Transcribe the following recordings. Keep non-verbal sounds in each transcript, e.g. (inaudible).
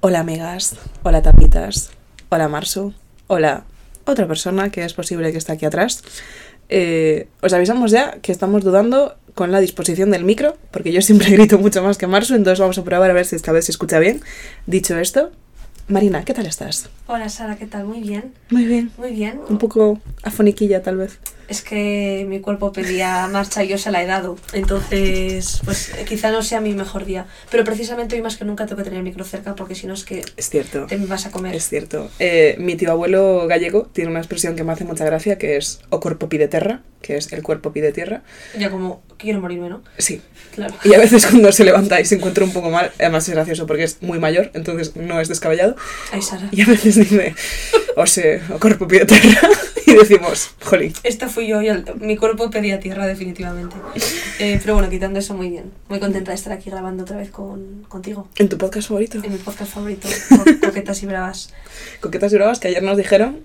Hola amigas, hola tapitas, hola Marsu, hola otra persona que es posible que está aquí atrás. Eh, os avisamos ya que estamos dudando con la disposición del micro, porque yo siempre (laughs) grito mucho más que Marsu, entonces vamos a probar a ver si esta vez se escucha bien. Dicho esto, Marina, ¿qué tal estás? Hola Sara, ¿qué tal? Muy bien, Muy bien. muy bien. Un poco afoniquilla tal vez. Es que mi cuerpo pedía marcha y yo se la he dado. Entonces, pues eh, quizá no sea mi mejor día. Pero precisamente hoy más que nunca tengo que tener el micro cerca porque si no es que Es cierto. te me vas a comer. Es cierto. Eh, mi tío abuelo gallego tiene una expresión que me hace mucha gracia, que es o cuerpo pide terra, que es el cuerpo pide tierra. Ya como quiero morirme, ¿no? Sí. Claro. Y a veces (laughs) cuando se levanta y se encuentra un poco mal, además es gracioso porque es muy mayor, entonces no es descabellado. Ay Sara. Y a veces dice, o se, o cuerpo pide terra. (laughs) Y decimos, jolín. Esta fui yo y el- mi cuerpo pedía tierra definitivamente. Eh, pero bueno, quitando eso, muy bien. Muy contenta de estar aquí grabando otra vez con, contigo. En tu podcast favorito, En mi podcast favorito, Co- Coquetas y Bravas. Coquetas y Bravas, que ayer nos dijeron,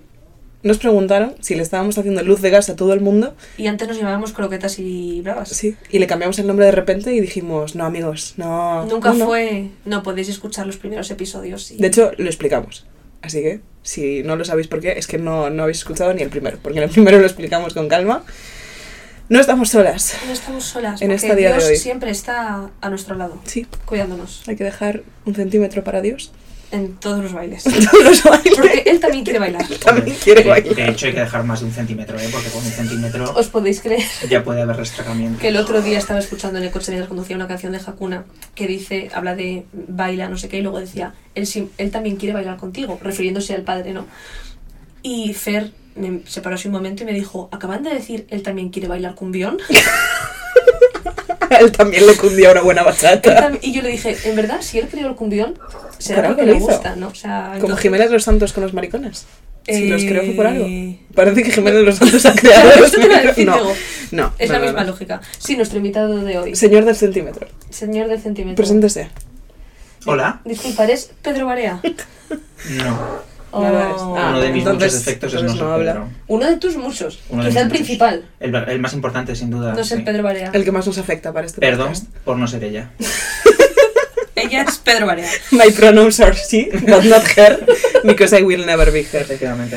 nos preguntaron si le estábamos haciendo luz de gas a todo el mundo. Y antes nos llamábamos Croquetas y Bravas. Sí. Y le cambiamos el nombre de repente y dijimos, no amigos, no. Nunca no, no". fue. No podéis escuchar los primeros episodios. y- De hecho, lo explicamos. Así que, si no lo sabéis por qué, es que no, no habéis escuchado ni el primero, porque en el primero lo explicamos con calma. No estamos solas. no estamos solas. en porque este día de Dios hoy. siempre está a nuestro lado, Sí, cuidándonos hay que dejar un centímetro para (laughs) Dios. en todos los (laughs) bailes. Todos los bailes. Porque él también quiere bailar. También Hombre, quiere de- bailar. De hecho, hay que dejar más de un centímetro, ¿eh? porque con un centímetro Os podéis creer ya puede haber restragamiento. que el otro día estaba escuchando en el coche mientras conducía una canción de Hakuna que dice, habla de baila, no sé qué, y luego decía, él, sí- él también quiere bailar contigo, refiriéndose al padre, ¿no? Y Fer me separó así un momento y me dijo, ¿acaban de decir él también quiere bailar cumbión? A él también le cundió una buena Él bachata. tam- y yo le dije, en verdad, si él creó el cumbión, será Claro porque que lo le hizo. gusta, ¿no? O sea, Como entonces- Jiménez los Santos con los maricones. Si los creo fue por algo. Eh, Parece que Jiménez los Santos ha creado. (laughs) Claro, los eso te iba a maricones. decir, no, digo, no, Es no, la no, misma no. lógica. Sí, nuestro invitado de hoy, Señor del centímetro, señor del centímetro. preséntese. Hola. Disculpa, ¿eres Pedro Barea? (laughs) No. No lo eres. Oh. Ah, Uno de mis entonces- muchos defectos es no entonces ser no habla. Pedro. Uno de tus muchos. Uno de Quizá el mis muchos. principal. El, el más importante, sin duda. No ser sí. Pedro Barea. El que más nos afecta para este Perdón podcast. (laughs) por no ser ella. Ella es Pedro (laughs) Barea. My pronouns are she, but not her, (laughs) because I will never be her. Efectivamente.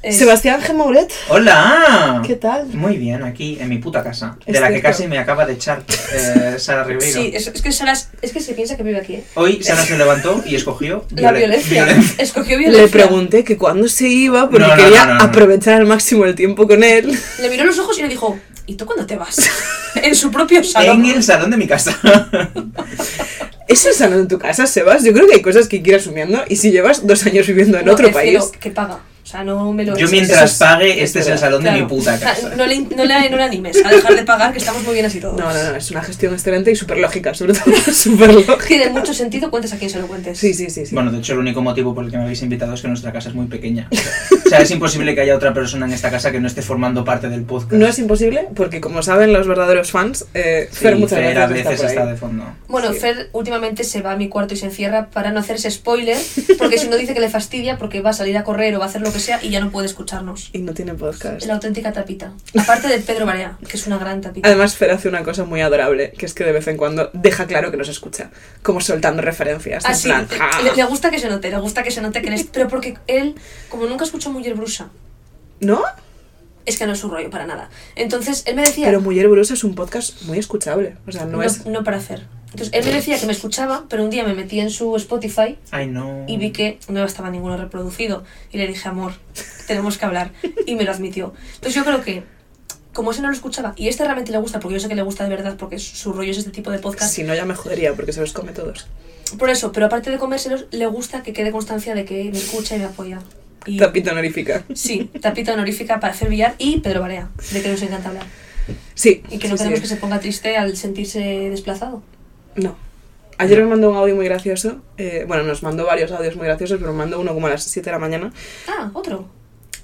Es- Sebastián Gemouret, ¡Hola! ¿qué tal? Muy bien, aquí, en mi puta casa. De Es la que cierto. casi me acaba de echar eh, Sara Ribeiro. Sí, es, es que Sara es- es que se piensa que vive aquí. ¿eh? Hoy Sara se levantó y escogió La violen- violencia. violencia. Escogió violencia. Le pregunté que cuándo se iba porque No, no, quería no, no, no. aprovechar al máximo el tiempo con él. Le miró los ojos y le dijo, ¿y tú cuándo (laughs) te vas? en su propio salón. En el salón de mi casa. ¿Es el salón de tu casa, Sebas? Yo creo que hay cosas que quieres asumiendo y si llevas dos años viviendo en No, otro país... prefiero que paga. O sea, no me lo Yo eches. mientras es- pague, este es el Claro. salón de mi Claro. puta O sea, casa. no, le, no, le, no le animes a dejar de pagar, que estamos muy bien así todos. No, no, no, es una gestión excelente y súper lógica, sobre todo (laughs) súper lógica. Tiene mucho sentido, cuentes a quien se lo cuentes. Sí, sí, sí, sí. Bueno, de hecho, el único motivo por el que me habéis invitado es que nuestra casa es muy (laughs) pequeña. O sea, es imposible que haya otra persona en esta casa que no esté formando parte del podcast. No es imposible porque, como saben los verdaderos fans, eh, Sí, Fer muchas Fer a gracias veces por ahí. está de fondo. Bueno, Sí. Fer últimamente se va a mi cuarto y se encierra para no hacerse spoiler, porque si no dice que le fastidia porque va a salir a correr o va a hacer lo que sea y ya no puede escucharnos. Y no tiene podcast. La auténtica tapita. Aparte de Pedro Barea, que es una gran tapita. Además, Fer hace una cosa muy adorable, que es que de vez en cuando deja claro que nos escucha, como soltando referencias. en Así, plan, ¡ah! le, le gusta que se note, le gusta que se note que eres... Pero porque él, como nunca escuchó Mujer Brusa, ¿No? es que no es su rollo para nada. Entonces, él me decía... Pero Mujer Brusa es un podcast muy escuchable. O sea, no, no, es. no para hacer. Entonces, él me decía que me escuchaba, pero un día me metí en su Spotify Ay, no. y vi que no estaba ninguno reproducido. Y le dije, amor, tenemos que hablar. Y me lo admitió. Entonces yo creo que, como ese no lo escuchaba, y este realmente le gusta, porque yo sé que le gusta de verdad, porque su rollo es este tipo de podcast. Si no, ya me jodería porque se los come todos. Por eso, pero aparte de comérselos, le gusta que quede constancia de que me escucha y me apoya. Y, Tapita honorífica. sí, tapita honorífica para hacer billar y Pedro Barea, de que nos encanta hablar. Sí. Y que no sí, queremos sí. que se ponga triste al sentirse desplazado. No. Ayer me mandó un audio muy gracioso. eh, bueno, nos mandó varios audios muy graciosos, pero me mandó uno como a las 7 de la mañana. Ah, otro.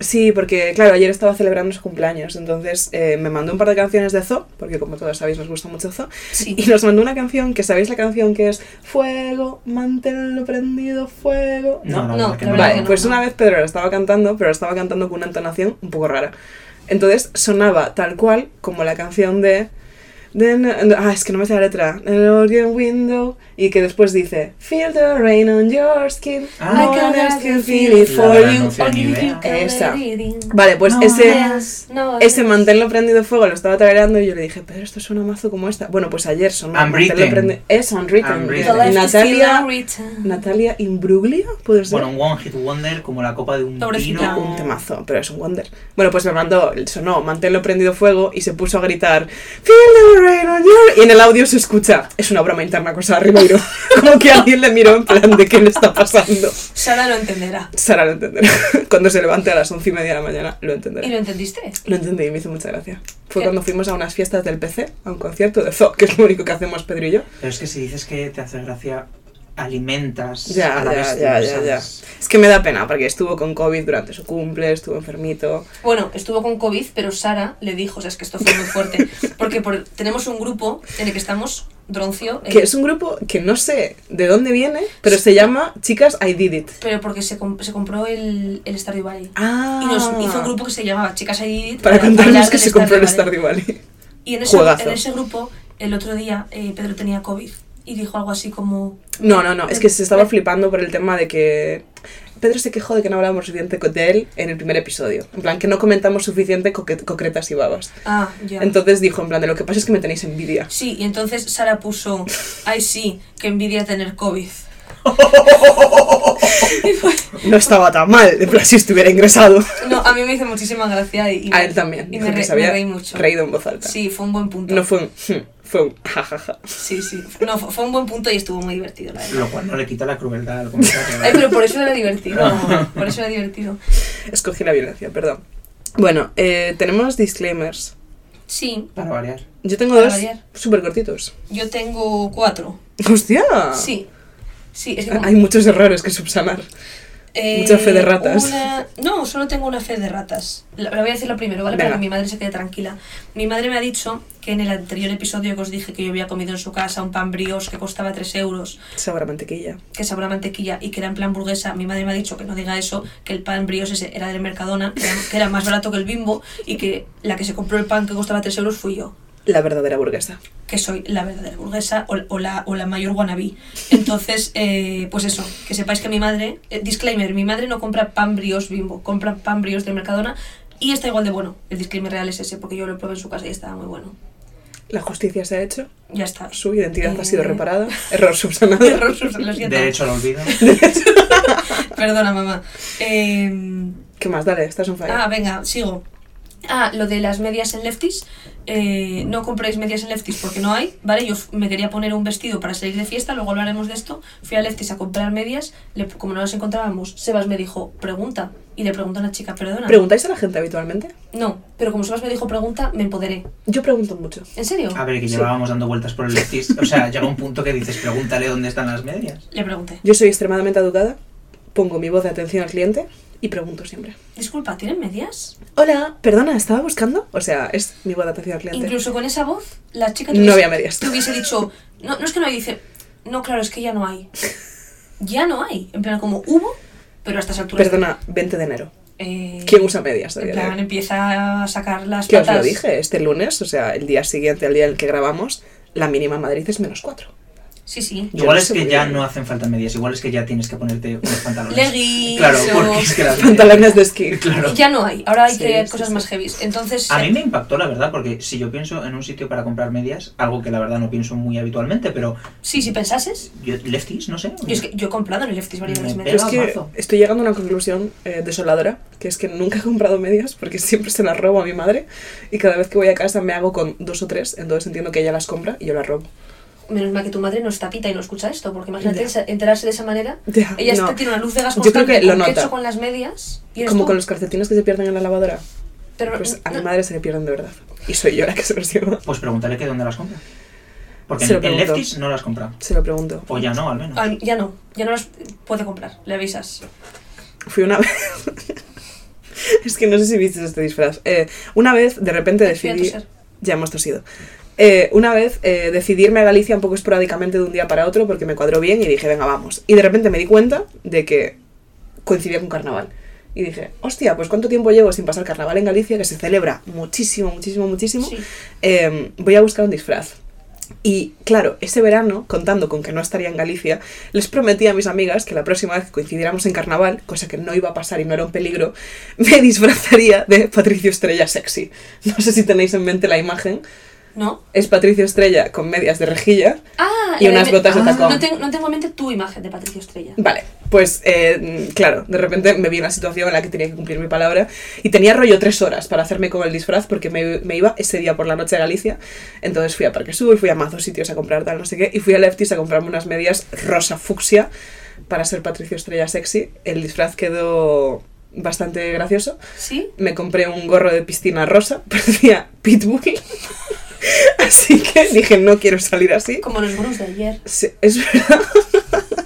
Sí, porque claro, ayer estaba celebrando su cumpleaños, entonces eh, me mandó un par de canciones de Zoo, porque como todas sabéis nos gusta mucho Zoo, Sí. y nos mandó una canción que sabéis la canción que es Fuego, manténlo prendido, fuego. No, No, la verdad que la no. verdad Vale, que no. pues una vez Pedro la estaba cantando, pero la estaba cantando con una entonación un poco rara. Entonces sonaba tal cual como la canción de Na, na, na- ah, es que no me sé la letra. An organ window. Y que después dice, Feel the rain on your skin. Ah. no I one can else can have feel you. it for La you. renuncia. eh, Esa. Vale, pues ese, No, ese manténlo prendido fuego lo estaba tarareando y yo le dije, pero esto suena mazo como esta. Bueno, pues ayer sonó. Unwritten. Manténlo prendi- Es Unwritten. The Unwritten. life is still Natalia, unwritten. Natalia Imbruglia, ¿puede ser? Bueno, un One Hit Wonder como la copa de un Pobrecita. vino. un temazo, pero es un wonder. Bueno, pues me mandó, sonó, manténlo prendido fuego y se puso a gritar Feel the rain on your-" Y en el audio se escucha, es una broma interna cosa Ribeiro. (laughs) Como que alguien le miró en plan de qué le está pasando. Sara lo entenderá. Sara lo entenderá. (laughs) Cuando se levante a las once y media de la mañana, lo entenderá. ¿Y lo entendiste? Lo entendí y me hizo mucha gracia. Fue ¿Qué? cuando fuimos a unas fiestas del PC, a un concierto de Zoo, que es lo único que hacemos Pedro y yo. Pero es que si dices que te hace gracia, alimentas Ya, a la ya, bestia, ya, ya, ya. ¿sabes? Es que me da pena, porque estuvo con COVID durante su cumple, estuvo enfermito. Bueno, estuvo con COVID, pero Sara le dijo, o sea, es que esto fue (laughs) muy fuerte, porque por- tenemos un grupo en el que estamos, Droncio, eh, que es un grupo que no sé de dónde viene, pero se llama Chicas I Did It. pero porque se, comp- se compró el, el Stardew Valley. Ah. Y nos hizo un grupo que se llamaba Chicas ahí Para contarnos hablar que del se compró el Valley. Stardew Valley. Y en ese, Juegazo. en ese grupo, el otro día, eh, Pedro tenía COVID y dijo algo así como... No, no, no, es que se estaba Me- flipando por el tema de que Pedro se quejó de que no hablábamos suficiente co- de él en el primer episodio. En plan, que no comentamos suficiente coque- concretas y babas. Ah, ya. Entonces dijo, en plan, de lo que pasa es que me tenéis envidia. Sí, y entonces Sara puso, ay sí, que envidia tener (laughs) COVID. (laughs) Y fue- No estaba tan mal, en plan, si estuviera ingresado. no, a mí me hizo muchísima gracia y, y A me- él también, Y dijo me, que re- se había me reí mucho. reído en voz alta. Sí, fue un buen punto. No fue un, (laughs) "Hm", fue un jajaja. Sí, sí. No, fue fue un buen punto y estuvo muy divertido, la verdad. Lo cual no le quita la crueldad (laughs) al Ay, comentario. pero por eso era divertido. Por eso era divertido. Escogí la violencia, perdón. Bueno, eh, tenemos disclaimers. Sí, Para variar. Yo tengo Para dos variar. súper cortitos. yo tengo cuatro. ¡Hostia! Sí. Sí, es que como- Ah. Hay muchos errores que subsanar. Eh, Mucha fe de ratas. una- No, solo tengo una fe de ratas. La, la voy a decir lo primero, ¿vale? Para Venga. que mi madre se quede tranquila. Mi madre me ha dicho que en el anterior episodio que os dije que yo había comido en su casa un pan brioche que costaba 3 euros, Sabor a mantequilla. que sabor a mantequilla y que era en plan burguesa. Mi madre me ha dicho que no diga eso, que el pan brioche ese era del Mercadona, que era, que era más barato que el bimbo y que la que se compró el pan que costaba 3 euros fui yo La verdadera burguesa. que soy la verdadera burguesa o, o la, o la mayor wannabe. Entonces, eh, pues eso, que sepáis que mi madre, eh, disclaimer, mi madre no compra pan brios bimbo, compra pan brios del Mercadona y está igual de bueno. El disclaimer real es ese, porque yo lo probé en su casa y estaba muy bueno. La justicia se ha hecho. Ya está. Su identidad ha sido Eh, reparada. Error subsanado. (laughs) Error, sus- (laughs) lo siento. Derecho al (laughs) olvido. Perdona, mamá. Eh, ¿Qué más? Dale, estás un fire. ah, venga, sigo. Ah, lo de las medias en lefties. eh, no compréis medias en lefties porque no hay, ¿vale? Yo f- me quería poner un vestido para salir de fiesta, luego hablaremos de esto. Fui a lefties a comprar medias, le- como no las encontrábamos, Sebas me dijo, pregunta. Y le preguntó a una chica, perdona. ¿Preguntáis a la gente habitualmente? no, pero como Sebas me dijo, pregunta, me empoderé. Yo pregunto mucho. ¿En serio? A ver, que llevábamos dando vueltas por el leftis. O sea, llega un punto que dices, pregúntale dónde están las medias. Le pregunté, Yo soy extremadamente educada, pongo mi voz de atención al cliente y pregunto siempre. disculpa, ¿tienen medias? Hola, perdona, ¿estaba buscando? O sea, es mi voz de atención al cliente. Incluso con esa voz, la chica te No hubiese- había medias. te hubiese dicho, no, no es que no hay, dice, no, claro, es que ya (laughs) no hay. Ya no hay. En plan, como hubo, pero a estas alturas. Perdona, 20 de enero. Eh, ¿Quién usa medias? En todavía? plan, empieza a sacar las Que os patas. lo dije, este lunes, o sea, el día siguiente al día en el que grabamos, la mínima en Madrid es menos 4. Sí, sí. Yo Igual no es sé que muy ya bien. no hacen falta medias, igual es que ya tienes que ponerte (laughs) unos pantalones. Leggings (laughs) Claro, o- porque es (laughs) que las Pantalones de esquí. (laughs) Claro. Y ya no hay. Ahora hay Sí, que sí, cosas sí. más heavies. Entonces. A eh, mí me impactó, la verdad, porque si yo pienso en un sitio para comprar medias, algo que la verdad no pienso muy habitualmente, pero Sí, si pensases. yo, lefties, no sé. Yo, es que yo he comprado en el Lefties varias Me veces. me Yo pega. es da- que mazo. estoy llegando a una conclusión eh, desoladora, que es que nunca he comprado medias porque siempre se las robo a mi madre y cada vez que voy a casa me hago con dos o tres, entonces entiendo que ella las compra y yo las robo. Menos mal que tu madre no está pita y no escucha esto, porque imagínate Ya. esa- enterarse de esa manera. Ya, Ella no. está- tiene una luz de gas Yo creo constante que lo con nota. ketchup con las medias. Y eres Como tú. con los calcetines que se pierden en la lavadora. Pero Pues a no- mi madre se le pierden de verdad. Y soy yo la que se los lleva. Pues preguntaré que dónde las compra. Porque Se lo en, en pregunto. lefties no las compra. Se lo pregunto. O ya no, al menos. Ah, ya no, ya no las puede comprar, le avisas. Fui una (laughs) vez. es que no sé si viste este disfraz. Eh, una vez, de repente Ay, fui a decidí. toser. Ya hemos tosido. Eh, una vez eh, decidí irme a Galicia un poco esporádicamente de un día para otro porque me cuadró bien y dije, venga, vamos. Y de repente me di cuenta de que coincidía con carnaval. Y dije, hostia, pues cuánto tiempo llevo sin pasar carnaval en Galicia, que se celebra muchísimo, muchísimo, muchísimo. Sí. Eh, voy a buscar un disfraz. Y claro, ese verano, contando con que no estaría en Galicia, les prometí a mis amigas que la próxima vez que coincidiéramos en carnaval, cosa que no iba a pasar y no era un peligro, (laughs) me disfrazaría de Patricio Estrella sexy. No sé si tenéis en mente la imagen. ¿No? Es Patricio Estrella con medias de rejilla. Ah, Y unas eh, botas de ah, tacón. No tengo, no tengo en mente tu imagen de (laughs) Patricio Estrella. Vale, pues eh, claro, de repente me vi en una situación en la que tenía que cumplir mi palabra y tenía rollo tres horas para hacerme con el disfraz porque me, me iba ese día por la noche a Galicia. Entonces fui a Parque Sur, fui a mazos sitios a comprar tal, no sé qué, y fui a Lefties a comprarme unas medias rosa fucsia para ser Patricio Estrella sexy. El disfraz quedó bastante gracioso. ¿Sí? Me compré un gorro de piscina rosa, (laughs) parecía Pitbull. (laughs) así que dije, no quiero salir así. Como los gurús de ayer. Sí, es verdad. (laughs)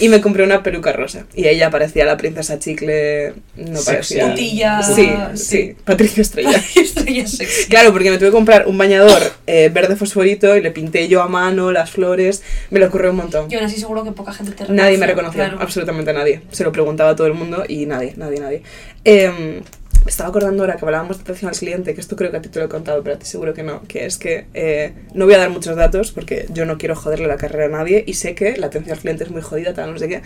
y me compré una peluca rosa. Y ella parecía la princesa chicle. No Sexy. parecía. Putilla. Ah, Sí, (laughs) sí. Patricio Estrella. (laughs) Patricio Estrella sexy. Claro, porque me tuve que comprar un bañador eh, verde fosforito y le pinté yo a mano las flores. Me lo ocurrió un montón. Y aún así seguro que poca gente te reconoce. Nadie me reconoció, claro. absolutamente nadie. Se lo preguntaba a todo el mundo y nadie, nadie, nadie. Eh, me estaba acordando ahora que hablábamos de atención al cliente, que esto creo que a ti te lo he contado, pero a ti seguro que no, que es que eh, no voy a dar muchos datos porque yo no quiero joderle la carrera a nadie y sé que la atención al cliente es muy jodida, tal, no sé qué,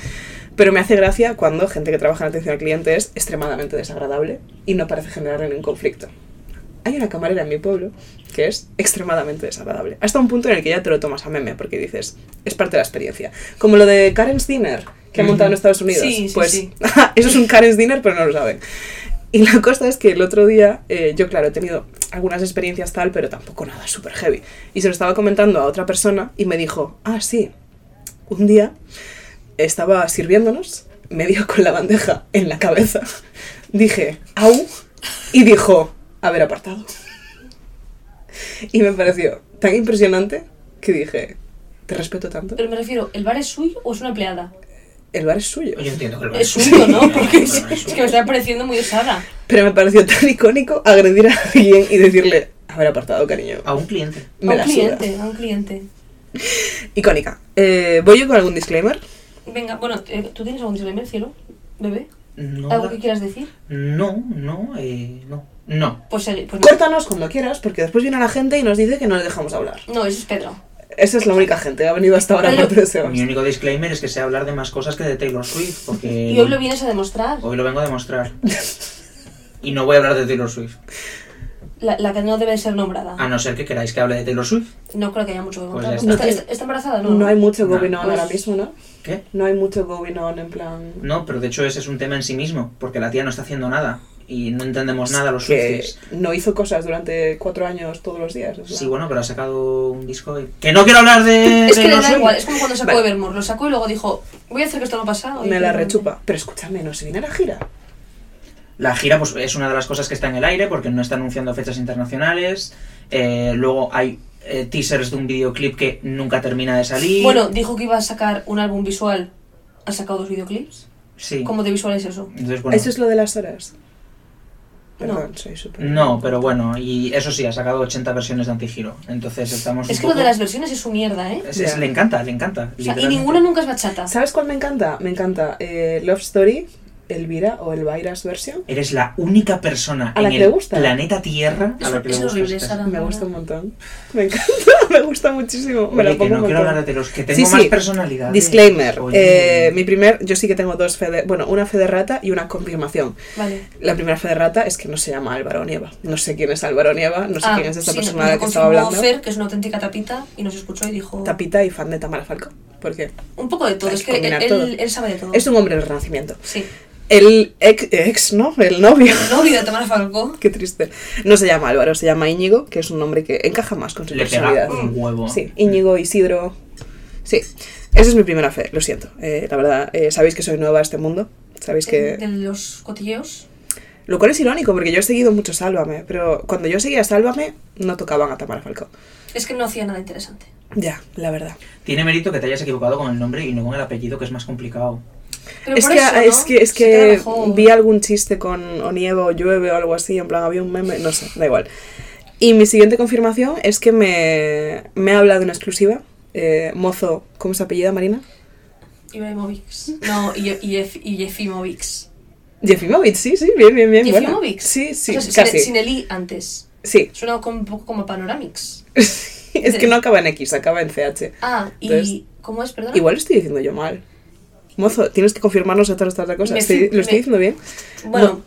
pero me hace gracia cuando gente que trabaja en atención al cliente es extremadamente desagradable y no parece generar ningún conflicto. Hay una camarera en mi pueblo que es extremadamente desagradable. Hasta un punto en el que ya te lo tomas a meme porque dices, es parte de la experiencia. Como lo de Karen's Dinner que ha montado en Ujú. Estados Unidos. Sí, sí, pues sí. (laughs) eso es un Karen's Dinner, pero no lo saben. Y la cosa es que el otro día, eh, yo claro, he tenido algunas experiencias tal, pero tampoco nada súper heavy. Y se lo estaba comentando a otra persona y me dijo, ah, sí, un día estaba sirviéndonos, me dio con la bandeja en la cabeza, (laughs) dije, au, y dijo, haber apartado. Y me pareció tan impresionante que dije, te respeto tanto. Pero me refiero, ¿el bar es suyo o es una empleada? El bar es suyo. Yo entiendo que el bar Es suyo, (laughs) suyo, ¿no? Porque el es, bar es suyo. que me está pareciendo muy osada. Pero me pareció tan icónico agredir a alguien y decirle, haber apartado, cariño. A un cliente. A Me un la suda. cliente, a un cliente. Icónica. Eh, ¿Voy yo con algún disclaimer? Venga, bueno, eh, ¿tú tienes algún disclaimer, cielo? ¿Bebé? No, ¿Algo da- que quieras decir? no, no, eh, no. No. Pues, eh, pues no. Córtanos cuando quieras, porque después viene la gente y nos dice que no le dejamos hablar. No, eso es Pedro. Esa es la única gente que ha venido hasta ahora Pero- aparte de Sebas. Mi único disclaimer es que sé hablar de más cosas que de Taylor Swift, porque Y hoy lo vienes a demostrar. hoy lo vengo a demostrar. Y no voy a hablar de Taylor Swift. La, la que no debe ser nombrada. A Ah, no ser que queráis que hable de Taylor Swift. No creo que haya mucho que Pues contar. ya está. ¿Está, está- está embarazada? No. No hay mucho No. going on ahora Pues- mismo, ¿no? ¿Qué? No hay mucho going on en plan... No, pero de hecho ese es un tema en sí mismo, porque la tía no está haciendo nada. Y no entendemos nada los Que Swifties. no hizo cosas durante cuatro años todos los días. o sea. Sí, bueno, pero ha sacado un disco y... ¡Que no quiero hablar de Es que le Taylor da Swift! igual, es como cuando sacó Vale. Evermore. Lo sacó y luego dijo, voy a hacer que esto no pasa. hoy Me la finalmente". rechupa. Pero escúchame, ¿no se viene la gira? La gira pues, es una de las cosas que está en el aire porque no está anunciando fechas internacionales. Eh, luego hay eh, teasers de un videoclip que nunca termina de salir. Bueno, dijo que iba a sacar un álbum visual. Ha sacado dos videoclips. sí. ¿Cómo de visual es eso? Entonces, bueno, ¿Eso es lo de las horas? Perdón, No. soy súper... No, pero bueno, y eso sí, ha sacado 80 versiones de Antigiro. Entonces estamos. Es un que lo poco- de las versiones es su mierda, ¿eh? Es- es- Ya. le encanta, le encanta. O sea, y literalmente. ninguna nunca es bachata. ¿Sabes cuál me encanta? Me encanta eh, Love Story, Elvira o Elvira's version. Eres la única persona A la en que el le gusta. planeta Tierra a Es- la que es le gusta. horrible, este- Sara. Me gusta un montón. Me encanta, (laughs) me gusta muchísimo. Me Oye, la que pongo no un quiero hablar montón. de los que tengo Sí, más sí. personalidad. Disclaimer. eh, mi primer, yo sí que tengo dos fe de, bueno, una fe de rata y una confirmación. Vale. La primera fe de rata es que no se llama Álvaro Nieva. No sé quién es Álvaro Nieva, no sé Ah, quién es esta sí, persona no- de la no que estaba confirmó hablando. Fer, que es una auténtica tapita, y nos escuchó y dijo... Tapita y fan de Tamara Falcón. Porque Un poco de todo, Hay es que que él, combinar todo. él- él sabe de todo. es un hombre del renacimiento. Sí. El ex, ex, ¿no? El novio. El novio de Tamara Falcó. (laughs) Qué triste. No se llama Álvaro, se llama Íñigo, que es un nombre que encaja más con su Le personalidad. pega un huevo. Sí, Íñigo, Isidro. Sí, esa es mi primera fe, lo siento. Eh, la verdad, eh, sabéis que soy nueva a este mundo. Sabéis De, que. los cotilleos. Lo cual es irónico, porque yo he seguido mucho Sálvame, pero cuando yo seguía Sálvame, no tocaban a Tamara Falcón. Es que no hacía nada interesante. Ya, la verdad. Tiene mérito que te hayas equivocado con el nombre y no con el apellido, que es más complicado. Pero Es por que, eso, ¿no? es que, es Se queda que mejor. vi algún chiste con o nieva o llueve o algo así, en plan había un meme, no sé, da igual. Y mi siguiente confirmación es que me, me ha hablado en exclusiva, eh, mozo, ¿cómo se apellida Marina? Ibrahimovic. No, y, y, Yef- y Yefimovic. Jefimovic, sí, sí, bien, bien, bien. buena. ¿Jefimovic? Sí, sí, O sea, sin- casi. Sin el I antes. Sí. (laughs) Suena como- un poco como Panoramics. es que no acaba en X, acaba en CH. Ah, y. Entonces- ¿Cómo es, perdón? Igual lo estoy diciendo yo mal. Mozo, tienes que confirmarnos otras estas cosas. Me Estoy- fui- ¿Lo estoy me- diciendo bien? Bueno,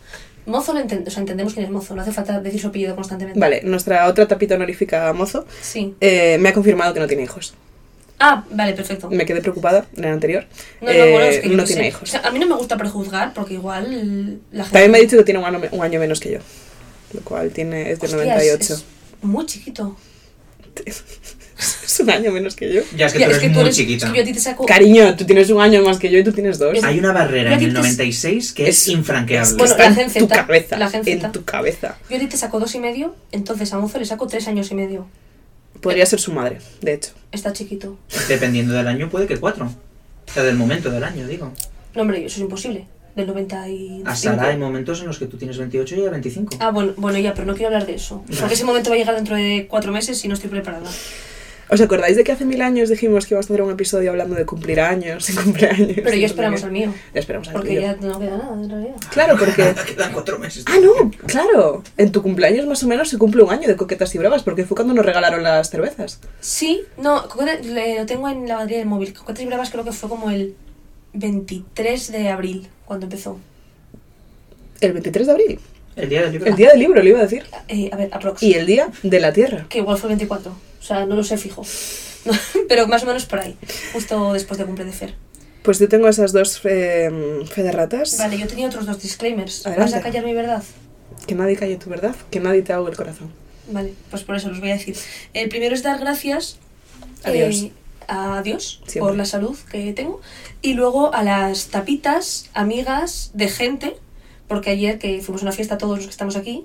Mozo lo entendemos, o sea, entendemos quién es Mozo, no hace falta decir su apellido constantemente. Vale, nuestra otra tapita honorífica Mozo Sí. eh, me ha confirmado que no tiene hijos. Ah, vale, perfecto. Me quedé preocupada en el anterior. No, no, Eh, bueno, es que yo no qué tiene sé. hijos. O sea, a mí no me gusta prejuzgar porque igual la gente. También me ha dicho que tiene un ano- un año, menos que yo. Lo cual tiene, es de Hostia, 98. Es, es muy chiquito. (laughs) es un año menos que yo. Ya es que Ya, tú eres muy eres- chiquita. es que yo a ti te saco. Cariño, tú tienes un año más que yo y tú tienes dos. Es- Ay, Hay una barrera Yo en el dices- 96 que es, es- infranqueable. Bueno, Está la en Gen tu Z, cabeza. la Gen Z. En tu cabeza. Yo a ti te saco dos y medio, entonces a Mozo le saco tres años y medio. Podría ser su madre, de hecho. Está chiquito. Dependiendo del año, puede que cuatro. O sea, del momento del año, digo. No, hombre, eso es imposible. Del 95. Hasta ahora hay momentos en los que tú tienes 28 y ella 25. Ah, bueno, bueno, ya, pero no quiero hablar de eso. Porque ese momento va a llegar dentro de cuatro meses y no estoy (laughs) preparada. ¿Os acordáis de que hace mil años dijimos que íbamos a hacer un episodio hablando de cumplir años y (laughs) cumpleaños? y no Pero ya sé esperamos qué? al mío. Ya esperamos al Porque tuyo. ya no queda nada, en realidad. Claro, porque... (laughs) Quedan cuatro meses. Ah, no, claro. En tu cumpleaños más o menos se cumple un año de coquetas y bravas, porque fue cuando nos regalaron las cervezas. Sí, no, Cocote- le- lo tengo en la batería del móvil. Cocotas y Bravas creo que fue como el 23 de abril cuando empezó. El 23 de abril. El día del libro. El día del libro, le iba a decir. Eh, a ver, aprox. Y el día de la tierra. Que igual fue el 24. O sea, no lo sé fijo. (laughs) No, pero más o menos por ahí. Justo después de cumple de Fer. Pues yo tengo esas dos eh, fe de ratas. Vale, yo tenía otros dos disclaimers. Adelante. ¿Vas a callar mi verdad? Que nadie calle tu verdad, que nadie te ahogue el corazón. Vale, pues por eso los voy a decir. El primero es dar gracias A Dios. eh, a Dios Siempre. por la salud que tengo. Y luego a las tapitas, amigas, de gente, porque ayer que fuimos a una fiesta todos los que estamos aquí,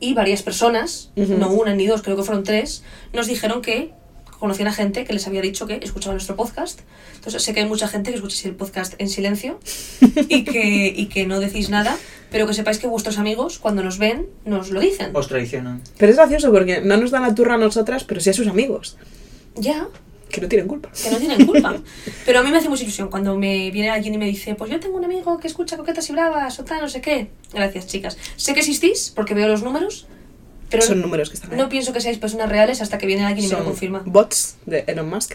y varias personas, Ujú. no una ni dos, creo que fueron tres, nos dijeron que conocían a gente que les había dicho que escuchaba nuestro podcast. Entonces sé que hay mucha gente que escucha el podcast en silencio (laughs) y que, y que no decís nada, pero que sepáis que vuestros amigos cuando nos ven nos lo dicen. Os traicionan. Pero es gracioso porque no nos dan la turra a nosotras, pero sí a sus amigos, Ya. que no tienen culpa. que no tienen culpa. Pero a mí me hace mucha ilusión cuando me viene alguien y me dice, pues yo tengo un amigo que escucha coquetas y bravas o tal, no sé qué. Gracias, chicas. Sé que existís porque veo los números, pero Son números que están ahí. no pienso que seáis personas reales hasta que viene alguien y me Son lo confirma. bots de Elon Musk.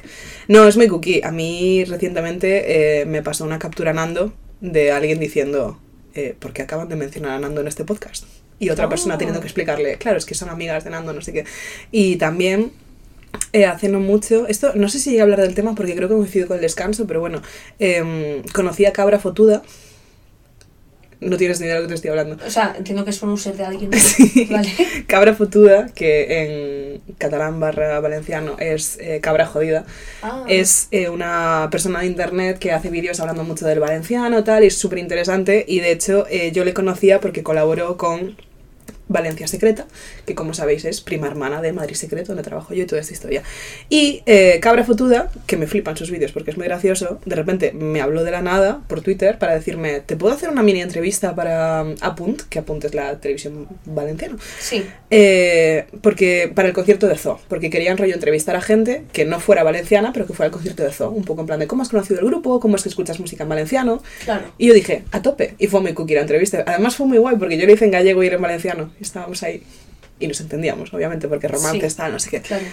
No, es muy cookie. A mí recientemente eh, me pasó una captura a Nando de alguien diciendo, eh, ¿por qué acaban de mencionar a Nando en este podcast? Y otra Oh. persona teniendo que explicarle, claro, es que son amigas de Nando, no sé qué. Y también eh, hace no mucho, esto no sé si llegué a hablar del tema porque creo que coincido con el descanso, pero bueno, em, conocí a Cabra Fotuda. No tienes ni idea de lo que te estoy hablando. O sea, entiendo que es un user de alguien. (laughs) Sí. Vale. Cabra fotuda, que en catalán barra valenciano es eh, cabra jodida, Ah. es eh, una persona de internet que hace vídeos hablando mucho del valenciano, tal, y es súper interesante. Y de hecho, eh, yo le conocía porque colaboró con Valencia Secreta, que como sabéis es prima hermana de Madrid Secreto, donde trabajo yo y toda esta historia. Y eh, Cabra Fotuda, que me flipan sus vídeos porque es muy gracioso, de repente me habló de la nada por Twitter para decirme, ¿te puedo hacer una mini entrevista para mm, Apunt? Que Apunt es la televisión valenciana. Sí. Eh, porque para el concierto de Zoo, porque querían rollo entrevistar a gente que no fuera valenciana, pero que fuera al concierto de Zoo, un poco en plan de cómo has conocido el grupo, cómo es que escuchas música en valenciano. Claro. Y yo dije, a tope, y fue muy cookie la entrevista. Además fue muy guay porque yo le hice en gallego y él en valenciano, y estábamos ahí y nos entendíamos, obviamente, porque romances Sí. tal, no sé qué. Claro.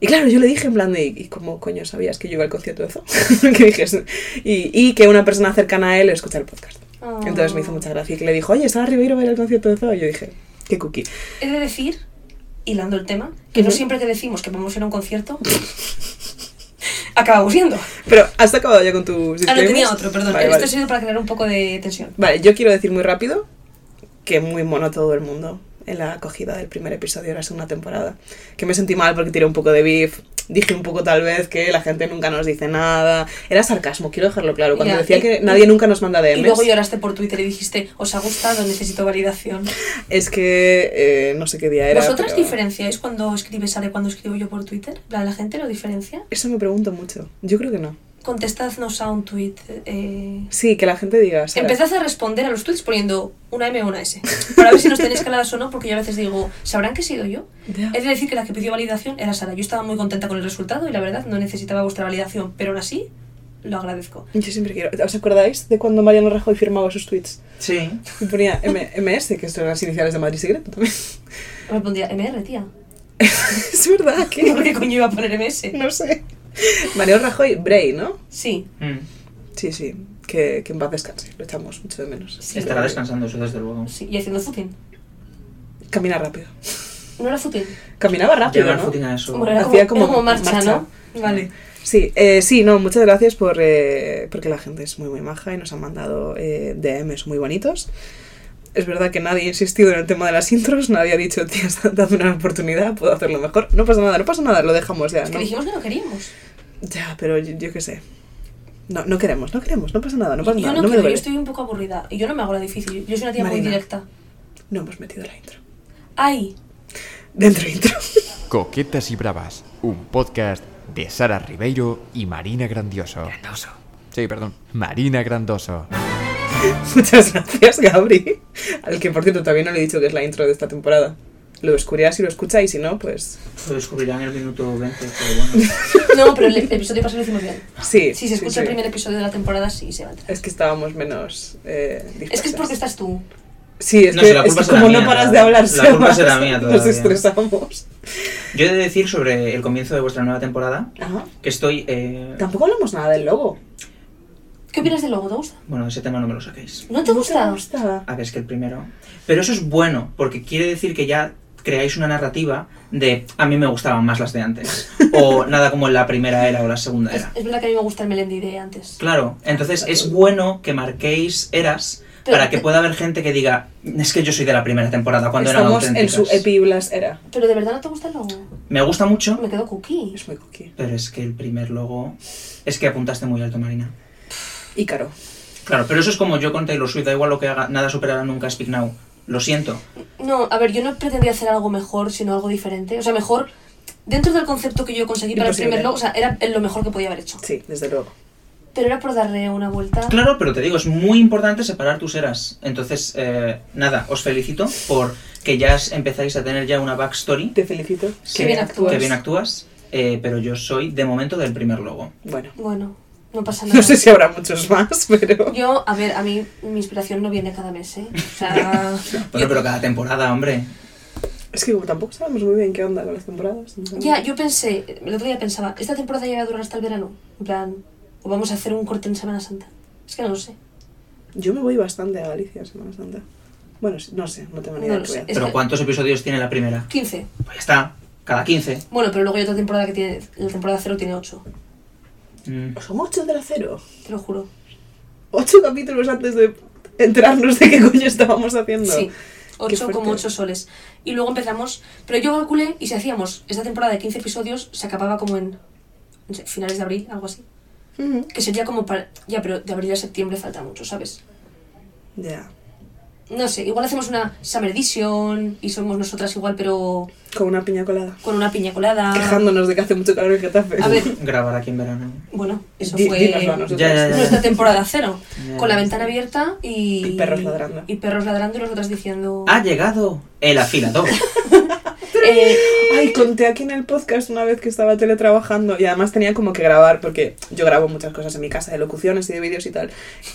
Y claro, yo le dije en plan de, ¿y cómo coño sabías que yo iba al concierto de Zoo? (laughs) que dije, "Sí". y, y que una persona cercana a él escucha el podcast. Ah. Entonces me hizo mucha gracia y que le dijo, oye, Sara Ribeiro va a ir al concierto de Zoo. Y yo dije, qué cookie. Ah, He de decir, hilando el tema, que no Ujú. siempre que decimos que vamos a ir a un concierto, (laughs) acabamos yendo. Pero has acabado ya con tus Ah, no tenía disclaimers? otro, perdón. Vale, Esto vale. ha sido para crear un poco de tensión. Vale, yo quiero decir muy rápido que muy mono todo el mundo en la acogida del primer episodio de la segunda temporada. Que me sentí mal porque tiré un poco de beef, dije un poco tal vez que la gente nunca nos dice nada. Era sarcasmo, quiero dejarlo claro. Cuando Ya, decía y- que y- nadie nunca nos manda DMs, Y luego lloraste por Twitter y dijiste, os ha gustado, necesito validación. es que eh, no sé qué día era. ¿Vosotras pero- diferenciáis cuando escribe Sara cuando escribo yo por Twitter? ¿La, la gente lo diferencia? Eso me pregunto mucho. Yo creo que no. Contestadnos a un tweet. Eh... Sí, que la gente diga. Sara. Empezad a responder a los tweets poniendo una M o una S. Para ver si nos tenéis caladas o no, porque yo a veces digo, ¿sabrán que he sido yo? Ya. Es de decir que la que pidió validación era Sara. Yo estaba muy contenta con el resultado y la verdad no necesitaba vuestra validación, pero aún así lo agradezco. Yo siempre quiero. ¿Os acordáis de cuando Mariano Rajoy firmaba sus tweets? Sí. Y ponía M- MS, que son las iniciales de Madrid Secreto también. (laughs) Me pondría MR, tía. es verdad que. (laughs) (laughs) ¿Por qué coño iba a poner MS? No sé. Mariano Rajoy, Bray, ¿no? Sí, Mm. Sí, sí. Que, que en paz descanse. Lo echamos mucho de menos. Sí. Estará descansando eso, desde luego. sí. Y haciendo footing. Camina rápido. No era footing. Caminaba rápido, Llegar ¿no? footing a eso. Bueno, era Hacía como, como era como marcha, marcha. ¿no? Vale. Sí, eh, sí, no, muchas gracias por, eh, porque la gente es muy, muy maja y nos han mandado eh, DMs muy bonitos. Es verdad que nadie ha insistido en el tema de las intros, nadie ha dicho, tía, (laughs) dame una oportunidad, puedo hacerlo mejor. No pasa nada, no pasa nada, lo dejamos ya, Es que ¿no? dijimos que no queríamos. Ya, pero yo, yo qué sé. No, no queremos, no queremos, no pasa nada, no pasa yo nada, no no, me quiero, yo duele. estoy un poco aburrida. Y yo no me hago la difícil. Yo soy una tía muy Marina. directa. No hemos metido la intro. Ay, Dentro intro. (laughs) Coquetas y Bravas, un podcast de Sara Ribeiro y Marina Grandioso. Sí, perdón. Marina Grandoso. muchas gracias, Gabri. Al que, por cierto, todavía no le he dicho que es la intro de esta temporada. Lo descubrirá si lo escucha y si no, pues... Lo descubrirán en el minuto 20, pero (laughs) bueno. no, pero el, el episodio pasado lo hicimos bien. Sí. Si se escucha sí. el primer episodio de la temporada, sí se va a entrar. Es que estábamos menos eh, Es que es dispersas. porque estás tú. Sí, es No, que, si la es que culpa será como no mía, paras la- de hablar, la Sebas, (laughs) culpa será mía nos todavía. estresamos. Yo he de decir sobre el comienzo de vuestra nueva temporada Ah, que estoy. eh, Tampoco hablamos nada del logo. ¿Qué opinas del logo? ¿Te gusta? Bueno, ese tema no me lo saquéis. ¿No te gusta? A ver, es que el primero. Pero eso es bueno, porque quiere decir que ya creáis una narrativa de a mí me gustaban más las de (laughs) antes. o nada como en la primera era o la segunda Es, era. es verdad que a mí me gusta el Melendi de antes. Claro, entonces es bueno que marquéis eras Pero- para que pueda haber gente que diga es que yo soy de la primera temporada cuando eran Estamos en auténticas. su epiblas era. Pero de verdad no te gusta el logo. Me gusta mucho, Me quedo cookie. Es muy cookie. pero es que el primer logo es que apuntaste muy alto, Marina. Ícaro. Claro, pero eso es como yo con Taylor Swift, da igual lo que haga, nada superará nunca a Speak Now. Lo siento. No, a ver, yo no pretendía hacer algo mejor, sino algo diferente. O sea, mejor dentro del concepto que yo conseguí para Imposible. el primer logo. O sea, era el- lo mejor que podía haber hecho. Sí, desde luego. Pero era por darle una vuelta. Claro, pero te digo, es muy importante separar tus eras. Entonces, eh, nada, os felicito por que ya es- empezáis a tener ya una backstory. Te felicito. Que bien actúas. Pues- Que bien actúas, eh, pero yo soy de momento del primer logo. Bueno, Bueno, no pasa nada. no sé si habrá muchos más, (laughs) pero... Yo, a ver, a mí mi inspiración no viene cada mes, ¿eh? O (laughs) sea, Bueno, pero cada temporada, hombre. Es que como tampoco sabemos muy bien qué onda con las temporadas. no sabemos. ya, yo pensé, el otro día pensaba, ¿esta temporada llega a durar hasta el verano? En plan, ¿o vamos a hacer un corte en Semana Santa? Es que no lo sé. Yo me voy bastante a Galicia, Semana Santa. Bueno, sí, no sé, no tengo ni No idea lo qué voy a sé. hacer. Es Pero que- ¿cuántos episodios tiene la primera? 15. Pues ya está, cada 15. Bueno, pero luego hay otra temporada que tiene, la temporada 0 tiene 8, Mm. Son Pues ocho de la cero. te lo juro. ocho capítulos antes de enterarnos de qué coño estábamos haciendo. Sí, Qué 8 fuerte. como 8 soles. Y luego empezamos, pero yo calculé y si hacíamos esta temporada de 15 episodios, se acababa como en no sé, finales de abril, algo así. Ujú. Que sería como para... Ya, pero de abril a septiembre falta mucho, ¿sabes? Ya. No sé, igual hacemos una Summer Edition y somos nosotras igual, pero Con una piña colada. con una piña colada. Quejándonos de que hace mucho calor en Getafe. Ah. A ver, Grabar aquí en verano. bueno, eso Di- dínoslo a fue nosotros. Ya, ya, ya. nuestra temporada cero. Ya. Con la ventana abierta y... Y perros ladrando. ¡Ah, Y perros ladrando y nosotras diciendo... Ha llegado el afilador. eh, Ay, conté aquí en el podcast una vez que estaba teletrabajando y además tenía como que grabar porque yo grabo muchas cosas en mi casa de locuciones y de vídeos y tal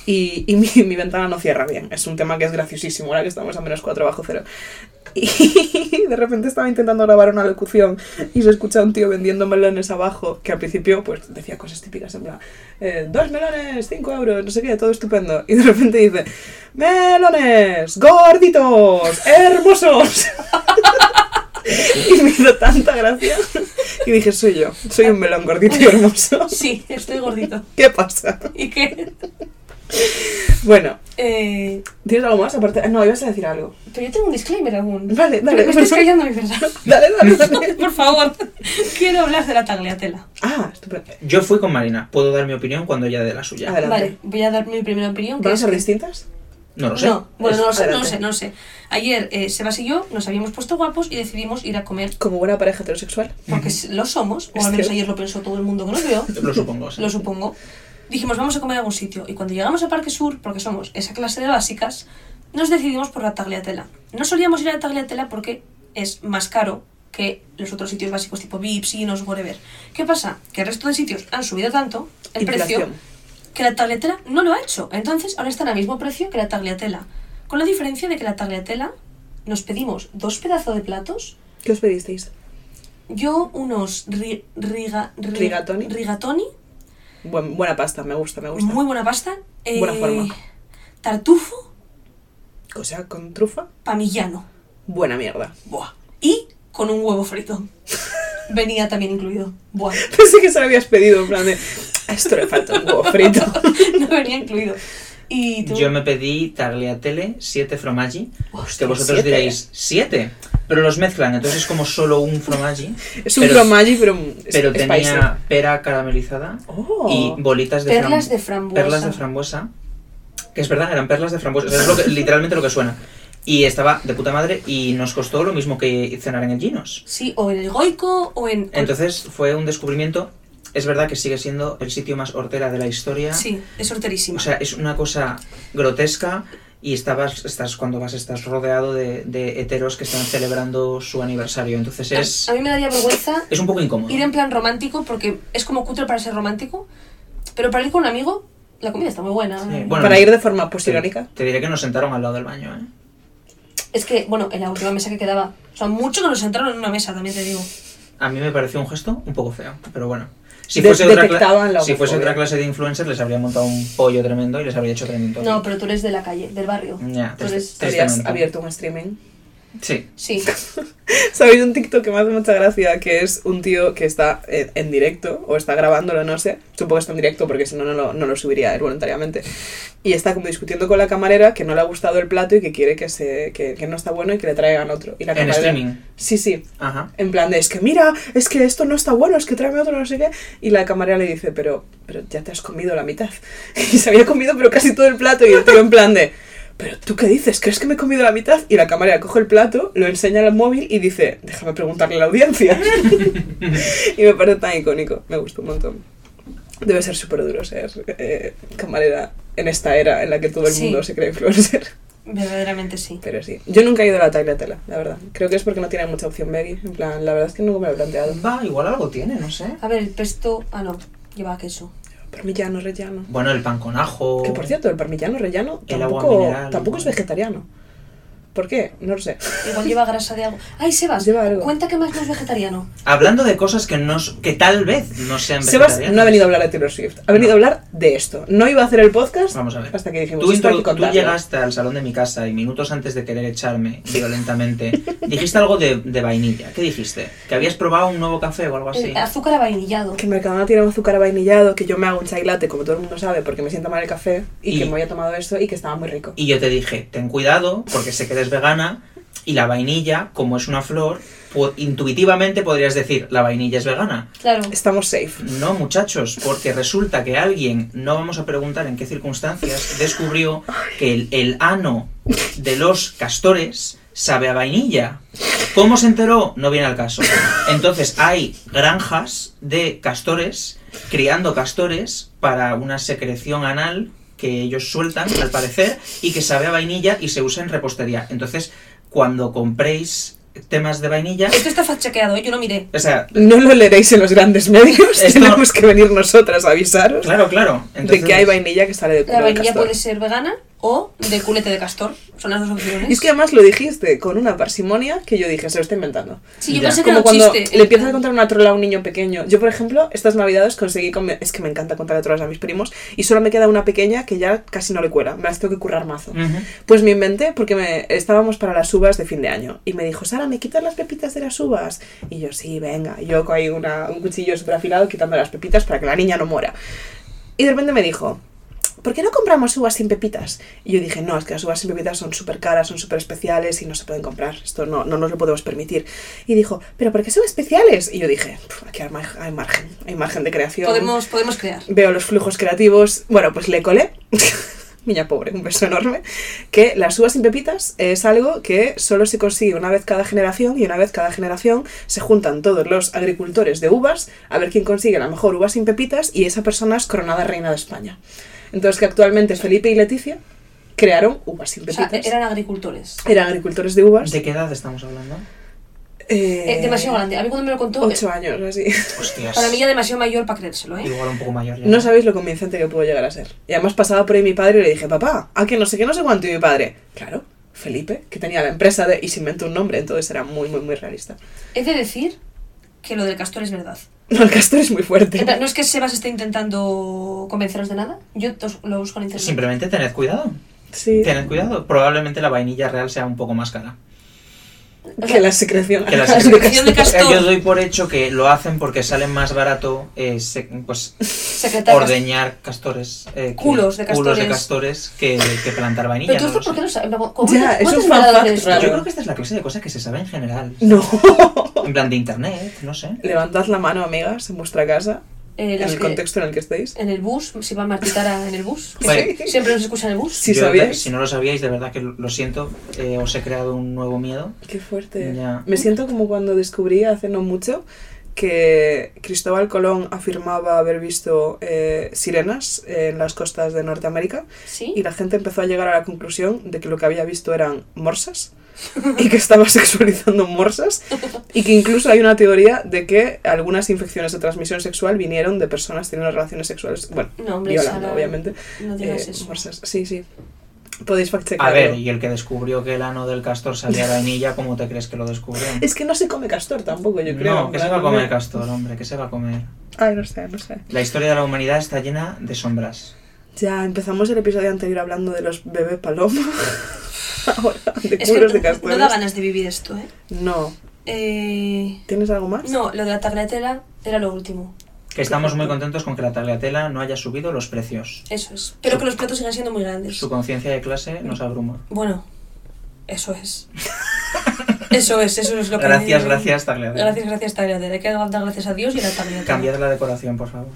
y, y mi, (laughs) mi ventana no cierra bien. Es un tema que es graciosísimo ahora que estamos a menos 4 bajo cero. (laughs) Y de repente estaba intentando grabar una locución y se escucha a un tío vendiendo melones abajo que al principio pues decía cosas típicas en plan eh, dos melones, cinco euros, no sé qué, todo estupendo y de repente dice melones, gorditos, hermosos. (laughs) Y me hizo tanta gracia. Y dije, soy yo, soy un melón gordito y hermoso. sí, estoy gordito. ¿Qué pasa? ¿Y qué? Bueno, Eh, ¿tienes algo más? Aparte, no, ibas a decir algo. pero yo tengo un disclaimer aún. Vale, dale, Pero me estás por callando mi pensar. (laughs) favor. Dale, dale, (laughs) dale. Por favor, quiero hablar de la tagliatela. Ah, estupendo. Yo fui con Marina. Puedo dar mi opinión cuando ella dé la suya. Adelante. Vale, voy a dar mi primera opinión. que ¿Van a es ser que- distintas? No lo sé. No, bueno, no lo sé, no lo Adelante. sé, no lo sé. Ayer eh, Sebas y yo nos habíamos puesto guapos y decidimos ir a comer, Como buena pareja heterosexual. porque lo somos, o Es al menos cierto. ayer lo pensó todo el mundo que nos vio, Lo supongo. sí. lo supongo. Dijimos, vamos a comer a algún sitio. Y cuando llegamos a Parque Sur, porque somos esa clase de básicas, nos decidimos por la tagliatela. No solíamos ir a la tagliatela porque es más caro que los otros sitios básicos tipo Vips, Sinos, whatever. ¿Qué pasa? Que el resto de sitios han subido tanto el precio Inflación. que la tagliatela no lo ha hecho. Entonces, ahora están al mismo precio que la tagliatela. Con la diferencia de que la tagliatela nos pedimos dos pedazos de platos, ¿Qué os pedisteis? yo unos ri- riga, ri- Rigatoni. rigatoni, Buen- buena pasta, me gusta, me gusta. muy buena pasta, eh, Buena forma. tartufo, Cosa con trufa, pamillano, buena mierda. (laughs) buah, y con un huevo frito. Venía también incluido. Buah. (laughs) Pensé que se lo habías pedido, en plan de. "A Esto le falta un huevo (laughs) frito. no venía incluido. Y tú, Yo me pedí tagliatelle, 7 fromaggi, Hostia, que vosotros siete. diréis, 7, pero los mezclan, entonces es como solo un fromaggi, Es un Pero- fromage, pero. un- es- pero es spicy. tenía pera caramelizada Oh. y bolitas de perlas fram- de frambuesa. perlas de frambuesa, que es verdad, eran perlas de frambuesa, o sea, es lo que- literalmente lo que suena. Y estaba de puta madre y nos costó lo mismo que cenar en el Ginos. Sí, o en el Goico o en... Entonces fue un descubrimiento, es verdad que sigue siendo el sitio más hortera de la historia. Sí, es horterísima. O sea, es una cosa grotesca y estabas, estás cuando vas estás rodeado de, de heteros que están celebrando su aniversario. Entonces es, a, a mí me daría vergüenza es un poco incómodo. ir en plan romántico porque es como cutre para ser romántico, pero para ir con un amigo la comida está muy buena. Sí, bueno, Para no- ir de forma te, postigánica. te diré que nos sentaron al lado del baño, ¿eh? Es que, bueno, en la última mesa que quedaba, o sea, mucho que nos entraron en una mesa, también te digo. A mí me pareció un gesto un poco feo, pero bueno. Si De- fuese, otra, cla- detectaban la si fuese homofobia. otra clase de influencers, les habría montado un pollo tremendo y les habría hecho tremendo. No, pero tú eres de la calle, del barrio. Ya, Este- tú triste. eres... Habrías Tristemente. abierto un streaming. Sí. Sí, ¿Sabéis un TikTok que me hace mucha gracia? Que es un tío que está eh, en directo o está grabándolo, no sé. Supongo que está en directo porque si no, no lo, no lo subiría él voluntariamente. Y está como discutiendo con la camarera que no le ha gustado el plato y que quiere que, se, que, que no está bueno y que le traigan otro. Y la En camarera- streaming. Sí, sí. Ajá. En plan de, es que mira, es que esto no está bueno, es que tráeme otro, no sé qué. Y la camarera le dice, pero, pero ya te has comido la mitad. (laughs) Y se había comido, pero casi todo el plato. Y el tío en plan de, pero tú qué dices, ¿crees que me he comido la mitad? Y la camarera coge el plato, lo enseña al móvil y dice, déjame preguntarle a la audiencia. (laughs) y me parece tan icónico, me gusta un montón. Debe ser súper duro ser eh, camarera en esta era en la que todo el Sí. mundo se cree influencer. verdaderamente sí. Pero sí. Yo nunca he ido a la tagliatela, la verdad. Creo que es porque no tiene mucha opción veggie. En plan, la verdad es que nunca me lo he planteado. Va, igual algo tiene, no sé. A ver, el pesto... Ah, no, lleva queso. Parmillano rellano. Bueno, el pan con ajo. Que por cierto, el parmillano rellano El agua tampoco, mineral, tampoco es igual. vegetariano. ¿Por qué? No lo sé. Igual lleva grasa de algo. Ay, Sebas, Lleva algo. cuenta que más no es vegetariano. Hablando de cosas que, no, s- que tal vez no (laughs) sean Sebas no ha vegetarianas. venido a hablar de Taylor Swift, ha venido a hablar de esto. No iba a hacer el podcast Vamos a ver. hasta que dijimos, Tú, esto hay que introdu- tú contarlo. llegaste al salón de mi casa y minutos antes de querer echarme violentamente, dijiste algo de, de vainilla. ¿Qué dijiste? ¿Que habías probado un nuevo café o algo así? El azúcar avainillado. Que Mercadona tiene un azúcar vainillado, que yo me hago un chai latte, como todo el mundo sabe, porque me sienta mal el café, y, Y- que me había tomado esto y que estaba muy rico. Y yo te dije, ten cuidado, porque sé que eres vegana y la vainilla, como es una flor, pu- intuitivamente podrías decir, la vainilla es vegana. Claro. Estamos safe. No, muchachos, porque resulta que alguien, no vamos a preguntar en qué circunstancias, descubrió que el, el ano de los castores sabe a vainilla. ¿Cómo se enteró? No viene al caso. Entonces hay granjas de castores criando castores para una secreción anal que ellos sueltan, al parecer, y que sabe a vainilla y se usa en repostería. Entonces, cuando compréis temas de vainilla, Esto está fact-chequeado, ¿eh? yo lo miré. o sea, No lo leeréis en los grandes medios, (laughs) Esto- tenemos que venir nosotras a avisaros. claro, claro. de que hay vainilla que sale de culo La del vainilla castor. puede ser vegana o de culete de castor. Son las dos opciones. Y es que además lo dijiste con una parsimonia que yo dije, se lo está inventando. Sí, yo Ya. pensé que era Como un cuando chiste. le empiezas a contar una trola a un niño pequeño. Yo, por ejemplo, estas navidades conseguí... con- Es que me encanta contarle trolas a mis primos y solo me queda una pequeña que ya casi no le cuela. Me las tengo que currar mazo. Ujú. Pues me inventé porque me, estábamos para las uvas de fin de año. Y me dijo, Sara, ¿me quitas las pepitas de las uvas? Y yo, sí, venga. Y Yo con ahí una- un cuchillo súper afilado quitando las pepitas para que la niña no muera. Y de repente me dijo, ¿por qué no compramos uvas sin pepitas? Y yo dije, no, es que las uvas sin pepitas son súper caras, son súper especiales y no se pueden comprar. Esto no, no nos lo podemos permitir. Y dijo, ¿pero por qué son especiales? Y yo dije, "Puf, aquí hay, mar- hay margen, hay margen de creación Podemos, podemos crear. veo los flujos creativos. Bueno, pues le colé, (laughs) miña pobre, un beso enorme, que las uvas sin pepitas es algo que solo se consigue una vez cada generación y una vez cada generación se juntan todos los agricultores de uvas a ver quién consigue la mejor uva sin pepitas y esa persona es coronada reina de España. Entonces que actualmente Felipe y Leticia crearon uvas sin O sea, e-, pepitas. eran agricultores. Eran agricultores de uvas. ¿De qué edad estamos hablando? Eh, Eh, demasiado grande. A mí cuando me lo contó, Ocho años, o así. Hostias. para mí ya demasiado mayor para creérselo, ¿eh? Igual un poco mayor ya. No sabéis lo convincente que puedo llegar a ser. Y además pasaba por ahí mi padre y le dije, papá, a que no sé qué, no sé cuánto. Y mi padre, claro, Felipe, que tenía la empresa de... y se inventó un nombre, entonces era muy, muy, muy realista. (laughs) He de decir que lo del castor es verdad. No, el castor es muy fuerte. En plan, No es que Sebas esté intentando convenceros de nada. Yo tos- lo busco en internet. Simplemente tened cuidado. Sí, Tened cuidado. Probablemente la vainilla real sea un poco más cara. O sea, que (laughs) la secreción. Que la de secreción de castor. O sea, Castor. yo doy por hecho que lo hacen porque salen más barato eh, se- pues, secretarias. ordeñar castores. eh, que- Culos de culos de castores. castores que, que plantar vainilla. Pero tú esto, no lo ¿por qué sé. lo sabes? ¿Cómo Ya, te- es cómo un te fan enteras de fact esto? raro. Yo creo que esta es la clase de cosas que se sabe en general. No. (laughs) En plan de internet, no sé. Levantad la mano, amigas, en vuestra casa, Eh, en las el que- contexto en el que estéis. En el bus, si va Martitara en el bus. Joder, Siempre nos escucha en el bus. Si yo, sabíais. Si no lo sabíais, de verdad que lo lo siento. eh, os he creado un nuevo miedo. Qué fuerte. Ya. Me siento como cuando descubrí hace no mucho que Cristóbal Colón afirmaba haber visto eh, sirenas en las costas de Norteamérica Sí. y la gente empezó a llegar a la conclusión de que lo que había visto eran morsas y que estaba (laughs) sexualizando morsas y que incluso hay una teoría de que algunas infecciones de transmisión sexual vinieron de personas teniendo relaciones sexuales, bueno, No, hombre, violando Sara, obviamente, No digas eh, eso. morsas. Sí, sí. Podéis fact A ver, y el que descubrió que el ano del castor salía vainilla, ¿cómo te crees que lo descubrió? (laughs) Es que no se come castor tampoco, yo creo. No, que se va a comer castor, hombre, que se va a comer. Ay, no sé, no sé. La historia de la humanidad está llena de sombras. Ya empezamos el episodio anterior hablando de los bebés paloma. (laughs) Ahora, de Es que culos de no- castores. no da ganas de vivir esto, ¿eh? No. Eh, ¿Tienes algo más? No, lo de la tagliatella era lo último. Que estamos muy contentos con que la tagliatela no haya subido los precios. Eso es. Pero que los platos sigan siendo muy grandes. Su conciencia de clase nos abruma. Bueno, eso es. Eso es, eso es lo que... Gracias, gracias, tagliatela. Gracias, gracias, Tagliatella. Hay que dar gracias a Dios y a la Tagliatella. Cambiad la decoración, por favor.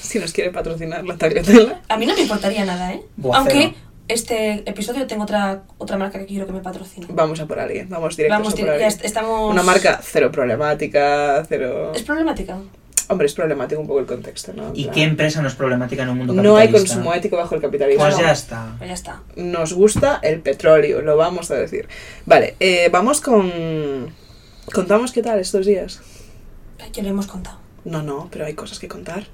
si nos quiere patrocinar la tagliatella. A mí no me importaría nada, ¿eh? Buah, Aunque cero. este episodio tengo otra, otra marca que quiero que me patrocine. Vamos a por alguien, vamos directos Vamos, a ti- por ya alguien. est- estamos... Una marca cero problemática, cero... Es problemática. Hombre, es problemático un poco el contexto, ¿no? En ¿Y plan, qué empresa no es problemática en un mundo No hay capitalista? consumo ético bajo el capitalismo. Pues ya está. Pues ya está. Nos gusta el petróleo, lo vamos a decir. Vale, eh, vamos con... Contamos qué tal estos días. Ya lo hemos contado. No, no, pero hay cosas que contar.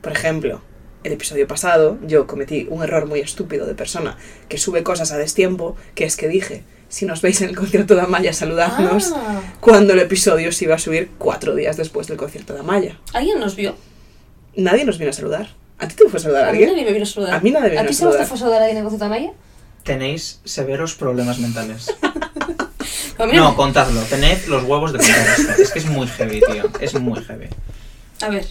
Por ejemplo, el episodio pasado yo cometí un error muy estúpido de persona que sube cosas a destiempo, que es que dije, si nos veis en el concierto de Amaya, saludadnos, Ah, cuando el episodio se iba a subir cuatro días después del concierto de Amaya. ¿Alguien nos vio? Nadie nos vino a saludar. ¿A ti te fue a saludar A mí alguien? nadie me vino a saludar. A mí nadie me vino ¿A a ti se te saludar. fue a saludar alguien en Coceta Maya? Tenéis severos problemas mentales. (laughs) A mí No, contadlo. Tened los huevos de contar esto. Es que es muy heavy, tío. Es muy heavy. A ver,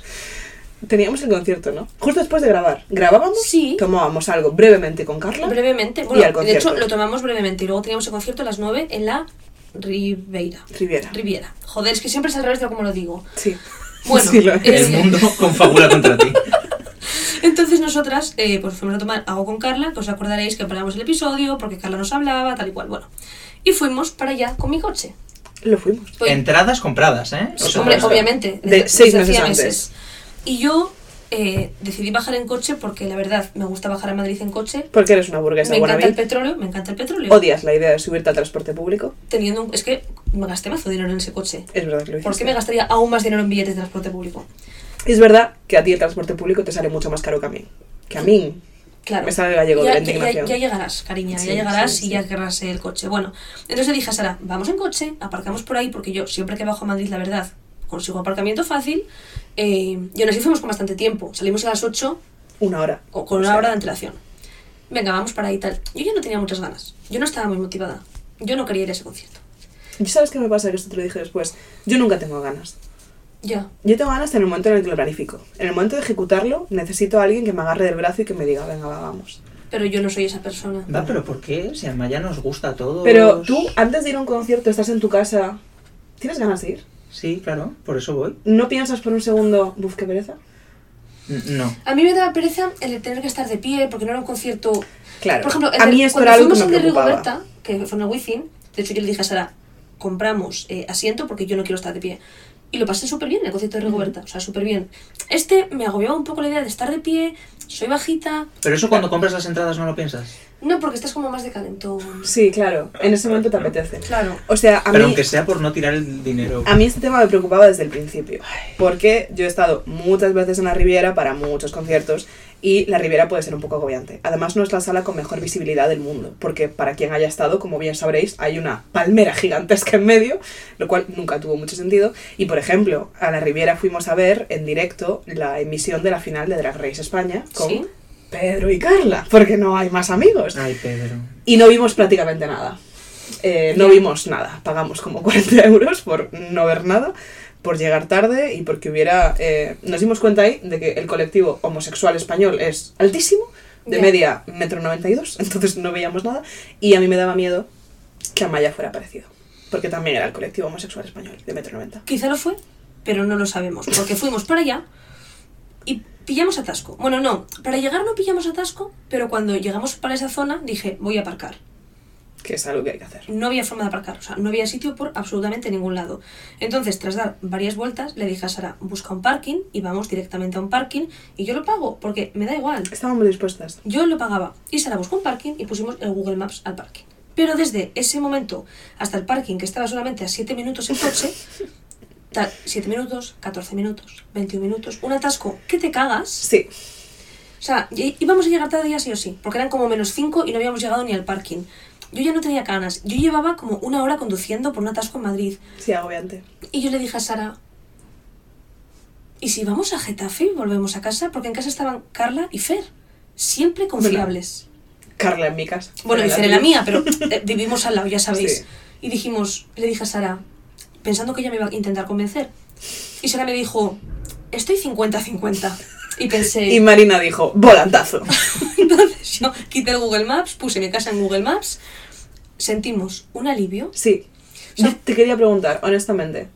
Teníamos el concierto, ¿no? Justo después de grabar. ¿Grabábamos? Sí. Tomábamos algo brevemente con Carla. brevemente. al Bueno, de concierto. hecho, lo tomamos brevemente y luego teníamos el concierto a las 9 en la Ribeira. Riviera. Riviera. Joder, es que siempre es al revés de como lo digo. Sí. Bueno, Sí, lo es. eh, El (laughs) mundo confabula contra ti. Entonces nosotras eh, pues fuimos a tomar algo con Carla, que os acordaréis que paramos el episodio porque Carla nos hablaba, tal y cual, bueno. Y fuimos para allá con mi coche. Lo fuimos. Fue- Entradas compradas, ¿eh? O sea, Pues hombre, basta. obviamente. Pues De desde- seis desde meses hacía antes. Y yo eh, decidí bajar en coche porque la verdad me gusta bajar a Madrid en coche. Porque eres una Me burguesa encanta el wannabe. petróleo, me encanta el petróleo. ¿Odias la idea de subirte al transporte público? Teniendo un- es que me gasté mazo dinero en ese coche. Es verdad que lo ¿Por qué hiciste. me gastaría aún más dinero en billetes de transporte público? Es verdad que a ti el transporte público te sale mucho más caro que a mí. Que a mí. Claro. Me sabe gallego de ya, la ya- indignación. ya llegarás, cariña, Sí, ya llegarás sí, y sí. ya querrás el coche. Bueno, entonces le dije a Sara, vamos en coche, aparcamos por ahí, porque yo siempre que bajo a Madrid, la verdad, consigo aparcamiento fácil. Eh, y aún así fuimos con bastante tiempo. Salimos a las 8 Una hora. o con O una sea, hora de antelación. Venga, vamos para ahí tal. Yo ya no tenía muchas ganas. Yo no estaba muy motivada. Yo no quería ir a ese concierto. ¿Y sabes qué me pasa? Que esto te lo dije después. Yo nunca tengo ganas. Ya. Yo tengo ganas en el momento en el que lo planifico. En el momento de ejecutarlo, necesito a alguien que me agarre del brazo y que me diga, venga, va, vamos. Pero yo no soy esa persona. Va, pero ¿por qué? Si a Maya nos gusta a todos. Pero tú, antes de ir a un concierto, estás en tu casa. ¿Tienes ganas de ir? Sí, claro, por eso voy. ¿No piensas por un segundo, buf, qué pereza? N- No. A mí me daba pereza el de tener que estar de pie porque no era un concierto. Claro. Por ejemplo, el a de- mí esto cuando era algo que fuimos me al de preocupaba. Rigoberta, que fue en el Wizzing, de hecho yo le dije a Sara, compramos eh, asiento porque yo no quiero estar de pie. Y lo pasé súper bien en el concierto de Rigoberta, o sea, súper bien. Este me agobiaba un poco la idea de estar de pie, soy bajita. Pero eso cuando compras las entradas no lo piensas. No, porque estás como más decadentón. Sí, claro. En ese momento te apetece. Claro. O sea, a Pero mí, aunque sea por no tirar el dinero. a mí este tema me preocupaba desde el principio. Porque yo he estado muchas veces en la Riviera para muchos conciertos y la Riviera puede ser un poco agobiante. Además, no es la sala con mejor visibilidad del mundo. Porque para quien haya estado, como bien sabréis, hay una palmera gigantesca en medio, lo cual nunca tuvo mucho sentido. Y por ejemplo, a la Riviera fuimos a ver en directo la emisión de la final de Drag Race España con Sí. Pedro y Carla. Porque no hay más amigos. Ay, Pedro. Y no vimos prácticamente nada. Eh, no Bien. vimos nada. Pagamos como (laughs) 40 euros por no ver nada, por llegar tarde y porque hubiera... eh, nos dimos cuenta ahí de que el colectivo homosexual español es altísimo, de Ya. media metro 92, (laughs) entonces no veíamos nada. Y a mí me daba miedo que Amaya fuera parecido. Porque también era el colectivo homosexual español, de metro 90. Quizá lo fue, pero no lo sabemos, porque fuimos para allá y pillamos atasco. Bueno, no, para llegar no pillamos atasco, pero cuando llegamos para esa zona dije, voy a aparcar. Que es algo que hay que hacer. No había forma de aparcar, o sea, no había sitio por absolutamente ningún lado. Entonces, tras dar varias vueltas, le dije a Sara, busca un parking y vamos directamente a un parking y yo lo pago, porque me da igual. Estábamos dispuestas. Yo lo pagaba y Sara buscó un parking y pusimos el Google Maps al parking. Pero desde ese momento hasta el parking, que estaba solamente a 7 minutos en coche, 7 minutos, 14 minutos, 21 minutos, un atasco que te cagas. Sí, O sea, y- íbamos a llegar tarde ya sí o sí, porque eran como menos 5 y no habíamos llegado ni al parking. Yo ya no tenía ganas. Yo llevaba como una hora conduciendo por un atasco en Madrid. sí, agobiante. Y yo le dije a Sara, ¿y si vamos a Getafe y volvemos a casa? Porque en casa estaban Carla y Fer, siempre confiables. Carla en mi casa. Bueno, Pero hice en la mía, pero eh, vivimos al lado, ya sabéis. Sí. Y dijimos, le dije a Sara, pensando que ella me iba a intentar convencer. Y Sara me dijo, estoy 50-50. Y (laughs) pensé, Y Marina dijo, (laughs) volantazo. entonces yo quité el Google Maps, puse mi casa en Google Maps, sentimos un alivio. Sí. Yo te quería preguntar, honestamente,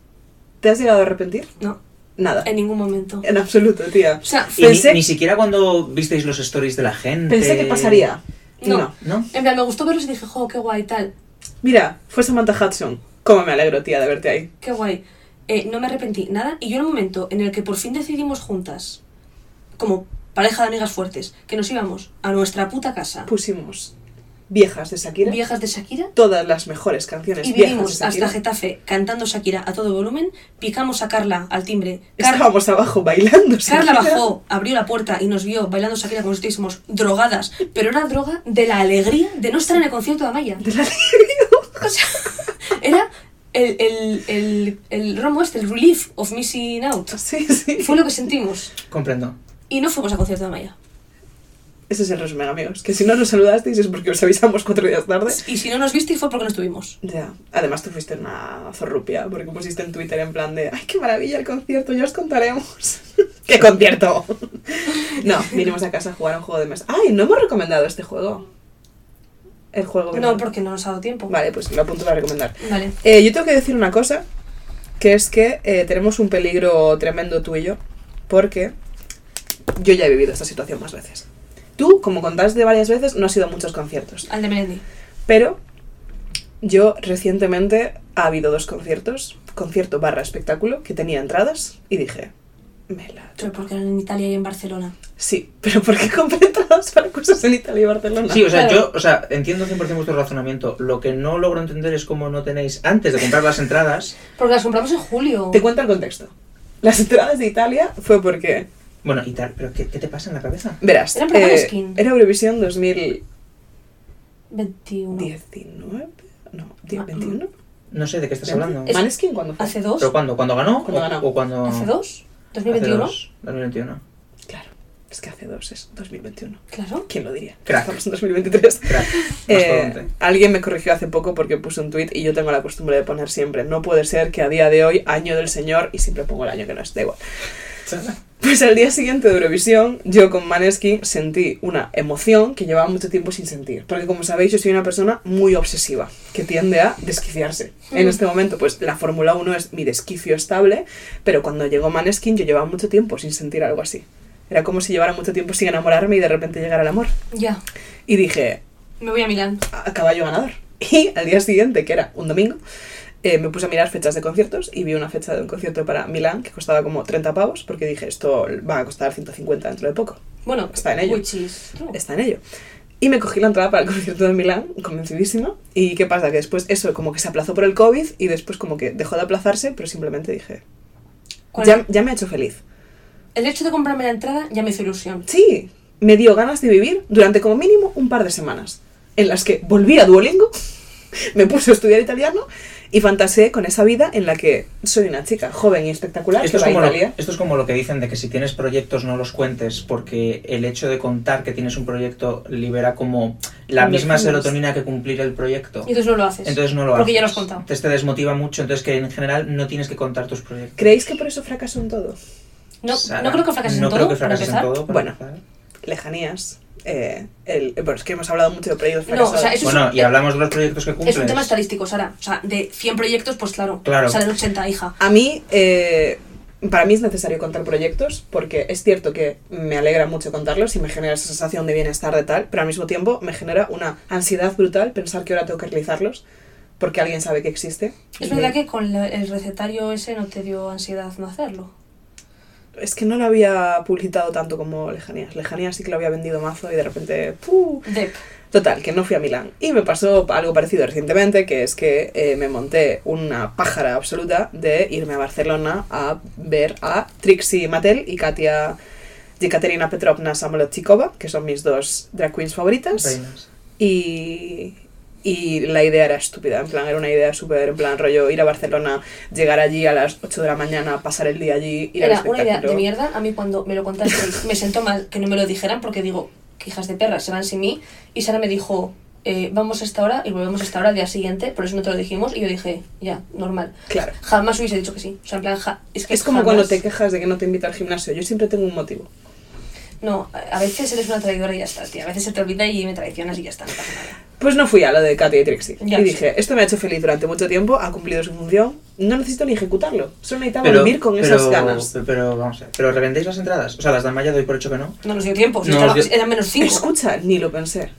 ¿te has llegado a arrepentir? No, Nada. en ningún momento. En absoluto, tía. O sea, Y ni- Pensé- ni, siquiera cuando visteis los stories de la gente. Pensé que pasaría. No. No. ¿No? en plan, me gustó verlos y dije, jo, qué guay, tal, Mira, fue Samantha Hudson. Cómo me alegro, tía, de verte ahí. qué guay. Eh, no me arrepentí nada. Y yo en el momento en el que por fin decidimos juntas, como pareja de amigas fuertes, que nos íbamos a nuestra puta casa. Pusimos viejas de Shakira. viejas de Shakira todas las mejores canciones y viejas de vinimos Shakira. hasta Getafe cantando Shakira a todo volumen, picamos a Carla al timbre. Car- Estábamos abajo bailando. Shakira. Carla bajó, abrió la puerta y nos vio bailando Shakira como si estuviésemos drogadas, pero era droga de la alegría de no estar en el concierto de Amaya. (laughs) De la- O sea, era el, el, el, el romo este, el relief of missing out. Sí, sí. Fue lo que sentimos. Comprendo. Y no fuimos al concierto de Amaya. Ese es el resumen, amigos. Que si no nos saludasteis es porque os avisamos cuatro días tarde. Y si no nos viste fue porque no estuvimos. Ya. Además, tú fuiste una zorrupia porque pusiste en Twitter en plan de ¡Ay, qué maravilla el concierto! ¡Ya os contaremos! (laughs) ¡Qué concierto! (laughs) no, vinimos a casa a jugar a un juego de mesa. ¡Ay, no hemos recomendado este juego! El juego. que No, porque no nos ha dado tiempo. Vale, pues lo apunto para recomendar. Vale. Eh, yo tengo que decir una cosa, que es que eh, tenemos un peligro tremendo tú y yo, porque yo ya he vivido esta situación más veces. Tú, como contaste varias veces, no has ido a muchos conciertos. Al de Melendi. Pero yo recientemente ha habido dos conciertos, concierto barra espectáculo, que tenía entradas y dije, me la... Pero porque eran en Italia y en Barcelona. Sí, (laughs) pero ¿por qué compré entradas para cosas en Italia y Barcelona? Sí, o sea, Claro. yo o sea, entiendo 100% vuestro razonamiento. Lo que no logro entender es cómo no tenéis, antes de comprar las entradas, Porque las compramos en julio. Te cuento el contexto. Las entradas de Italia fue porque, bueno, y tal, pero ¿qué, qué te pasa en la cabeza? verás, eh, Eran para Måneskin. era Eurovisión 2019, 21. no, 10, Ah, 21. No sé de qué estás hablando. Es- Maneskin cuando fue. ¿Hace dos? ¿Pero cuándo? ¿Cuándo ganó? ¿Cuándo o, ganó? o cuando... ¿Hace dos? Hace ¿2021? dos, 2021. Claro, es que hace dos, es 2021. Claro. ¿Quién lo diría? Crack. Estamos en 2023. Crack, (laughs) Eh, mastodonte. alguien me corrigió hace poco porque puse un tweet y yo tengo la costumbre de poner siempre, no puede ser que a día de hoy, año del señor, y siempre pongo el año que no es, da igual. Chala. Pues al día siguiente de Eurovisión, yo con Maneskin sentí una emoción que llevaba mucho tiempo sin sentir. Porque como sabéis, yo soy una persona muy obsesiva, que tiende a desquiciarse. En este momento, pues la Fórmula 1 es mi desquicio estable, pero cuando llegó Maneskin yo llevaba mucho tiempo sin sentir algo así. Era como si llevara mucho tiempo sin enamorarme y de repente llegara el amor. Ya. Y dije, Me voy a Milán. (laughs) a caballo ganador. Y al día siguiente, que era un domingo, eh, me puse a mirar fechas de conciertos y vi una fecha de un concierto para Milán que costaba como 30 pavos porque dije, esto va a costar 150 dentro de poco. Bueno, Está en ello. which is true. Está en ello. Y me cogí la entrada para el concierto de Milán, convencidísima. ¿Y qué pasa? Que después eso como que se aplazó por el COVID y después como que dejó de aplazarse, pero simplemente dije, ¿Cuál ya, era? ya me ha hecho feliz. El hecho de comprarme la entrada ya me hizo ilusión. Sí, me dio ganas de vivir durante como mínimo un par de semanas, en las que volví a Duolingo, (laughs) me puse a estudiar italiano y fantaseé con esa vida en la que soy una chica joven y espectacular Esto es, que va como a lo, Italia. esto es como lo que dicen de que si tienes proyectos no los cuentes porque el hecho de contar que tienes un proyecto libera como la misma Endorfinas. serotonina que cumplir el proyecto. Y entonces no lo haces. Entonces no lo Porque haces. ya lo has contado. Entonces te desmotiva mucho, entonces que en general no tienes que contar tus proyectos. ¿Creéis que por eso fracaso en todo? No, Sara, no creo que fracases no en todo. creo que para fracases en empezar. todo, para Bueno. empezar. Lejanías. eh, el, bueno, es que hemos hablado mucho de proyectos No, o sea, fracasados. eso es- Bueno, y hablamos de los proyectos que cumples. Es un tema estadístico, Sara. O sea, de 100 proyectos, pues claro. Claro. Salen 80, hija. A mí, eh, para mí es necesario contar proyectos porque es cierto que me alegra mucho contarlos y me genera esa sensación de bienestar de tal, pero al mismo tiempo me genera una ansiedad brutal pensar que ahora tengo que realizarlos porque alguien sabe que existe. Es Y verdad que con la- el recetario ese no te dio ansiedad no hacerlo. Es que no lo había publicitado tanto como Lejanías. Lejanías sí que lo había vendido mazo y de repente... ¡puh! Dep. Total, que no fui a Milán. Y me pasó algo parecido recientemente, que es que eh, me monté una pájara absoluta de irme a Barcelona a ver a Trixie Mattel y Katia Yekaterina Petrovna Samolotchikova, que son mis dos drag queens favoritas. Reinas. Y, y la idea era estúpida, en plan, era una idea súper, en plan, rollo ir a Barcelona, llegar allí a las 8 de la mañana, pasar el día allí, ir al Era una idea espectáculo. de mierda. A mí cuando me lo contaste (laughs) me sentó mal que no me lo dijeran porque digo, que hijas de perra, se van sin mí. Y Sara me dijo, eh, vamos a esta hora y volvemos a esta hora al día siguiente, por eso no te lo dijimos. Y yo dije, ya, normal. Claro. Jamás hubiese dicho que sí. O sea, en plan, ja- es que Es como jamás- cuando te quejas de que no te invita al gimnasio, yo siempre tengo un motivo. No, a a veces eres una traidora y ya está, tía. A veces se te olvida y me traicionas y ya está, no pasa nada. Pues no fui a lo de Katy y Trixie. Ya, y dije, esto me ha hecho feliz durante mucho tiempo, ha cumplido su función, no necesito ni ejecutarlo, solo necesitaba vivir con esas pero- ganas. Pero, vamos a ver, ¿pero revendéis las entradas? O sea, las de Amaya doy por hecho que no. No nos dio tiempo, si No estaba- nos dio- eran menos 5. Escucha, ni lo pensé.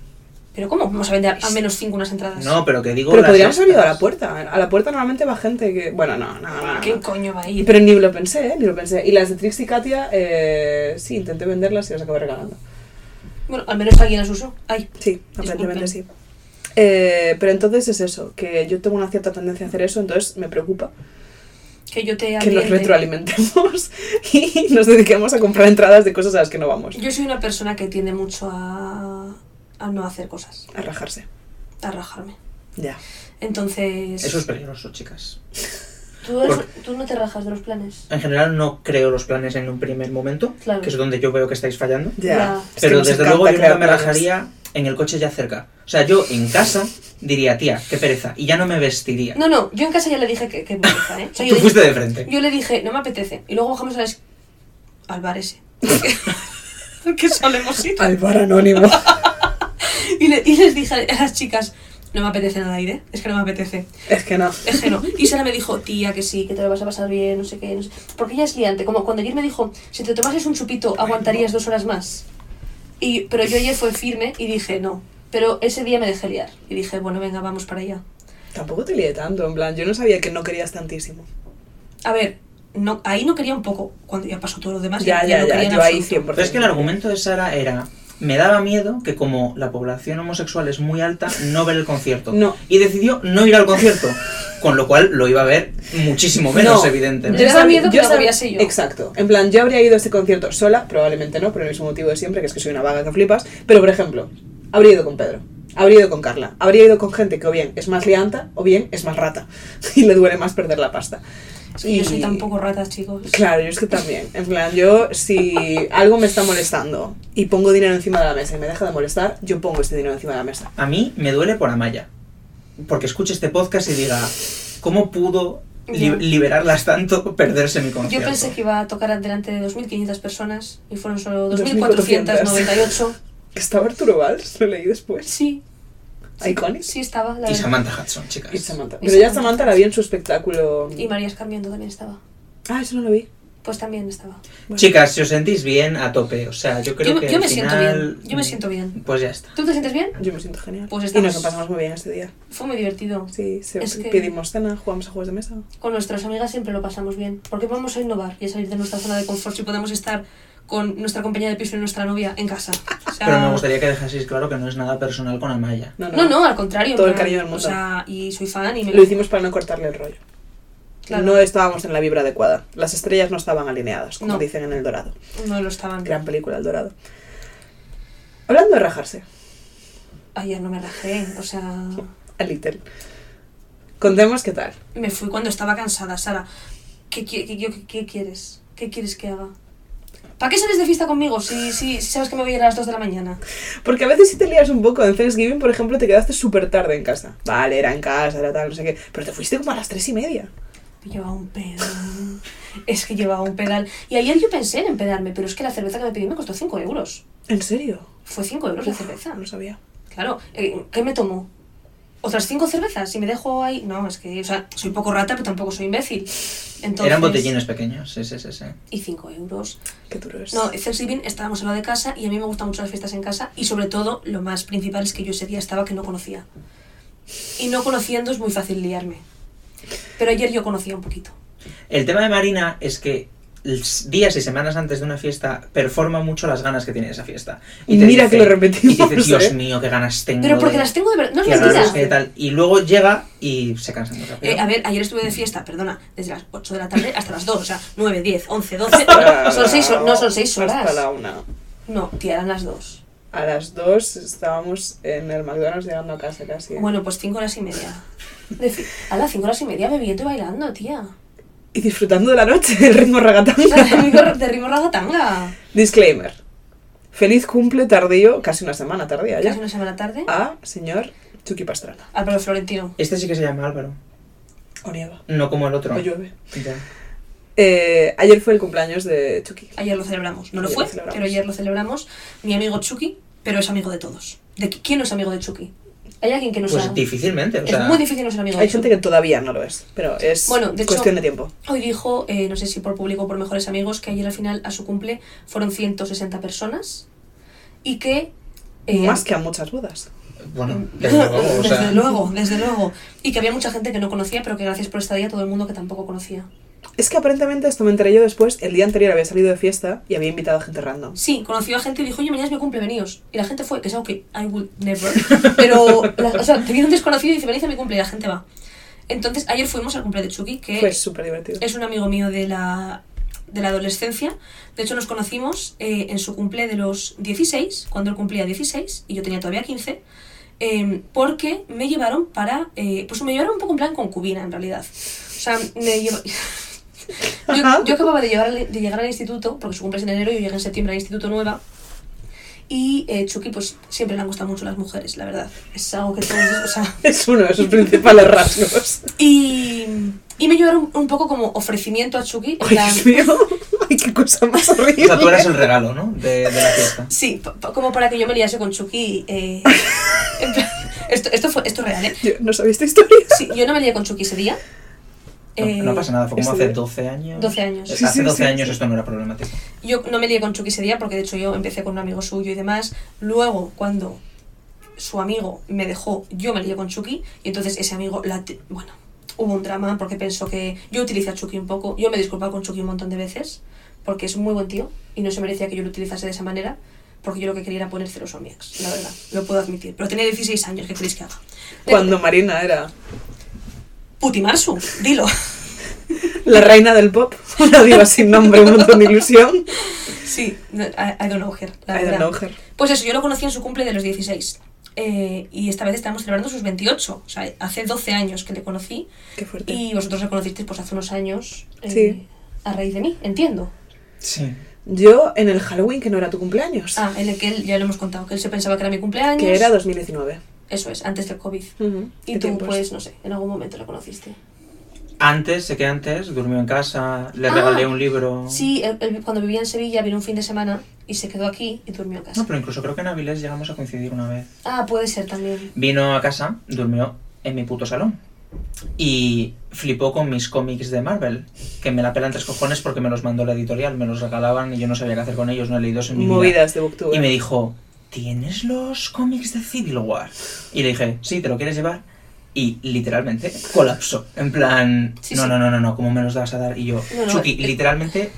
¿Pero cómo? Vamos a vender a menos 5 unas entradas. No, pero que digo Pero las podríamos haber ido a la extras. puerta. A la puerta normalmente va gente que... Bueno, no, no, no. no. ¿Quién coño va a ir? Pero ni lo pensé, ¿eh? ni lo pensé. Y las de Trixie y Katia, eh, sí, intenté venderlas y las acabé regalando. Bueno, al menos alguien las usó. Ay, Sí, Disculpen. aparentemente sí. Eh, pero entonces es eso, que yo tengo una cierta tendencia a hacer eso, entonces me preocupa que yo te que nos ambiente. retroalimentemos (laughs) y nos dediquemos a comprar entradas de cosas a las que no vamos. Yo soy una persona que tiende mucho a, a no hacer cosas, A rajarse. a rajarme. Ya. Entonces. Eso es peligroso, chicas. ¿tú, eres- por- tú no te rajas de los planes. En general no creo los planes en un primer momento, Claro. que es donde yo veo que estáis fallando. Ya. Ya. Es que Pero nos desde encanta luego yo nunca crear me planes. rajaría en el coche ya cerca. O sea, yo en casa diría, tía, qué pereza, y ya no me vestiría. No, no, yo en casa ya le dije que, que pereza, ¿eh? O sea, yo, Tú le- fuiste de frente. yo le dije, no me apetece. Y luego bajamos a la es- al bar (laughs) ese. Porque solemos ir. Al bar (laughs) anónimo. Y, le- y les dije a las chicas, no me apetece nada ir, ¿eh? Es que no me apetece. es que no. Es que no. Y Sara me dijo, tía, que sí, que te lo vas a pasar bien, no sé qué. No sé. Porque ella es liante. Como cuando ayer me dijo, si te tomases un chupito, aguantarías dos horas más. Y, pero yo ayer fue firme y dije, no. Pero ese día me dejé liar. Y dije, bueno, venga, vamos para allá. Tampoco te lié tanto, en plan, yo no sabía que no querías tantísimo. A ver, no, ahí no quería un poco. Cuando ya pasó todo lo demás, Ya, ya, no ya, quería en Ah, yo ahí absoluto. 100%. Pero es que el argumento de Sara era, me daba miedo que como la población homosexual es muy alta, no ver el concierto. No. Y decidió no ir al concierto, con lo cual lo iba a ver muchísimo menos, No, evidentemente. Yo daba sab- miedo que lo sab- agobiase yo. Exacto. En plan, yo habría ido a este concierto sola, probablemente no, por el mismo motivo de siempre, que es que soy una vaga que flipas. Pero, por ejemplo, habría ido con Pedro, habría ido con Carla, habría ido con gente que o bien es más lianta o bien es más rata (laughs) y le duele más perder la pasta. Es que yo soy tan poco rata, chicos. Claro, yo es que también. En plan, yo si algo me está molestando y pongo dinero encima de la mesa y me deja de molestar, yo pongo este dinero encima de la mesa. A mí me duele por Amaya, porque escuche este podcast y diga, ¿cómo pudo li- Ya. liberarlas tanto, perderse mi concierto? Yo pensé que iba a tocar delante de 2.500 personas y fueron solo 2.498. 2.498. ¿Estaba Arturo Valls? Lo leí después. Sí, Iconic. sí estaba. La Y verdad. Samantha Hudson, chicas. Y Samantha. Y Pero ya Samantha. Samantha la vi en su espectáculo. Y María Escarmiento también estaba. Ah, eso no lo vi. Pues también estaba. Bueno. Chicas, si os sentís bien, a tope. O sea, yo creo Yo, me- que yo al me siento final- bien. Yo me siento bien. Pues ya está. ¿Tú te sientes bien? Yo me siento genial. Pues y estamos- nos lo pasamos muy bien este día. Fue muy divertido. Sí, se- Es que- pedimos cena, jugamos a juegos de mesa. Con nuestras amigas siempre lo pasamos bien. Porque vamos a innovar y a salir de nuestra zona de confort si podemos estar con nuestra compañía de piso y nuestra novia en casa. (laughs) O sea, Pero me gustaría que dejaseis claro que no es nada personal con Amaya. No, no. No, no, al contrario. Todo el en plan, cariño del mundo. O sea, y soy fan y me Lo hicimos para no cortarle el rollo. Claro. No estábamos en la vibra adecuada. Las estrellas no estaban alineadas, como No. dicen en El Dorado. No lo estaban. Gran película, El Dorado. Hablando de rajarse, Ayer no me rajé, o sea, (laughs) a Little. Contemos qué tal. me fui cuando estaba cansada, Sara. ¿Qué, qui- qué, yo- qué, quieres? ¿Qué quieres que haga? ¿Para qué sales de fiesta conmigo si, si, si sabes que me voy a ir a las 2 de la mañana? Porque a veces si te lías un poco en Thanksgiving, por ejemplo, te quedaste súper tarde en casa. Vale, era en casa, era tal, no sé qué. Pero te fuiste como a las tres y media. Llevaba un pedal. Es que llevaba un pedal. Y ayer yo pensé en empedarme, pero es que la cerveza que me pedí me costó 5 euros. ¿En serio? Fue 5 euros la Uf, cerveza. No sabía. Claro, eh, ¿qué me tomo? ¿Otras 5 cervezas? Si me dejo ahí. No, es que, o sea, soy poco rata, pero tampoco soy imbécil. Entonces, Eran botellines pequeños, sí, sí, sí. sí. Y 5 euros. Qué duro es. No, Thanksgiving estábamos al lado de casa y a mí me gustan mucho las fiestas en casa y sobre todo lo más principal es que yo ese día estaba que no conocía. Y no conociendo es muy fácil liarme. Pero ayer yo conocía un poquito. El tema de Marina es que los días y semanas antes de una fiesta performa mucho las ganas que tiene esa fiesta. te Mira que lo repetimos, Y dice, Dios ¿eh? mío, qué ganas tengo. Pero porque de- las tengo de verdad, no es qué ganas que mentira. tal. Y luego llega y se cansa muy rápido. Eh, a ver, ayer estuve de fiesta, perdona, desde las 8 de la tarde hasta las 2, o sea, 9, 10, 11, (laughs) 12, son 6, no son 6 Hasta la horas. una. No, tía, eran las 2. A las dos estábamos en el McDonald's llegando a casa casi. Bueno, pues 5 horas y media. De fi- a las 5 horas y media bebiendo y bailando, tía. Y disfrutando de la noche, (laughs) el ritmo (laughs) O sea, de ragatanga. ritmo- de ritmo ragatanga. (laughs) Disclaimer. Feliz cumple tardío, casi una semana tardía Casi ya, una semana tarde. a señor Chucky Pastrana. Álvaro Florentino. Este sí que se llama Álvaro, O nieva, no como el Pues otro. o llueve. Ya. Eh, ayer fue el cumpleaños de Chucky. Ayer lo celebramos. No lo Ayer fue, lo celebramos. pero ayer lo celebramos. Mi amigo Chucky, pero es amigo de todos. ¿De qui- quién no es amigo de Chucky? Hay alguien que no sea. Pues difícilmente, o es sea, muy difícil no ser amigo de Hay gente Chucky. que todavía no lo es, pero es Bueno, de hecho- cuestión de tiempo. Hoy dijo, eh, no sé si por público o por mejores amigos, que ayer al final a su cumple fueron 160 personas y que. eh, em, Más que a muchas bodas. (laughs) bueno, desde luego, o sea, desde luego, desde luego. Y que había mucha gente que no conocía, pero que gracias por esta día todo el mundo que tampoco conocía. Es que aparentemente esto me enteré yo después, el día anterior había salido de fiesta y había invitado a gente random. Sí, conoció a gente y dijo, oye, mañana es mi cumple, veníos. Y la gente fue, que es algo que I would (laughs) never. Pero, la- o sea, te viene un desconocido y dice, venid a mi cumple, y la gente va. Entonces, ayer fuimos al cumple de Chucky, que Pues, Fue súper divertido. es un amigo mío de la, de la adolescencia. De hecho, nos conocimos eh, en su cumple de los 16, cuando él cumplía 16 y yo tenía todavía 15, eh, porque me llevaron para... eh, pues me llevaron un poco en plan concubina, en realidad. O sea, me (laughs) llevo... Yo, yo acababa de, llegar al- de llegar al instituto, porque su cumple es en enero y yo llegué en septiembre al instituto nueva. Y eh, Chucky, pues siempre le han gustado mucho las mujeres, la verdad. Es algo que todos. O sea, Es uno de sus principales (laughs) rasgos. y, y me llevaron un poco como ofrecimiento a Chucky. en Ay, plan- Dios mío. (laughs) Ay, qué cosa (laughs) más o sea, tú eras horrible. el regalo, ¿no? De, de la fiesta. Sí, pa- pa- como para que yo me liase con Chucky. (laughs) eh, en plan- esto, esto, fue, esto es real, ¿eh? Yo no sabía esta historia. Sí, yo no me lié con Chucky ese día. No, (laughs) Eh, no pasa nada, fue como eso hace ya. 12 años. 12 años. Sí, hace sí, 12 sí, años sí. esto no era problemático. Yo no me lié con Chucky ese día porque de hecho yo empecé con un amigo suyo y demás. Luego, cuando su amigo me dejó, yo me lié con Chucky y entonces ese amigo, la te- bueno, hubo un drama porque pensó que yo utilicé a Chucky un poco. Yo me he disculpado con Chucky un montón de veces porque es un muy buen tío y no se merecía que yo lo utilizase de esa manera porque yo lo que quería era poner celos a mi ex, la verdad, lo puedo admitir. Pero tenía 16 años, ¿qué queréis que haga? Cuando Marina era Putimarsu, dilo. (laughs) la reina del pop, (laughs) una diva sin nombre, un montón de ilusión. Sí, no, I, I don't know her, la I don't verdad. know her. Pues eso, yo lo conocí en su cumple de los 16. eh, y esta vez estamos celebrando sus 28. O sea, hace 12 años que le conocí. Qué fuerte. Y vosotros le conocisteis pues hace unos años. eh, Sí. A raíz de mí, entiendo. Sí. Yo en el Halloween, que no era tu cumpleaños, Ah, en el que él, ya lo hemos contado, que él se pensaba que era mi cumpleaños. que era 2019. Eso es, antes del COVID. Ujú. ¿Qué Y tú, tiempos? pues, no sé, en algún momento lo conociste. Antes, sé que antes, durmió en casa, le Ah, regalé un libro. Sí, él- él cuando vivía en Sevilla vino un fin de semana y se quedó aquí y durmió en casa. No, pero incluso creo que en Avilés llegamos a coincidir una vez. Ah, puede ser también. Vino a casa, durmió en mi puto salón. y flipó con mis cómics de Marvel, que me la pelan tres cojones porque me los mandó la editorial, me los regalaban y yo no sabía qué hacer con ellos, no he leído eso en mi vida. Movidas de Booktube. Y me dijo, ¿tienes los cómics de Civil War? Y le dije, sí, ¿te lo quieres llevar? Y literalmente colapsó. En plan, Sí, no, sí. no, no, no, no, ¿cómo me los vas a dar? Y yo, No, no, Chucky, eh, literalmente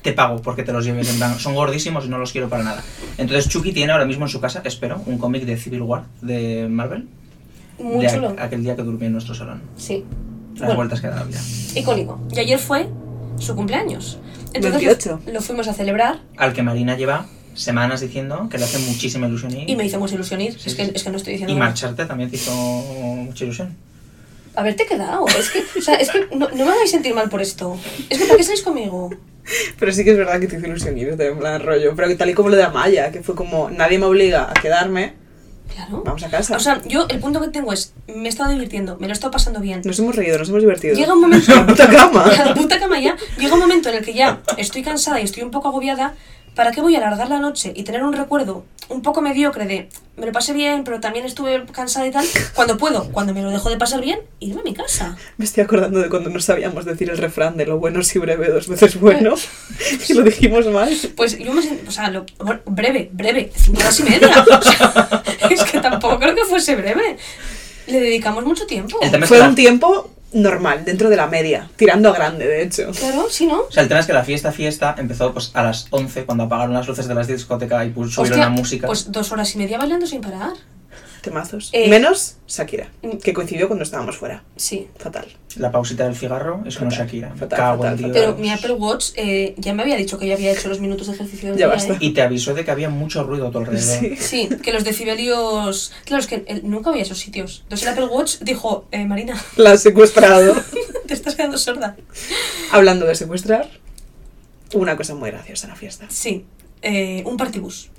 te pago porque te los lleves. En plan, son gordísimos y no los quiero para nada. Entonces Chucky tiene ahora mismo en su casa, espero, un cómic de Civil War de Marvel. Muy de chulo. aqu- ah. aquel día que durmió en nuestro salón. Sí. Las Bueno, vueltas que da la vida. icónico. Y ayer fue su cumpleaños. 28. lo fuimos a celebrar Al que Marina lleva semanas diciendo que le hace muchísima ilusión ir. y me hizo mucha ilusión ir. Sí, es, que, sí. es que no estoy diciendo Y nada. marcharte también te hizo mucha ilusión. Haberte quedado. Es que, o sea, es que no, no me hagáis sentir mal por esto. Es que ¿para qué estáis conmigo? Pero sí que es verdad que te hizo ilusión irte, en plan rollo. Pero que tal y como lo de Amaya, que fue como nadie me obliga a quedarme, Claro. vamos a casa. O sea, yo el punto que tengo es, me he estado divirtiendo, me lo he estado pasando bien. (laughs) nos hemos reído, nos hemos divertido. Llega (laughs) un momento. La puta cama. La puta cama ya. Llega un momento en el que ya estoy cansada y estoy un poco agobiada. ¿Para qué voy a alargar la noche y tener un recuerdo un poco mediocre de me lo pasé bien, pero también estuve cansada y tal? Cuando puedo, cuando me lo dejo de pasar bien, irme a mi casa. Me estoy acordando de cuando no sabíamos decir el refrán de lo bueno si breve dos veces bueno. (laughs) y lo dijimos mal. Pues yo me sent- o sea, lo- bueno, breve, breve, cinco horas y media. (laughs) O sea, es que tampoco creo que fuese breve. Le dedicamos mucho tiempo. El tema es que Fue la- un tiempo normal, dentro de la media, tirando a grande, de hecho. Claro, si no. O sea, el tema es que la fiesta, fiesta empezó pues a las 11 cuando apagaron las luces de las discotecas y pues, subieron Hostia, la música. Pues dos horas y media bailando sin parar. Temazos. Eh. Menos Shakira, Mm. que coincidió cuando estábamos fuera. Sí. Fatal. La pausita del cigarro es como Fatal, Shakira. Me fatal, cago en fatal, Dios. Pero mi Apple Watch eh, ya me había dicho que ya había hecho los minutos de ejercicio. del Ya día, basta. ¿eh? Y te avisó de que había mucho ruido a tu alrededor. Sí. Sí, que los decibelios. Claro, es que eh, nunca voy a esos sitios. Entonces el Apple Watch dijo, eh, Marina, (laughs) La ha secuestrado. te estás quedando sorda. Hablando de secuestrar, una cosa muy graciosa en la fiesta. Sí, eh, un partibus.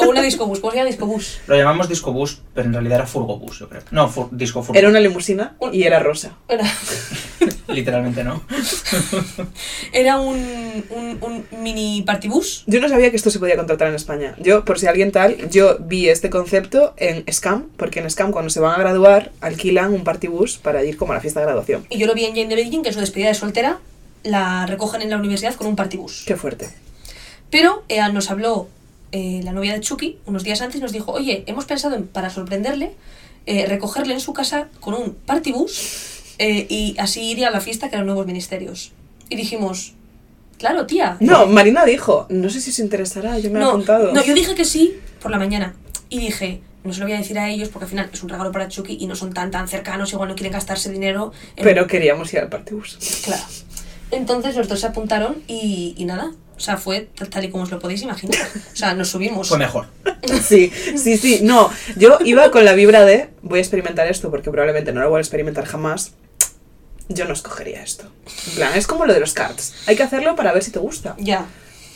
o una discobus, pues ya discobus. Lo llamamos discobús, pero en realidad era furgobús, yo creo. No, fur- disco furgo. Era una limusina y era rosa. Era, Literalmente no. era un, un, un mini partibus. Yo no sabía que esto se podía contratar en España. Yo, por si alguien tal, yo vi este concepto en Scam, porque en Scam cuando se van a graduar alquilan un partibus para ir como a la fiesta de graduación. Y yo lo vi en Jane de Beijing, que en su despedida de soltera la recogen en la universidad con un partibus. Qué fuerte. Pero eh, nos habló eh, la novia de Chucky unos días antes, nos dijo, oye, hemos pensado en, para sorprenderle, eh, recogerle en su casa con un partibus eh, y así iría a la fiesta que eran nuevos ministerios. Y dijimos, claro, tía. No, Marina dijo, no sé si os interesará, yo me he no, apuntado. no, yo dije que sí por la mañana. Y dije, no se lo voy a decir a ellos porque al final es un regalo para Chucky y no son tan tan cercanos, igual no quieren gastarse dinero. en- Pero queríamos ir al partibus. Claro. Entonces los dos se apuntaron y, y nada. O sea, fue tal, tal y como os lo podéis imaginar. O sea, nos subimos. Fue mejor. Sí, sí, sí. No, yo iba con la vibra de, voy a experimentar esto porque probablemente no lo voy a experimentar jamás. Yo no escogería esto. En plan, es como lo de los cards. Hay que hacerlo para ver si te gusta. Ya.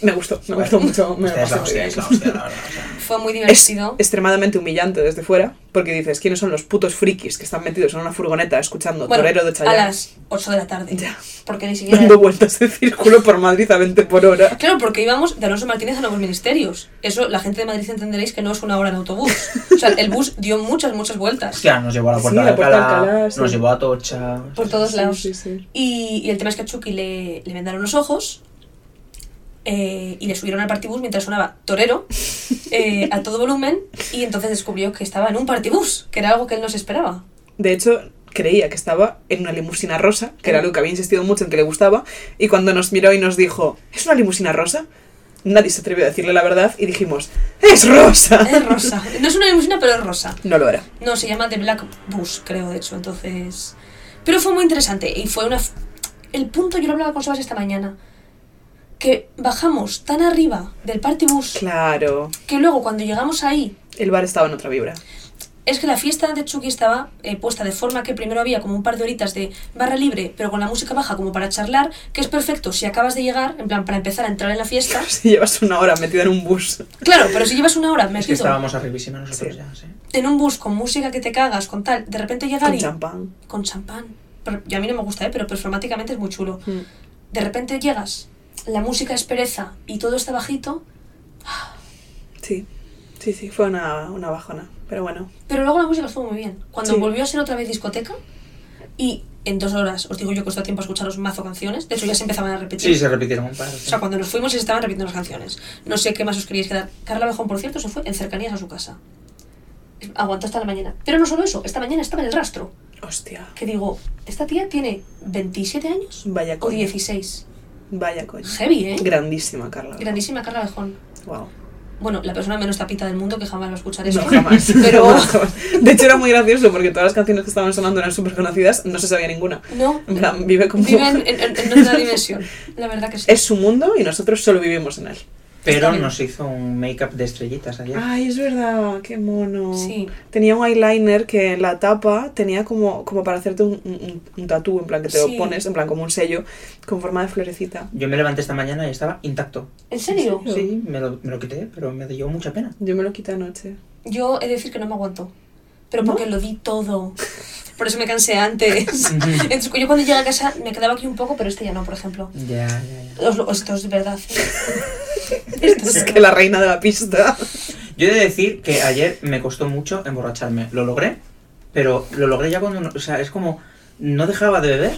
Me gustó, (laughs) me gustó mucho. Me Esta es la pasé muy hostia, bien. es la hostia, la verdad. (laughs) o sea. Fue muy es divertido. extremadamente humillante desde fuera, porque dices, ¿quiénes son los putos frikis que están metidos en una furgoneta escuchando Bueno, Torero de a Chayanne las 8 de la tarde. Ya. Porque ni siquiera. (laughs) dando vueltas de círculo por Madrid a 20 por hora? Claro, porque íbamos de Alonso Martínez a Nuevos Ministerios. Eso, la gente de Madrid entenderéis que no es una hora en autobús. O sea, el bus dio muchas, (laughs) muchas vueltas. Hostia, nos llevó a la Sí, puerta la de puerta de Alcalá, Alcalá, sí. Pues nos llevó a Tocha. Por todos Sí, lados. sí, sí. Y, y el tema es que a Chucky le, le vendaron los ojos eh, y le subieron al partibus mientras sonaba torero eh, a todo volumen. Y entonces descubrió que estaba en un partibus, que era algo que él no se esperaba. De hecho, creía que estaba en una limusina rosa, que era algo que había insistido mucho en que le gustaba, y cuando nos miró y nos dijo, ¿es una limusina rosa? Nadie se atrevió a decirle la verdad y dijimos, ¡es rosa! (laughs) Es rosa. No es una limusina, pero es rosa. No lo era. No, se llama The Black Bus, creo, de hecho, entonces... Pero fue muy interesante y fue una... f- El punto, yo lo hablaba con Sebas esta mañana, que bajamos tan arriba del party bus Claro, que luego cuando llegamos ahí, el bar estaba en otra vibra. (laughs) es que la fiesta de Chucky estaba eh, puesta de forma que primero había como un par de horitas de barra libre, pero con la música baja como para charlar, que es perfecto si acabas de llegar, en plan, para empezar a entrar en la (laughs) fiesta. Si llevas una hora metida en un bus. Claro, pero si llevas una hora Es que metido estábamos arribísima nosotros Sí. ya, sí. en un bus con música que te cagas, con tal, de repente llegar Con y... champán. con champán. Pero- y a mí no me gusta, ¿eh? pero performáticamente es muy chulo. Mm. De repente llegas, la música es pereza y todo está bajito, Sí, sí, sí, fue una, una bajona. Pero bueno, pero luego la música estuvo muy bien. Cuando Sí. volvió a ser otra vez discoteca, Y en dos horas, os digo yo que os da tiempo a escucharos mazo canciones. De hecho, ya se empezaban a repetir. Sí, se repitieron un par. O sea, cuando nos fuimos se estaban repitiendo las canciones. No sé qué más os queríais quedar. Carla Bejón, por cierto, se fue en cercanías a su casa. Aguantó hasta la mañana. Pero no solo eso, esta mañana estaba en el rastro. Hostia. Que digo, esta tía tiene 27 años Vaya o coño. 16. Vaya coño. Heavy, ¿eh? Grandísima, Carla. Grandísima Carla Bejón. Wow. Bueno, la persona menos tapita del mundo que jamás va a escuchar eso. No, jamás. Pero No, jamás. De hecho, era muy gracioso porque todas las canciones que estaban sonando eran súper conocidas, no se sabía ninguna. no. En plan, vive como- Vive en, en- en otra dimensión. La verdad que sí. Es su mundo y nosotros solo vivimos en él. Pero Está bien. nos hizo un make-up de estrellitas ayer. Ay, es verdad, qué mono. Sí. Tenía un eyeliner que en la tapa tenía como, como para hacerte un, un, un- un tatú, en plan que te Sí. lo pones, en plan como un sello, con forma de florecita. Yo me levanté esta mañana y estaba intacto. ¿En serio? Sí. Sí, me lo, me lo quité, pero me dio mucha pena. Yo me lo quité anoche. Yo he de decir que no me aguantó. Pero ¿No? porque lo di todo. Por eso me cansé (laughs) antes. Entonces, yo cuando llegué a casa me quedaba aquí un poco, pero este ya no, por ejemplo. Ya, ya, ya. Os lo- Esto es (laughs) de verdad. Esto Es que la reina de la pista. Yo he de decir que ayer me costó mucho emborracharme. Lo logré, pero lo logré ya cuando... no- o sea, es como... No dejaba de beber.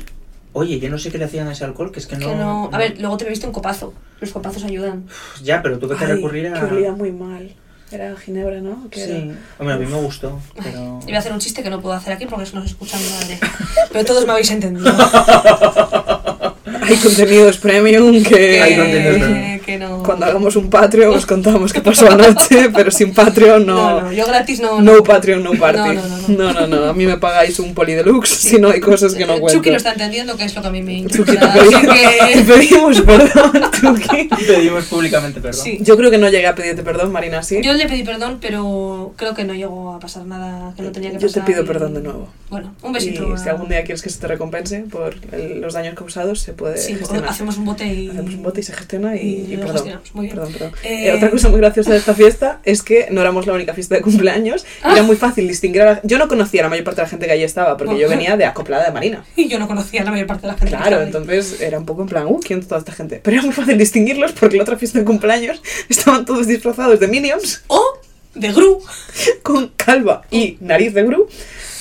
Oye, yo no sé qué le hacían a ese alcohol, que es que no... Que no. no- Pues A ver, luego te bebiste un copazo. Los copazos ayudan. Ya, pero tuve que Ay, recurrir a... Que olía muy mal. Era Ginebra, ¿no? Que Sí. era- Hombre, a mí me gustó, pero... Iba a hacer un chiste que no puedo hacer aquí porque no se escucha mi madre. Pero todos me (laughs) habéis entendido. Hay contenidos premium que. Hay contenidos premium. que no. Cuando hagamos un Patreon os contamos qué pasó anoche, (laughs) pero sin Patreon no, no. no, yo gratis no. No Patreon, no party. No, no, no, No, no. no, no. A mí me pagáis un poli deluxe si no hay cosas que no Eh, cuento. Chucky lo está entendiendo, que es lo que a mí me Chucky, (laughs) te interesa. pedimos, (laughs) Así te que. pedimos perdón, (laughs) Chucky. (laughs) Pedimos públicamente perdón. Sí. Yo creo que no llegué a pedirte perdón, Marina, ¿sí? Yo le pedí perdón, pero creo que no llegó a pasar nada que no tenía que Yo pasar. te pido y- perdón de nuevo. Bueno, un besito. Y a- si algún día quieres que se te recompense por el- los daños causados, se puede Sí, gestionar. hacemos un bote y. Hacemos un bote y se gestiona y, y y lo perdón. gestionamos. Muy bien. Perdón, perdón. Eh, Eh, otra cosa muy graciosa de esta fiesta es que no éramos la única fiesta de cumpleaños. Ah. Era muy fácil distinguir a la- Yo no conocía a la mayor parte de la gente que allí estaba porque yo Ujú. venía de acoplada de Marina. (laughs) Y yo no conocía a la mayor parte de la gente. que Claro, estaba ahí. entonces era un poco en plan, uh, ¿quién es toda esta gente? Pero era muy fácil distinguirlos porque la otra fiesta de cumpleaños (laughs) estaban todos disfrazados de Minions (laughs) O de Gru. con calva y nariz de Gru.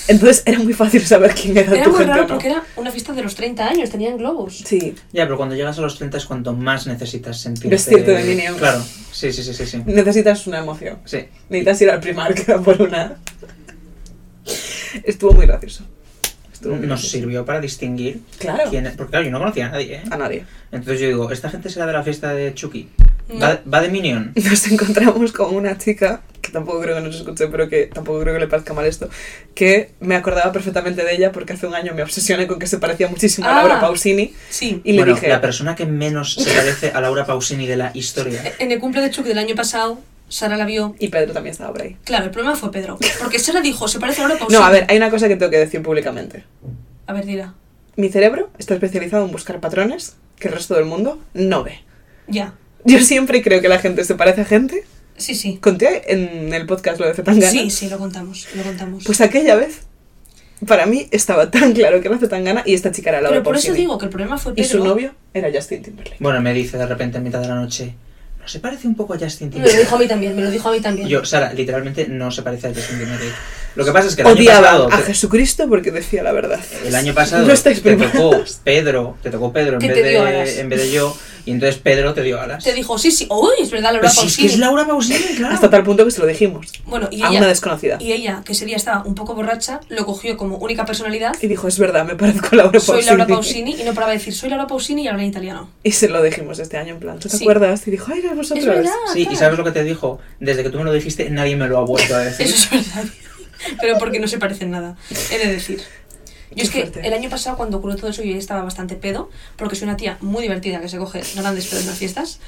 Entonces era muy fácil saber quién era, (laughs) Era tu muy gente. o raro no. porque era una fiesta de los 30 años, tenían globos. Sí, Ya, pero cuando llegas a los 30 es cuanto más necesitas sentirte... Vestirte de Minion. Claro. Sí, sí, sí, sí, sí. necesitas una emoción. Sí. Necesitas ir al (laughs) Primark a por una. Estuvo muy gracioso. Estuvo muy Nos gracioso. sirvió para distinguir Claro. Ah. quién... Porque claro, yo no conocía a nadie, ¿eh? A nadie. Entonces yo digo, ¿esta gente será de la fiesta de Chucky? No. ¿Va, va de Minion? Nos (laughs) encontramos con una chica, que tampoco creo que nos escuche, pero que tampoco creo que le parezca mal esto, que me acordaba perfectamente de ella porque hace un año me obsesioné con que se parecía muchísimo a Ah. Laura Pausini Sí. y le bueno, dije... la persona que menos se parece a Laura Pausini de la historia. En el cumple de Chucky del año pasado, Sara la vio. Y Pedro también estaba por ahí. Claro, el problema fue Pedro. Porque Sara dijo, se parece a Laura Pausini. No, a ver, hay una cosa que tengo que decir públicamente. A ver, dirá. Mi cerebro está especializado en buscar patrones que el resto del mundo no ve. Ya. Yo siempre creo que la gente se parece a gente. Sí, sí. Conté en el podcast lo de Zetangana. Sí, sí, lo contamos. Lo contamos. Pues aquella vez, para mí estaba tan claro que era Zetangana y esta chica era Laura Pero por eso Pausini. digo que el problema fue Y Pedro. su novio era Justin Timberlake. Bueno, me dice de repente en mitad de la noche, ¿no se parece un poco a Justin Me lo Timberlake? dijo a mí también, me lo dijo a mí también. Y Yo, Sara, literalmente no se parece a Justin Timberlake. Lo que pasa es que el año Odiaba pasado... a te- Jesucristo porque decía la verdad. El año pasado No estáis te tocó preparados. Pedro, te tocó Pedro en Que vez, te dio alas. de, en vez de yo, y entonces Pedro te dio alas. Te dijo, sí, sí, uy, es verdad, Laura Pero si es que Pausini. es Ah, Laura Pausini, claro. Hasta tal punto que se lo dijimos. Bueno, y a una ella, desconocida. Y, y ella, que ese día estaba un poco borracha, lo cogió como única personalidad. dijo, es verdad, me parezco a Laura Soy Pausini. Laura Pausini y no paraba de decir, soy Laura Pausini y hablaba en italiano. Y se lo dijimos este año en plan, ¿tú te Sí. acuerdas? Y dijo, ay, eres vosotros. Es verdad. Sí, y claro. ¿sabes lo que te dijo? Desde que tú me lo dijiste, nadie me lo ha vuelto a (laughs) decir. Eso es verdad. (laughs) Pero porque no se parecen nada, he de decir. Yo Qué es que fuerte. el año pasado cuando ocurrió todo eso yo ya estaba bastante pedo, porque soy una tía muy divertida que se coge grandes pedos en las fiestas.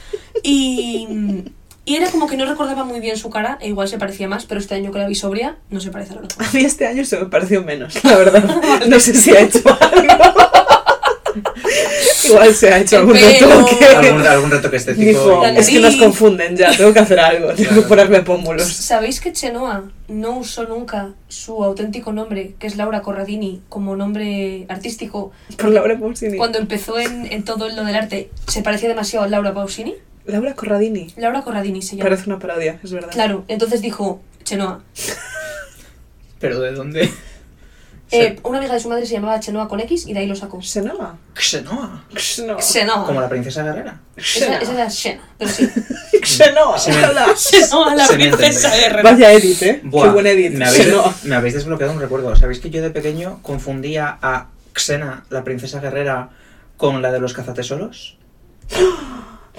Y, y era como que no recordaba muy bien su cara, e igual se parecía más, pero este año que la vi sobria, no se parece a Laura Pausini. A mí este año se me pareció menos, la verdad. No sé si ha hecho algo. Igual se ha hecho El algún pelo. algún, retoque. algún este retoque estético. Dijo, La es que nos nariz. confunden ya, tengo que hacer algo, tengo que ponerme pómulos. ¿Sabéis que Chenoa no usó nunca su auténtico nombre, que es Laura Corradini, como nombre artístico? Por Laura Pausini. Cuando empezó en, en todo lo del arte, ¿se parecía demasiado a Laura Pausini? Laura Corradini. Laura Corradini se llama. Parece una parodia, es verdad. Claro, entonces dijo Chenoa. ¿Pero de dónde? (laughs) Eh, una amiga de su madre se llamaba Chenoa con X y de ahí lo sacó. Xenoa. Xenoa. Xenoa. Xenoa. Como la princesa guerrera. Esa, esa Xenoa. era Xena, pero sí. Xenoa. Se me- Ah, (laughs) Ojalá. Xenoa, la Se me princesa entiende. guerrera. Vaya edit, ¿eh? Qué Buah, buen edit. Me habéis, Xenoa. me habéis desbloqueado un recuerdo. ¿Sabéis que yo de pequeño confundía a Xena, la princesa guerrera, con la de los cazatesoros?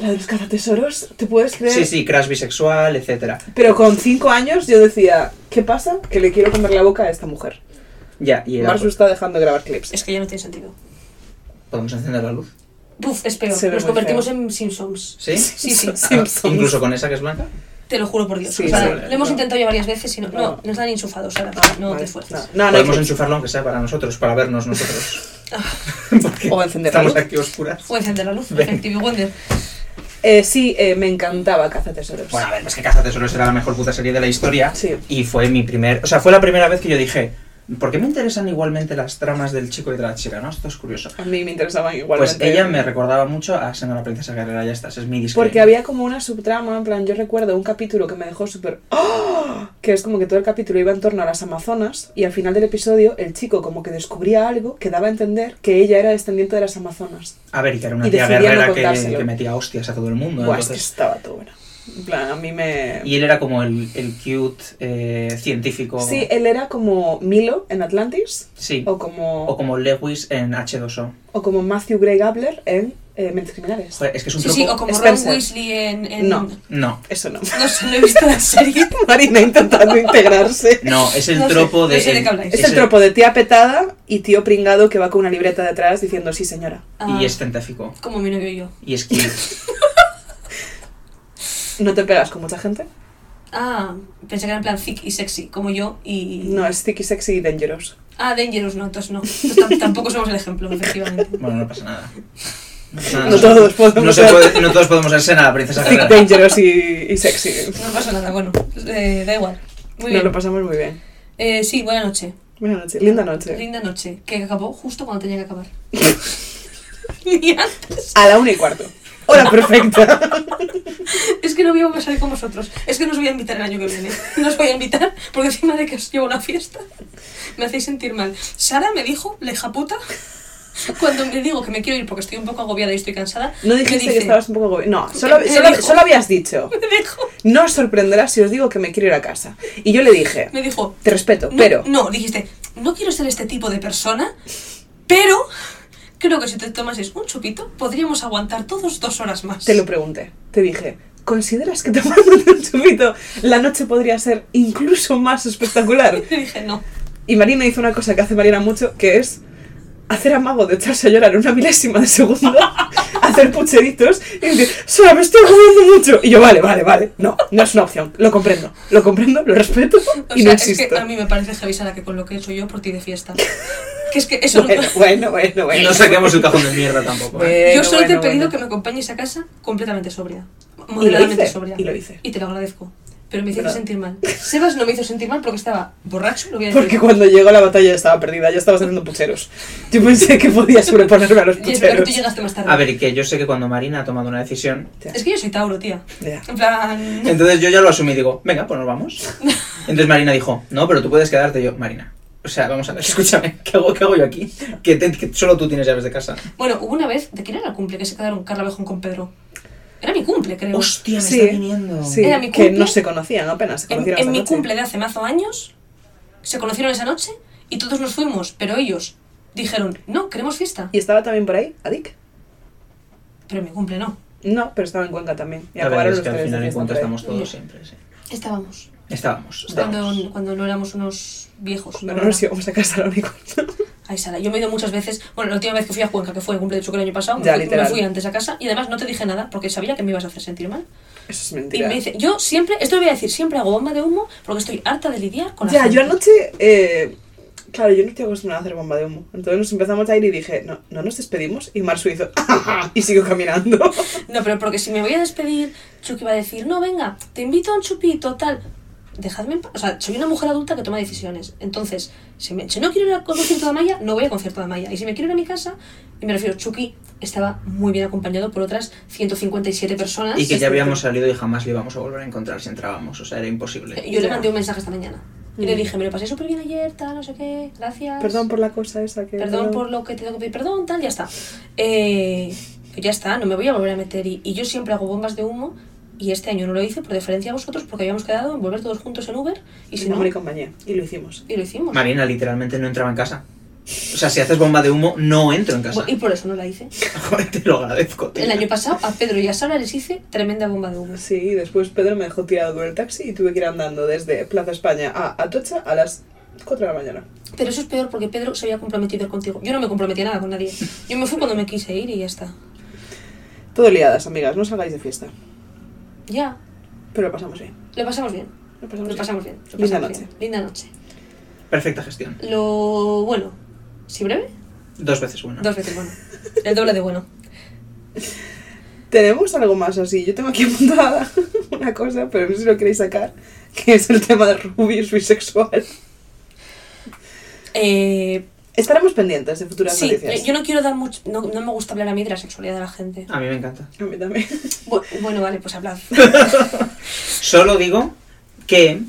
La de los cazatesoros, ¿te puedes creer? Sí, sí, crash bisexual, etcétera. Pero con 5 años yo decía, ¿qué pasa? Que le quiero comer la boca a esta mujer. Ya, y era, Marsu está dejando de grabar clips. Es que ya no tiene sentido. ¿Podemos encender la luz? Buf, es peor. Se ve Nos muy convertimos feo. en Simpsons. (laughs) ¿Sí? ¿Eh? Sí, sí. Ah, (laughs) ¿Incluso con esa que es blanca? Te lo juro por Dios. Sí, O sea, sí, lo hemos no. intentado ya varias veces y no, no, No. nos dan enchufados ahora. Ah, No Vale, te esfuerces. Ah, No, no, no hay Podemos clips. enchufarlo aunque sea para nosotros, para vernos nosotros. Porque Ah. (laughs) (laughs) O encender la Estamos luz. aquí oscuras. Puede encender la luz, Ven. (laughs) efectivo Wonder. Eh, sí, eh, me encantaba Cazatesoros. Bueno, a ver, es que Caza Tesoros era la mejor puta serie de la historia. Sí. Y fue mi primer. O sea, fue la primera vez que yo dije. ¿Por qué me interesan igualmente las tramas del chico y de la chica? ¿No? Esto es curioso. A mí me interesaban igualmente. Pues ella me recordaba mucho a Senna la princesa guerrera, ya está, ese es mi disco. Porque había como una subtrama, en plan, yo recuerdo un capítulo que me dejó súper... ¡Ah! Que es como que todo el capítulo iba en torno a las Amazonas y al final del episodio el chico como que descubría algo que daba a entender que ella era descendiente de las Amazonas. A ver, y que era una y tía decidía no guerrera que, contárselo. que metía hostias a todo el mundo. Buah, es que entonces- estaba todo bueno. En plan, a mí me... Y él era como el, el cute eh, científico. Sí, él era como Milo en Atlantis Sí. o como, O como Lewis en H2O. o como Matthew Gray Gabler en eh, Mentes Criminales. Joder, es que es un Sí, truco. sí, o como Spencer. Ron Weasley en. en- No. No. Eso no. No sé, no he visto la serie. (laughs) Marina intentando integrarse. (laughs) No, es el No sé, tropo de. no sé de qué habláis. Es el tropo de tía petada y tío pringado que va con una libreta detrás diciendo sí señora. Ah, Y es este. científico. Como mi novio y yo. Y es cute. (laughs) ¿No te pegas con mucha gente? Ah, pensé que era en plan thick y sexy, como yo y. No, es sticky, sexy y dangerous. Ah, Dangerous, no, entonces no. Entonces tam- tampoco somos el ejemplo, efectivamente. Bueno, no pasa nada. No, pasa nada. No todos podemos No se ser- puede- no todos podemos ser Sena, la princesa Stick, guerrera. dangerous y, y sexy. No pasa nada, bueno, eh, da igual. Muy Nos bien. lo pasamos muy bien. Eh, sí, buena noche. Buena noche, linda noche. Linda noche, que acabó justo cuando tenía que (laughs) acabar. (laughs) Ni antes. A la una y cuarto. Hora perfecta. Es que no voy a salir con vosotros. Es que no os voy a invitar el año que viene. No os voy a invitar porque encima de que os llevo una fiesta me hacéis sentir mal. Sara me dijo, la hija puta, cuando me digo que me quiero ir porque estoy un poco agobiada y estoy cansada. No me dijiste que dice- estabas un poco... gobe- No, solo, Me solo- dijo- solo habías dicho. Me dijo, No os sorprenderá si os digo que me quiero ir a casa. Y yo le dije, me dijo, te respeto, No, pero... No, dijiste, no quiero ser este tipo de persona, pero creo que si te tomases un chupito, podríamos aguantar todos dos horas más. (laughs) Te lo pregunté. Te dije, ¿consideras (laughs) que tomándote un chupito la noche podría ser incluso más espectacular? Te dije, no. Y Marina hizo una cosa que hace Marina mucho, que es hacer amago de echarse a llorar una milésima de segundo, (laughs) hacer pucheritos y decir, Sara, me estoy agobiando mucho. Y yo, vale, vale, vale. No, no es una opción. Lo comprendo, lo comprendo, lo respeto O y sea, no es existo. que a mí me parece heavy, Sara, que con lo que he hecho yo por ti de fiesta. Que es que eso Bueno, no... bueno, bueno, bueno. No saquemos el cajón de mierda tampoco. ¿eh? Bueno, Yo solo te he bueno, pedido bueno. que me acompañes a casa completamente sobria. Moderadamente hice, sobria. y lo hice. Y te lo agradezco. Pero me hiciste Verdad. sentir mal. Sebas no me hizo sentir mal porque estaba borracho, lo voy a decir. Porque cuando llegó la batalla ya estaba perdida, ya estabas haciendo pucheros. Yo pensé que podía sobreponerme a (laughs) los Y es verdad que pucheros. tú llegaste más tarde. A ver, que yo sé que cuando Marina ha tomado una decisión, Es que yo soy Tauro, tía. Ya. En plan... entonces yo ya lo asumí digo, venga, pues (laughs) nos vamos. Entonces Marina dijo, no, pero tú puedes quedarte Y yo, Marina. O sea, vamos a ver, (laughs) escúchame, ¿qué hago, qué hago yo aquí? Que, te- que solo tú tienes llaves de casa. Bueno, hubo una vez, ¿de quién era el cumple que se quedaron Carla Bejón con Pedro? Era mi cumple, creo. Hostia, me Sí, está viniendo. Sí, Era mi que cumple. no se conocían apenas, se en conocieron en esa mi noche. cumple de hace mazo años, se conocieron esa noche y todos nos fuimos, pero ellos dijeron, no, queremos fiesta. ¿Y estaba también por ahí Adik? Pero en mi cumple no. No, pero estaba en Cuenca también. Y La verdad acabaron es los que al tres final de en fiesta cuenta por ahí. estamos todos Sí. siempre, sí. Estábamos. Estábamos, Pues estábamos. Cuando, cuando no éramos unos viejos. No, la no, verdad. sí, vamos a casa la (laughs) única. Ay, Sara, yo me he ido muchas veces. Bueno, la última vez que fui a Cuenca, que fue el cumple de Chuco el año pasado, me Ya, fui- me, literal. fui antes a casa y además no te dije nada porque sabía que me ibas a hacer sentir mal. Eso es Y mentira. me dice, yo siempre, esto lo voy a decir, siempre hago bomba de humo porque estoy harta de lidiar con la ya, gente. yo anoche. eh, claro, yo no estoy acostumbrada a hacer bomba de humo. Entonces nos empezamos a ir y dije, no, no nos despedimos. Y Marsu hizo, (laughs) "Ah, y sigo (laughs) caminando. No, pero porque si me voy a despedir, Chucky va a decir, no, venga, te invito a un chupito, tal. Dejadme en paz. O sea, soy una mujer adulta que toma decisiones. Entonces, si, me- si no quiero ir al concierto de Amaya, no voy al concierto de Amaya. Y si me quiero ir a mi casa, y me refiero, Chucky estaba muy bien acompañado por otras 157 personas. Y que Eh, (laughs) ya habíamos salido y jamás le íbamos a volver a encontrar si entrábamos, o sea, era imposible. Yo le Ya. mandé un mensaje esta mañana. Y le dije, me lo pasé súper bien ayer, tal, no sé qué, gracias. Perdón por la cosa esa que... Perdón por lo que te tengo que pedir perdón, tal, ya está. Eh, ya está, no me voy a volver a meter. Y, y yo siempre hago bombas de humo y este año no lo hice por deferencia a vosotros porque habíamos quedado en volver todos juntos en Uber y si no, me compañía. Y lo hicimos. y lo hicimos. Marina literalmente no entraba en casa. O sea, si haces bomba de humo, no entro en casa. Bu- Y por eso no la hice. (laughs) Joder, te lo agradezco, tío. El año pasado a Pedro y a Sara les hice tremenda bomba de humo. Sí, y después Pedro me dejó tirado con el taxi y tuve que ir andando desde Plaza España a Atocha a las 4 de la mañana. Pero eso es peor porque Pedro se había comprometido contigo. Yo no me comprometí a nada con nadie. Yo me fui cuando me quise ir y ya está. Todo liadas, amigas, no salgáis de fiesta. Ya, Pero lo pasamos bien. lo pasamos bien. Lo Lo pasamos bien. Lo Pues Linda pasamos noche. bien. Linda noche. Perfecta gestión. Lo bueno, si breve, Dos veces bueno. dos veces bueno. El doble de bueno. Tenemos algo más así. Yo tengo aquí (laughs) apuntada una cosa, pero no sé si lo queréis sacar, que es el tema de Rubius bisexual. Eh, Estaremos pendientes de futuras sí, noticias. Ah. eh, yo no quiero dar mucho. No, no me gusta hablar a mí de la sexualidad de la gente. A mí me encanta. A mí también. Bu- bueno, vale, (laughs) pues hablad. Solo digo que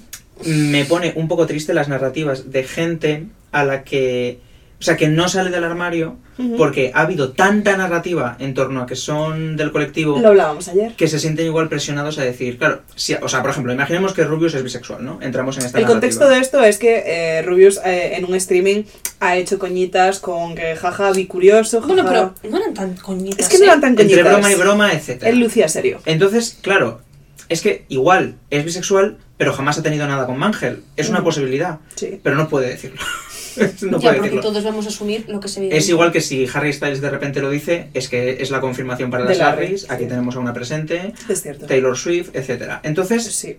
me pone un poco triste las narrativas de gente a la que. O sea, que no sale del armario Ujú. porque ha habido tanta narrativa en torno a que son del colectivo Lo hablábamos ayer. que se sienten igual presionados a decir, claro, si, o sea, por ejemplo, imaginemos que Rubius es bisexual, ¿no? Entramos en esta El contexto narrativa. de esto es que eh, Rubius eh, en un streaming ha hecho coñitas con que jaja, vi curioso, jaja. Bueno, pero no eran tan coñitas. ah. Es que no ¿eh? eran tan coñitas. Entre broma y broma, etc. Él lucía serio. Entonces, claro, es que igual es bisexual, pero jamás ha tenido nada con Mangel. Es una Mm. posibilidad, Sí. pero no puede decirlo. (laughs) no ya, puede porque decirlo. todos vamos a asumir lo que se ve. Es igual que si Harry Styles de repente lo dice, es que es la confirmación para De las Larry, Harrys, aquí sí. tenemos a una presente, Es cierto. Taylor Swift, etc. Entonces, Sí.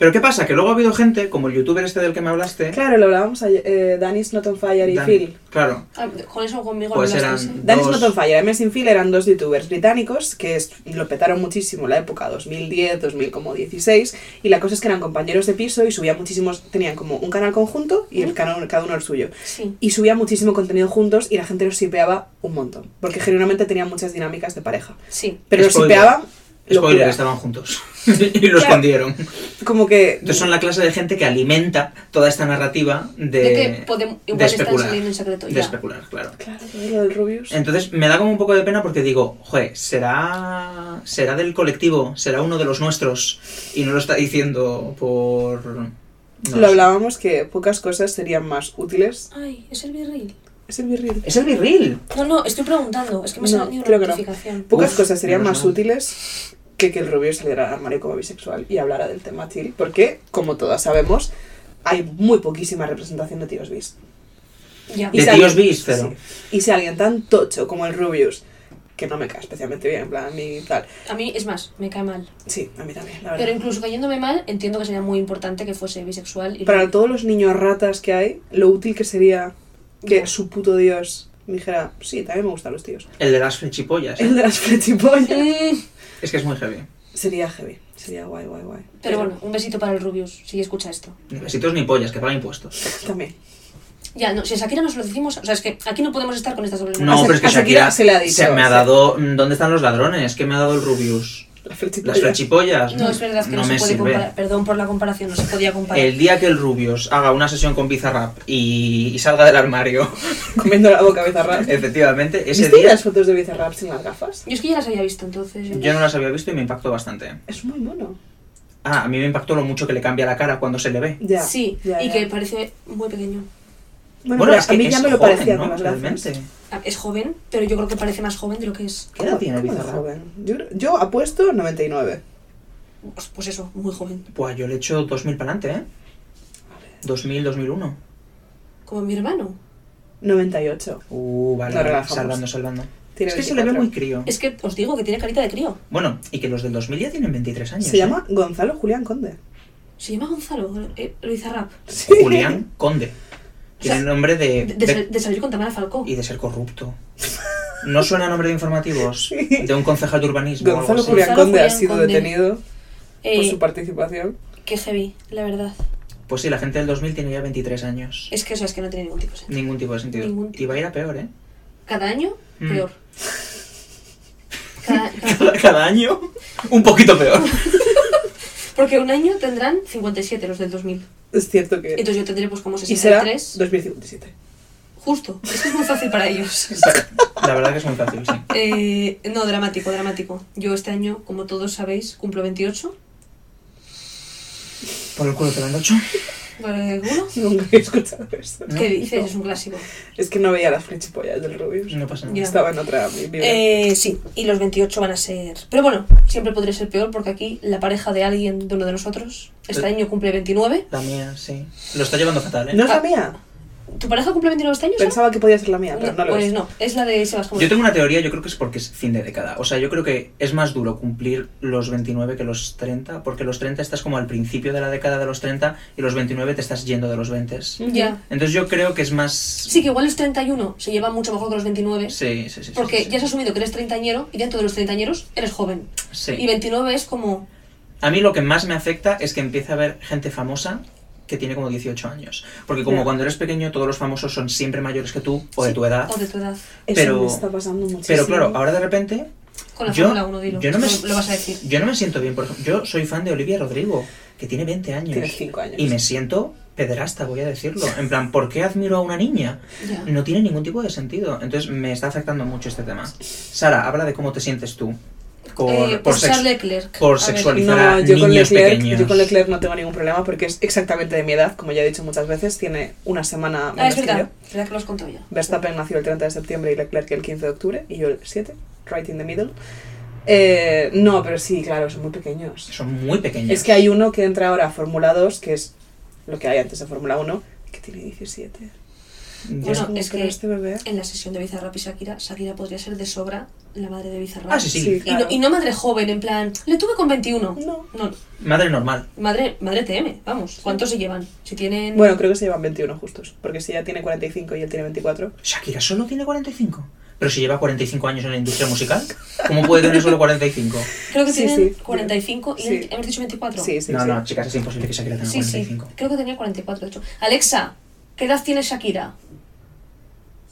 ¿pero qué pasa? Que luego ha habido gente, como el youtuber este del que me hablaste, Claro, lo hablábamos ayer. eh, Danny's Not on Fire y Dan- Phil. claro, Ah, Con eso conmigo Pues no eran- hablasteis, ¿eh? Danny's Dos- Not on Fire, además sin Phil eran dos youtubers británicos que es- lo petaron muchísimo en la época 2010, 2016 y la cosa es que eran compañeros de piso y subían muchísimos, tenían como un canal conjunto y el canal, cada uno el suyo. Sí. Y subían muchísimo contenido juntos y la gente los sipeaba un montón, porque generalmente tenían muchas dinámicas de pareja. Sí. Pero los Spoiler. sipeaban spoiler, locura. estaban juntos (laughs) y lo Claro. escondieron. como que Entonces son la clase de gente que alimenta toda esta narrativa de, De que podem- igual de están especular, saliendo en secreto, de ya. especular, claro. claro, lo del Rubius. Entonces me da como un poco de pena porque digo, joder, será, será del colectivo, será uno de los nuestros y no lo está diciendo por... no sé. Lo hablábamos que pocas cosas serían más útiles. Ay, es el virril. Es el virril. Es el virril. No, no, estoy preguntando. Es que me No, ha salido una creo que no. notificación. Pocas Uf, cosas serían menos más mal. útiles que que el Rubio saliera al armario como bisexual y hablara del tema chill, porque, como todas sabemos, hay muy poquísima representación de tíos bis. Ya. De si tíos alguien- bis, cero. sí. Y si alguien tan tocho como el Rubius, que no me cae especialmente bien, en plan, a mí tal. A mí, es más, me cae mal. Sí, a mí también, la Pero verdad. incluso cayéndome mal, entiendo que sería muy importante que fuese bisexual. Y Para todos los niños ratas que hay, lo útil que sería que su puto Dios me dijera, sí, también me gustan los tíos. El de las flechipollas. El de las (laughs) flechipollas. Mm, Es que es muy heavy. Sería heavy, sería guay, guay, guay. (laughs) Pero bueno, un besito para el Rubius, si escucha esto. Ni besitos ni pollas, que pagan impuestos. También. Ya, no, si a Shakira nos lo decimos, o sea, es que aquí no podemos estar con estas dobles No, Shak- pero es que a Shakira Shakira se le ha dicho, me ha sí. dado... mm, ¿Dónde están los ladrones? ¿Qué me ha dado el Rubius? Las Las flechipollas. flechipollas. No, es verdad que no, me se puede sirve. comparar. Perdón por la comparación, no se podía comparar. El día que el Rubius haga una sesión con Bizarrap y, y salga del armario, (laughs) (laughs) Comiendo la boca bizarra. efectivamente, Eh, ese ¿Viste día las fotos de Bizarrap sin las gafas? Yo es que ya las había visto, entonces. yo no las había visto y me impactó bastante. Es muy mono. Ah, a mí me impactó lo mucho que le cambia la cara cuando se le ve. Ya. Sí, ya, y ya. que parece muy pequeño. Bueno, pero a mí ya me lo joven, parecía ¿no? con las gafas. Realmente. Ah, Es joven, pero yo creo que parece más joven de lo que es. ¿Qué edad tiene ¿Cómo de Bizarrap? joven? Yo, creo- yo apuesto 99. Pues, pues eso, muy joven. Pues yo le echo 2000 para adelante, ¿eh? 2000, 2001. Como mi hermano. 98. Uh, vale, Lo vale, relajamos. salvando, salvando. Tiene es que se le ve 24. muy crío. Es que os digo que tiene carita de crío. Bueno, y que los del 2000 ya tienen 23 años. Se ¿eh? llama Gonzalo Julián Conde. Se llama Gonzalo, eh, lo hizo rap. Sí. ¿eh? Julián (laughs) Conde. Tiene O sea, nombre de, De, de de- sal- de salir con Tamara Falcó. Eh, y de ser corrupto. ¿No suena a nombre de informativos? Sí. De un concejal de urbanismo. o algo Gonzalo así. Julián Gonzalo Conde ha Julián sido Conde. detenido por Eh, Pues su participación. qué heavy, la verdad. Pues sí, la gente del 2000 tiene ya 23 años. Es que, o sea, es que no tiene ningún tipo de sentido. Ningún tipo de sentido. Ningún Y va a ir a peor, ¿eh? Cada año, Mm. (laughs) peor. Cada- cada- Cada, cada año, un poquito peor. porque un año tendrán 57 los del 2000. Es cierto que... Entonces yo tendré pues como Y será 63. 2057. Justo. Es que es muy fácil para ellos. La verdad que es muy fácil, sí. Eh, no, dramático, dramático. Yo este año, como todos sabéis, cumplo 28. Por el culo te lo han hecho. ¿Para alguno? (laughs) Nunca he escuchado eso. No. ¿Qué dices? Es un clásico. Es que no veía las flechipollas del Rubius. No pasa Ya. nada. Estaba en otra vibra. Eh, sí, y los 28 van a ser. Pero bueno, siempre podría ser peor porque aquí la pareja de alguien, de uno de nosotros, este Eh. año cumple 29. La mía, sí. Lo está llevando fatal, ¿eh? ¿No es la ah, mía? ¿Tu pareja cumple 29 este año? Sara? Pensaba que podía ser la mía, pero no, lo pues es. no, es la de Sebastián. Yo tengo una teoría, yo creo que es porque es fin de década. O sea, yo creo que es más duro cumplir los 29 que los 30, porque los 30 estás como al principio de la década de los 30 y los 29 te estás yendo de los 20. Ya. Entonces yo creo que es más... Sí, que igual los 31 se lleva mucho mejor que los 29. sí, sí, sí. sí, Porque sí. ya has asumido que eres treintañero y dentro de los treintañeros eres joven. Sí. Y 29 es como. A mí lo que más me afecta es que empieza a haber gente famosa que tiene como 18 años. Porque como Ya. cuando eres pequeño todos los famosos son siempre mayores que tú o de sí, tu edad. O de tu edad. Eso pero- me está pasando muchísimo. Pero claro, ahora de repente Con la yo, Fórmula 1, dilo. yo no me, Lo vas a decir. yo no me siento bien. Por ejemplo, yo soy fan de Olivia Rodrigo, que tiene 20 años. Tiene 5 años. Y me siento pederasta, voy a decirlo. En plan, ¿por qué admiro a una niña? Ya. No tiene ningún tipo de sentido. Entonces me está afectando mucho este tema. Sara, habla de cómo te sientes tú por, Eh, por por sex- Charles Leclerc. por A ver. sexualizar a No, yo con, niños Leclerc, pequeños. yo con Leclerc no tengo ningún problema porque es exactamente de mi edad, como ya he dicho muchas veces, tiene una semana Ah, menos es que verdad. yo. Es verdad que lo has contado ya. Verstappen nació el 30 de septiembre y Leclerc el 15 de octubre y yo el 7, right in the middle. Eh, no, pero sí, claro, son muy pequeños. Son muy pequeños. Es que hay uno que entra ahora a Fórmula 2, que es lo que hay antes de Fórmula 1, que tiene 17. Ya. Es Bueno, como, es pero que- este bebé... En la sesión de Bizarrap y Shakira, Shakira podría ser de sobra la madre de Bizarrap. Ah, sí, sí. Sí. Y, no, y no madre joven, en plan, le tuve con 21. No. No, Madre normal. madre, madre TM, vamos. ¿Cuántos se llevan? Si tienen. Bueno, creo que se llevan 21 justos, porque si ella tiene 45 y él tiene 24, Shakira solo tiene 45. Pero si lleva 45 años en la industria musical, ¿cómo puede tener solo 45? creo que sí, tienen sí. 45 y Sí. le- hemos dicho 24. (laughs) sí, sí, no, sí. no, chicas, es imposible que Shakira tenga Sí, sí. 45. Creo que tenía 44, de hecho. Alexa, ¿qué edad tiene Shakira?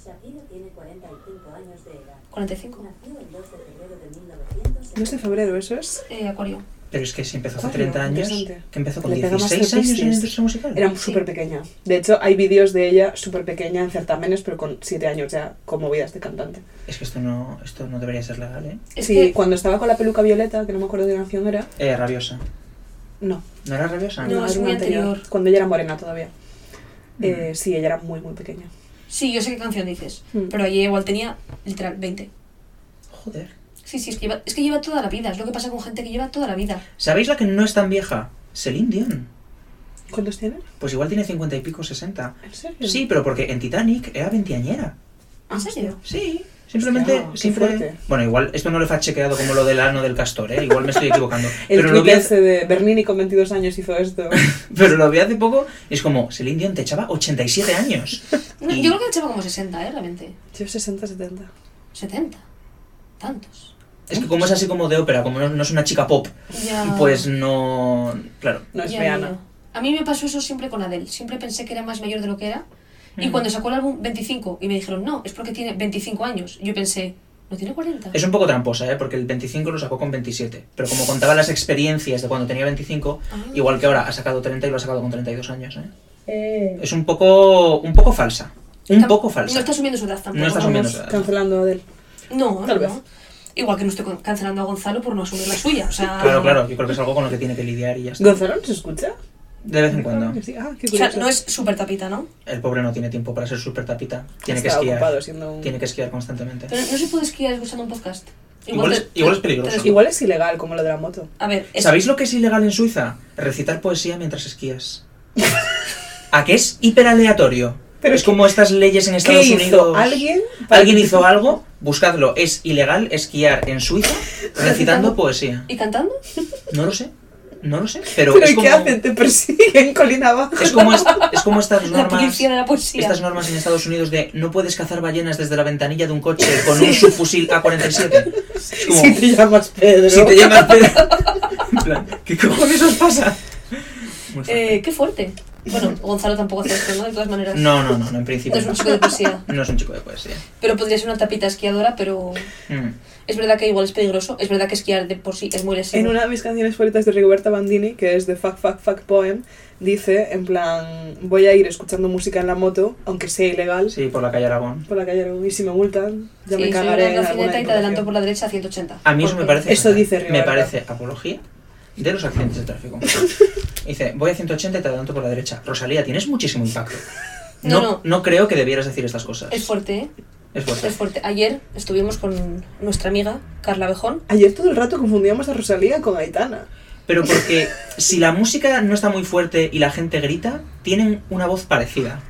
Shakira tiene 45 años de edad. 45. Nació el 2 de febrero de 1970. 2 de febrero, eso es. Eh, Acuario. Pero es que si empezó hace Coño, 30 años, interesante. que empezó con Le pega más 16 que años en la Piscis. industria musical. Era Sí. súper pequeña. De hecho, hay vídeos de ella súper pequeña en certámenes, pero con 7 años ya con movidas de cantante. Es que esto no, esto no debería ser legal, ¿eh? Es sí, que- cuando estaba con la peluca violeta, que no me acuerdo de qué canción era, Eh, rabiosa. no. Ah, ¿No era rabiosa? No. es era muy una anterior. Cuando ella era morena todavía. Eh, sí, ella era muy, muy pequeña. Sí, yo sé qué canción dices. Hmm. Pero ella igual tenía, literal, 20. Joder. Sí, sí, es que, lleva, es que lleva toda la vida. Es lo que pasa con gente que lleva toda la vida. ¿Sabéis la que no es tan vieja? Celine Dion. ¿Cuántos tiene? Pues igual tiene 50 y pico, 60. ¿En serio? Sí, pero porque en Titanic era veinteañera. ¿En serio? Sí, simplemente. Hostia, qué siempre... fuerte. Bueno, igual esto no lo he fachequeado como lo del ano del castor, ¿eh? Igual me estoy equivocando. El pero, lo vi tweet hace, ese de Bernini con 22 años hizo esto. (laughs) pero lo vi hace poco y es como, Celine Dion te echaba 87 años. No, Y- Yo creo que echaba como 60, ¿eh? Realmente. Yo 60, 70. 70. Tantos. Es que como es así como de ópera, como no, no es una chica pop, Ya. pues no... Claro. No es Ya, Rihanna. ya, ya. A mí me pasó eso siempre con Adele. Siempre pensé que era más mayor de lo que era. Y Mm. cuando sacó el álbum 25 y me dijeron, no, es porque tiene 25 años. Yo pensé, ¿no tiene 40? Es un poco tramposa, ¿eh? Porque el 25 lo sacó con 27. Pero como contaba las experiencias de cuando tenía 25, Ah. igual que ahora ha sacado 30 y lo ha sacado con 32 años, ¿eh? Es un poco... un poco falsa. Un Tam- poco No falsa. está asumiendo su edad tampoco. No está asumiendo. Vamos menos edad. cancelando a Adele. No, no, Tal no. vez. Igual que no estoy con- cancelando a Gonzalo por no (laughs) asumir la suya. O sea, Claro, claro, yo creo que es algo con lo que tiene que lidiar y ya está. ¿Gonzalo no se escucha? De vez en cuando. Sí, Ah, qué O sea, curioso. no es súper tapita, ¿no? El pobre no tiene tiempo para ser súper tapita. Tiene que Estaba ocupado esquiar. siendo un- Tiene que esquiar constantemente. Pero no se puede esquiar escuchando un podcast. Igual es- igual es peligroso. te descu- Igual es ilegal, como lo de la moto. A ver, es- ¿Sabéis lo que es ilegal en Suiza? Recitar poesía mientras (laughs) esquías. ¿A qué es hiperaleatorio? Pero es ¿qué- como estas leyes en Estados hizo Unidos. alguien para- Alguien hizo algo, buscadlo. Es ilegal esquiar (laughs) en Suiza recitando poesía. ¿Y cantando? No lo sé, no lo sé. Pero, ¿Pero es ¿y como, qué hacen? Te persiguen colina abajo. Es como, es, es (laughs) como estas La normas. policía de la poesía. Estas normas en Estados Unidos de no puedes cazar ballenas desde la ventanilla de un coche con un subfusil A47. Es (laughs) como, Si te llamas Pedro. si te llamas Pedro. En plan, ¿Qué cojones os pasa? Muy fuerte. Eh, qué fuerte. Bueno, Gonzalo tampoco hace esto, ¿no? De todas maneras. No, no, no, no, en No principio es no. un chico de poesía. No es un chico de poesía. Pero podría ser una tapita esquiadora, pero Mm. es verdad que igual es peligroso. Es verdad que esquiar de por sí es muy lesivo. En una de mis canciones favoritas de Rigoberta Bandini, que es The Fuck Fuck Fuck Poem, dice, en plan, voy a ir escuchando música en la moto, aunque sea ilegal, Sí, por la calle Aragón. por la calle Aragón, y si me multan, ya Sí, me soy una cagaré en alguna racineta y te adelanto diputación. por la derecha a 180. A mí eso me Porque- parece. Eso dice Me Rigoberta. parece apología de los accidentes de tráfico. Dice, voy a 180 y te adelanto por la derecha. Rosalía, tienes muchísimo impacto. No, No, no. no, creo que debieras decir estas cosas. Es fuerte, ¿eh? Es fuerte. Es fuerte. Ayer estuvimos con nuestra amiga Carla Bejón. Ayer todo el rato confundíamos a Rosalía con Aitana. Pero porque si la música no está muy fuerte y la gente grita, tienen una voz parecida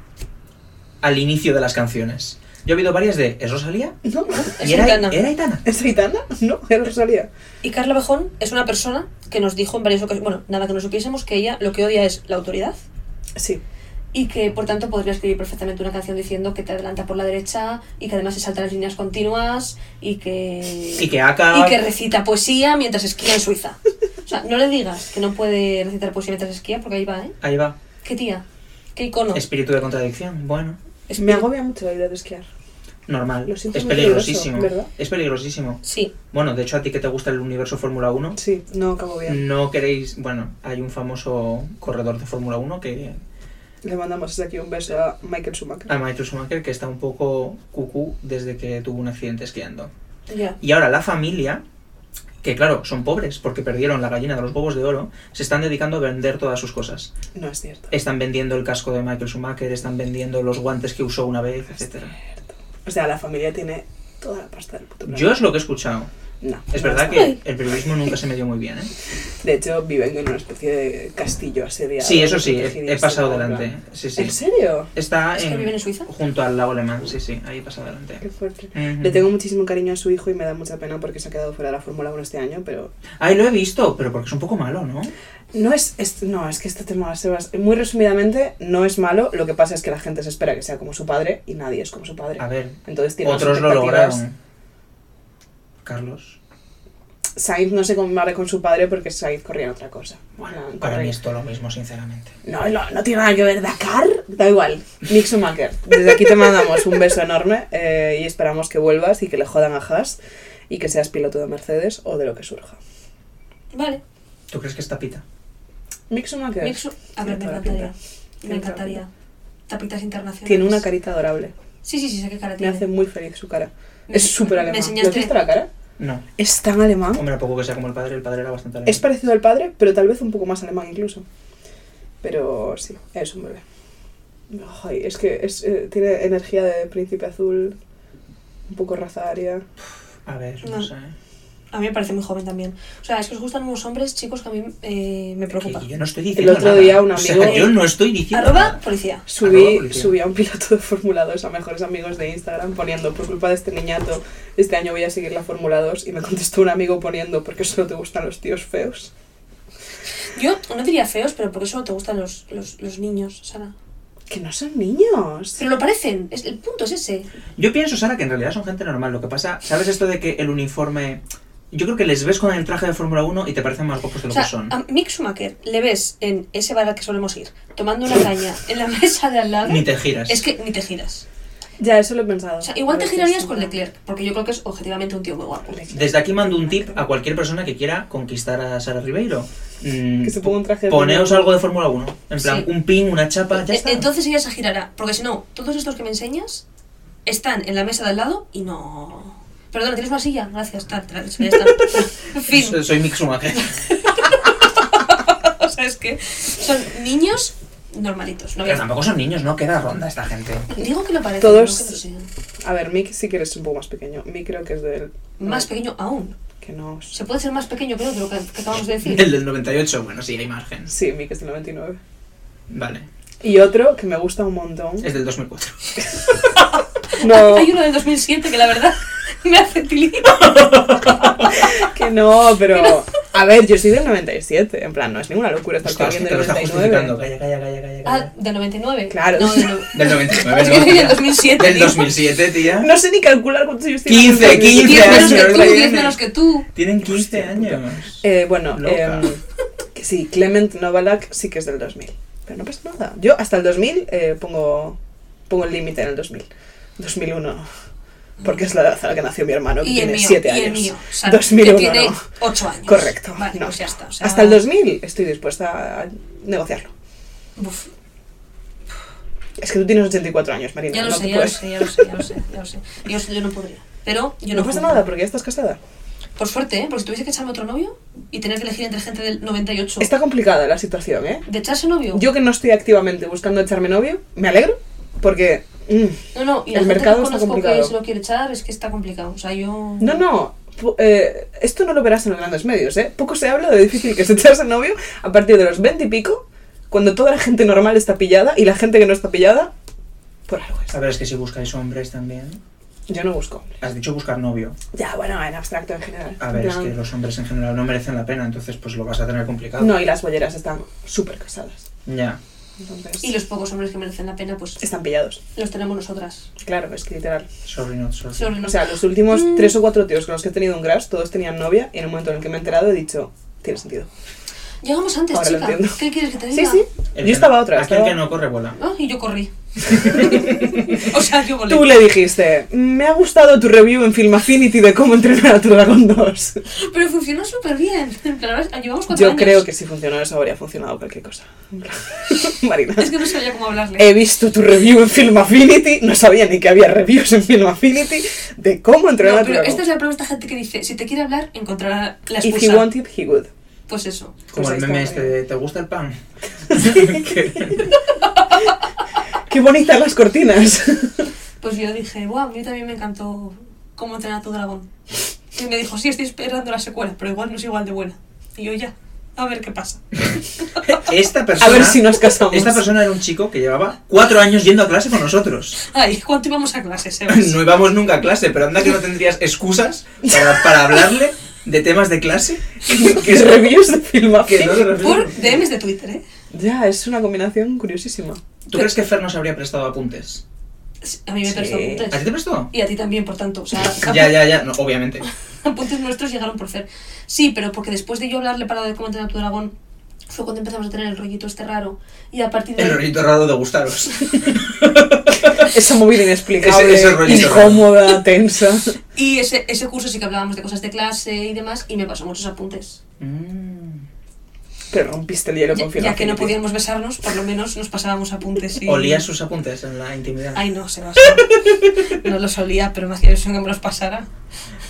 al inicio de las canciones. Yo he habido varias de ¿Es Rosalía? (laughs) No, Es y era, Aitana. era Aitana. ¿es Aitana? No, era Rosalía. Y Carla Bejón es una persona que nos dijo en varias ocasiones, bueno, nada que no supiésemos, que ella lo que odia es la autoridad Sí. y que por tanto podría escribir perfectamente una canción diciendo que te adelanta por la derecha y que además se salta las líneas continuas y que... Y que Aka. y que recita poesía mientras esquía en Suiza. O sea, no le digas que no puede recitar poesía mientras esquía porque ahí va, ¿eh? Ahí va. ¿Qué tía? ¿Qué icono? Espíritu de contradicción. Bueno, Me Espíritu- agobia mucho la idea de esquiar. normal. Lo siento Es muy peligrosísimo. peligroso, ¿verdad? Es peligrosísimo. Sí, Bueno, de hecho, a ti que te gusta el universo Fórmula 1, Sí, no acabo bien. Mm. no queréis. Bueno, hay un famoso corredor de Fórmula 1 que. Le mandamos desde aquí un beso a Michael Schumacher. A Michael Schumacher, que está un poco cucú desde que tuvo un accidente esquiando. ya. Y ahora la familia, que claro, son pobres porque perdieron la gallina de los huevos de oro, se están dedicando a vender todas sus cosas. No es cierto. Están vendiendo el casco de Michael Schumacher, están vendiendo los guantes que usó una vez, etc. O sea, la familia tiene toda la pasta del puto planeta. Yo es lo que he escuchado. No, Es no verdad está. que el periodismo nunca se me dio muy bien, ¿eh? De hecho, viven en una especie de castillo asediado. Sí, eso sí, he, he protegidísimo, pasado en plan- delante. Sí, sí. ¿En serio? Está ¿Es que en- viven en Suiza? junto al lago Alemán, sí, sí, ahí he pasado Qué delante. fuerte. Ujú. Le tengo muchísimo cariño a su hijo y me da mucha pena porque se ha quedado fuera de la Fórmula 1 este año, pero Ay, lo he visto, pero porque es un poco malo, ¿no? no es, es- no es que este tema Sebas, muy resumidamente no es malo, lo que pasa es que la gente se espera que sea como su padre y nadie es como su padre. A ver, Entonces tiene unas otros lo expectativas. lograron. Carlos, Sainz no se compara con su padre porque Sainz corría en otra cosa. Bueno, para corre- mí es todo lo mismo, sinceramente. No, no, no tiene nada que ver Dakar. Da igual. Nick Schumacher. Desde aquí te mandamos un beso enorme eh, y esperamos que vuelvas y que le jodan a Haas y que seas piloto de Mercedes o de lo que surja. Vale. ¿Tú crees que es tapita? Nick Schumacher Mixo- A Tiene ver, me toda la encantaría. pinta. Tiene Me toda la encantaría. Tapitas internacionales. tiene una carita adorable. Sí, sí, sí, sé qué cara Me tiene. hace muy feliz su cara. Me- Es súper me alemán. ¿Lo has enseñaste- visto la cara? No. Es tan alemán. Hombre, a poco que sea como el padre, el padre era bastante alemán. Es parecido al padre, pero tal vez un poco más alemán incluso. Pero sí, es un bebé. Ay, es que es, eh, tiene energía de príncipe azul, un poco raza aria. A ver, no, No. sé. A mí me parece muy joven también. O sea, es que os gustan unos hombres, chicos, que a mí eh, me preocupa. Que yo no estoy diciendo El otro nada. día un O sea, amigo- yo no estoy diciendo Arroba nada. policía. Subí, Arroba policía. subí a un piloto de Fórmula 2 a mejores amigos de Instagram poniendo, por culpa de este niñato, este año voy a seguir la Fórmula 2 y me contestó un amigo poniendo, porque solo te gustan los tíos feos. Yo no diría feos, pero porque solo te gustan los, los, los niños, Sara. Que no son niños. Pero lo parecen. Es, el punto es ese. Yo pienso, Sara, que en realidad son gente normal. Lo que pasa, ¿sabes esto de que el uniforme... Yo creo que les ves con el traje de Fórmula 1 y te parecen más guapos de O lo sea, que son. a Mick Schumacher le ves en ese bar al que solemos ir, tomando una caña en la (laughs) mesa de al lado. Ni te giras. Es que ni te giras. Ya, eso lo he pensado. O sea, igual A te ver, girarías sí. con Leclerc, porque yo creo que es objetivamente un tío muy guapo. Desde aquí mando un tip a cualquier persona que quiera conquistar a Sara Ribeiro. Mm, Que se ponga un traje de Poneos Fórmula algo de Fórmula 1. En plan, Sí. un pin, una chapa, Pues ya E- está. Entonces ella se girará, porque si no, todos estos que me enseñas están en la mesa de al lado y no. Perdona, ¿tienes una silla? Gracias, tal, tal, ya está. (laughs) En fin, So- Soy Mick Schumacher. (laughs) o sea, es que son niños normalitos. No voy Pero a- tampoco son niños, ¿no? Queda ronda esta gente. Digo que lo parecen, Todos- no que lo sean. A ver, Mick sí que eres un poco más pequeño. Mick creo que es del... Más pequeño aún. Que no... Se puede ser más pequeño creo, que lo que, que acabamos de (laughs) El decir. del 98, bueno, sí, hay margen. Sí, Mick es del 99. Vale. Y otro que me gusta un montón. Es del 2004. (laughs) No, Hay uno del 2007 que la verdad (laughs) me hace tilín. que no, pero... A ver, yo soy del 97. En plan, no es ninguna locura estar con Ostras, alguien que te del lo está 99. justificando. Calla, calla, calla, calla. Ah, calla. del 99. Claro. No, (laughs) del no- Del 99, Es que ¿no? soy del 2007. Del tío. 2007, tía. No sé ni calcular cuántos años 15, 15 10 menos que años, tú, la 10 tiene. menos que tú. Tienen 15 años. Eh, bueno, Loca. em, que sí, Clement Novalak sí que es del 2000. Pero no pasa nada. Yo hasta el 2000 eh, pongo, pongo el límite en el 2000. 2001. Porque es la edad a la que nació mi hermano, que Y el tiene mío, 7 y el años. mío. o sea, 2001 que tiene no. 8 años. Correcto. Vale, no. pues ya está. o sea, Hasta el 2000 estoy dispuesta a negociarlo. uf, Es que tú tienes 84 años, Marina. ya lo no sé, te ya lo puedes- sé, ya lo sé, ya lo sé, ya lo sé. Yo, yo no podría. Pero yo no, No pasa juzgo. nada porque ya estás casada. Por suerte, ¿eh? Porque si tuviese que echarme otro novio y tener que elegir entre gente del 98. Está complicada la situación, ¿eh? ¿De echarse novio? Yo que no estoy activamente buscando echarme novio, me alegro porque... mm, No, no, y la El gente mercado que está conozco que complicado. se lo quiere echar es que está complicado. O sea, yo. No, no. pu- eh, esto no lo verás en los grandes medios, ¿eh? Poco se habla de lo difícil que es echarse (laughs) novio a partir de los 20 y pico, cuando toda la gente normal está pillada y la gente que no está pillada, por algo es. A ver, es que si buscáis hombres también. Yo no busco. Has dicho buscar novio. Ya, bueno, en abstracto en general. A ver, En es que plan- los hombres en general no merecen la pena, entonces pues lo vas a tener complicado. No, y las bolleras están súper casadas. Ya. Entonces, Y los pocos hombres que merecen la pena, pues están pillados. los tenemos nosotras. Claro, es que literal. Sorry, not sorry. Sobre O nos- sea, los últimos Mm. tres o cuatro tíos con los que he tenido un crush, todos tenían novia y en el momento en el que me he enterado he dicho, tiene sentido. Llegamos antes, Ahora lo chica. entiendo. ¿Qué quieres que te Sí, diga? sí. El que Yo estaba no- otra. Aquel estaba- que no corre bola. Ah, y (laughs) yo corrí. o sea, yo volé. Tú le dijiste, me ha gustado tu review en Film Affinity de cómo entrenar a tu dragón 2. Pero funcionó súper bien. (laughs) En plan, ahora llevamos cuatro Yo años. creo que si funcionó eso habría funcionado cualquier (laughs) cosa. Marina. Es que no sabía cómo hablarle. He visto tu review en Film Affinity, no sabía ni que había reviews en Film Affinity de cómo entrenar no, a tu pero dragón. esta es la prueba de esta gente que dice, si te quiere hablar, encontrará la If he excusa. wanted, he would. Pues eso. Como Pues ahí el meme está, este de ¿te gusta (laughs) el pan? (laughs) ¡Qué bonitas las cortinas! (laughs) Pues yo dije, wow, a mí también me encantó cómo entrenar a tu dragón. Y me dijo, sí, estoy esperando la secuela, pero igual no es igual de buena. Y yo ya, a ver qué pasa. Esta persona. a ver si nos casamos. Esta persona era un chico que llevaba cuatro años yendo a clase con (laughs) nosotros. Ay, ¿cuánto íbamos a (laughs) clase, Sebas? No íbamos nunca a clase, pero anda que no tendrías excusas para, para hablarle de temas de clase. Que (laughs) ¿Qué es reviews de Film que no Affinity? te refieres. Por DMs de Twitter, ¿eh? Ya, es una combinación curiosísima. ¿Tú crees que Fer nos habría prestado apuntes? Sí, A mí me Sí. prestó ¿A ti apuntes. te prestó? Y a ti también, por tanto. O sea, (laughs) Ya, ya, ya, no, obviamente. apuntes nuestros llegaron por Fer. Sí, pero porque después de yo hablarle para ver cómo entrenar a tu dragón, fue cuando empezamos a tener el rollito este raro. Y a partir de El rollito raro de gustaros. Esa movida inexplicable, (laughs) Ese- ese rollito raro. incómoda, tensa. Y ese, ese curso sí que hablábamos de cosas de clase y demás, y me pasó muchos apuntes. Mm. Pero rompiste el hielo Ya, con Film ya que no Affinity. podíamos besarnos, por lo menos nos pasábamos apuntes y... Olías sus apuntes en la intimidad. Ay, no, Sebastián. (laughs) no los olía, pero me hacía ilusión que me los pasara.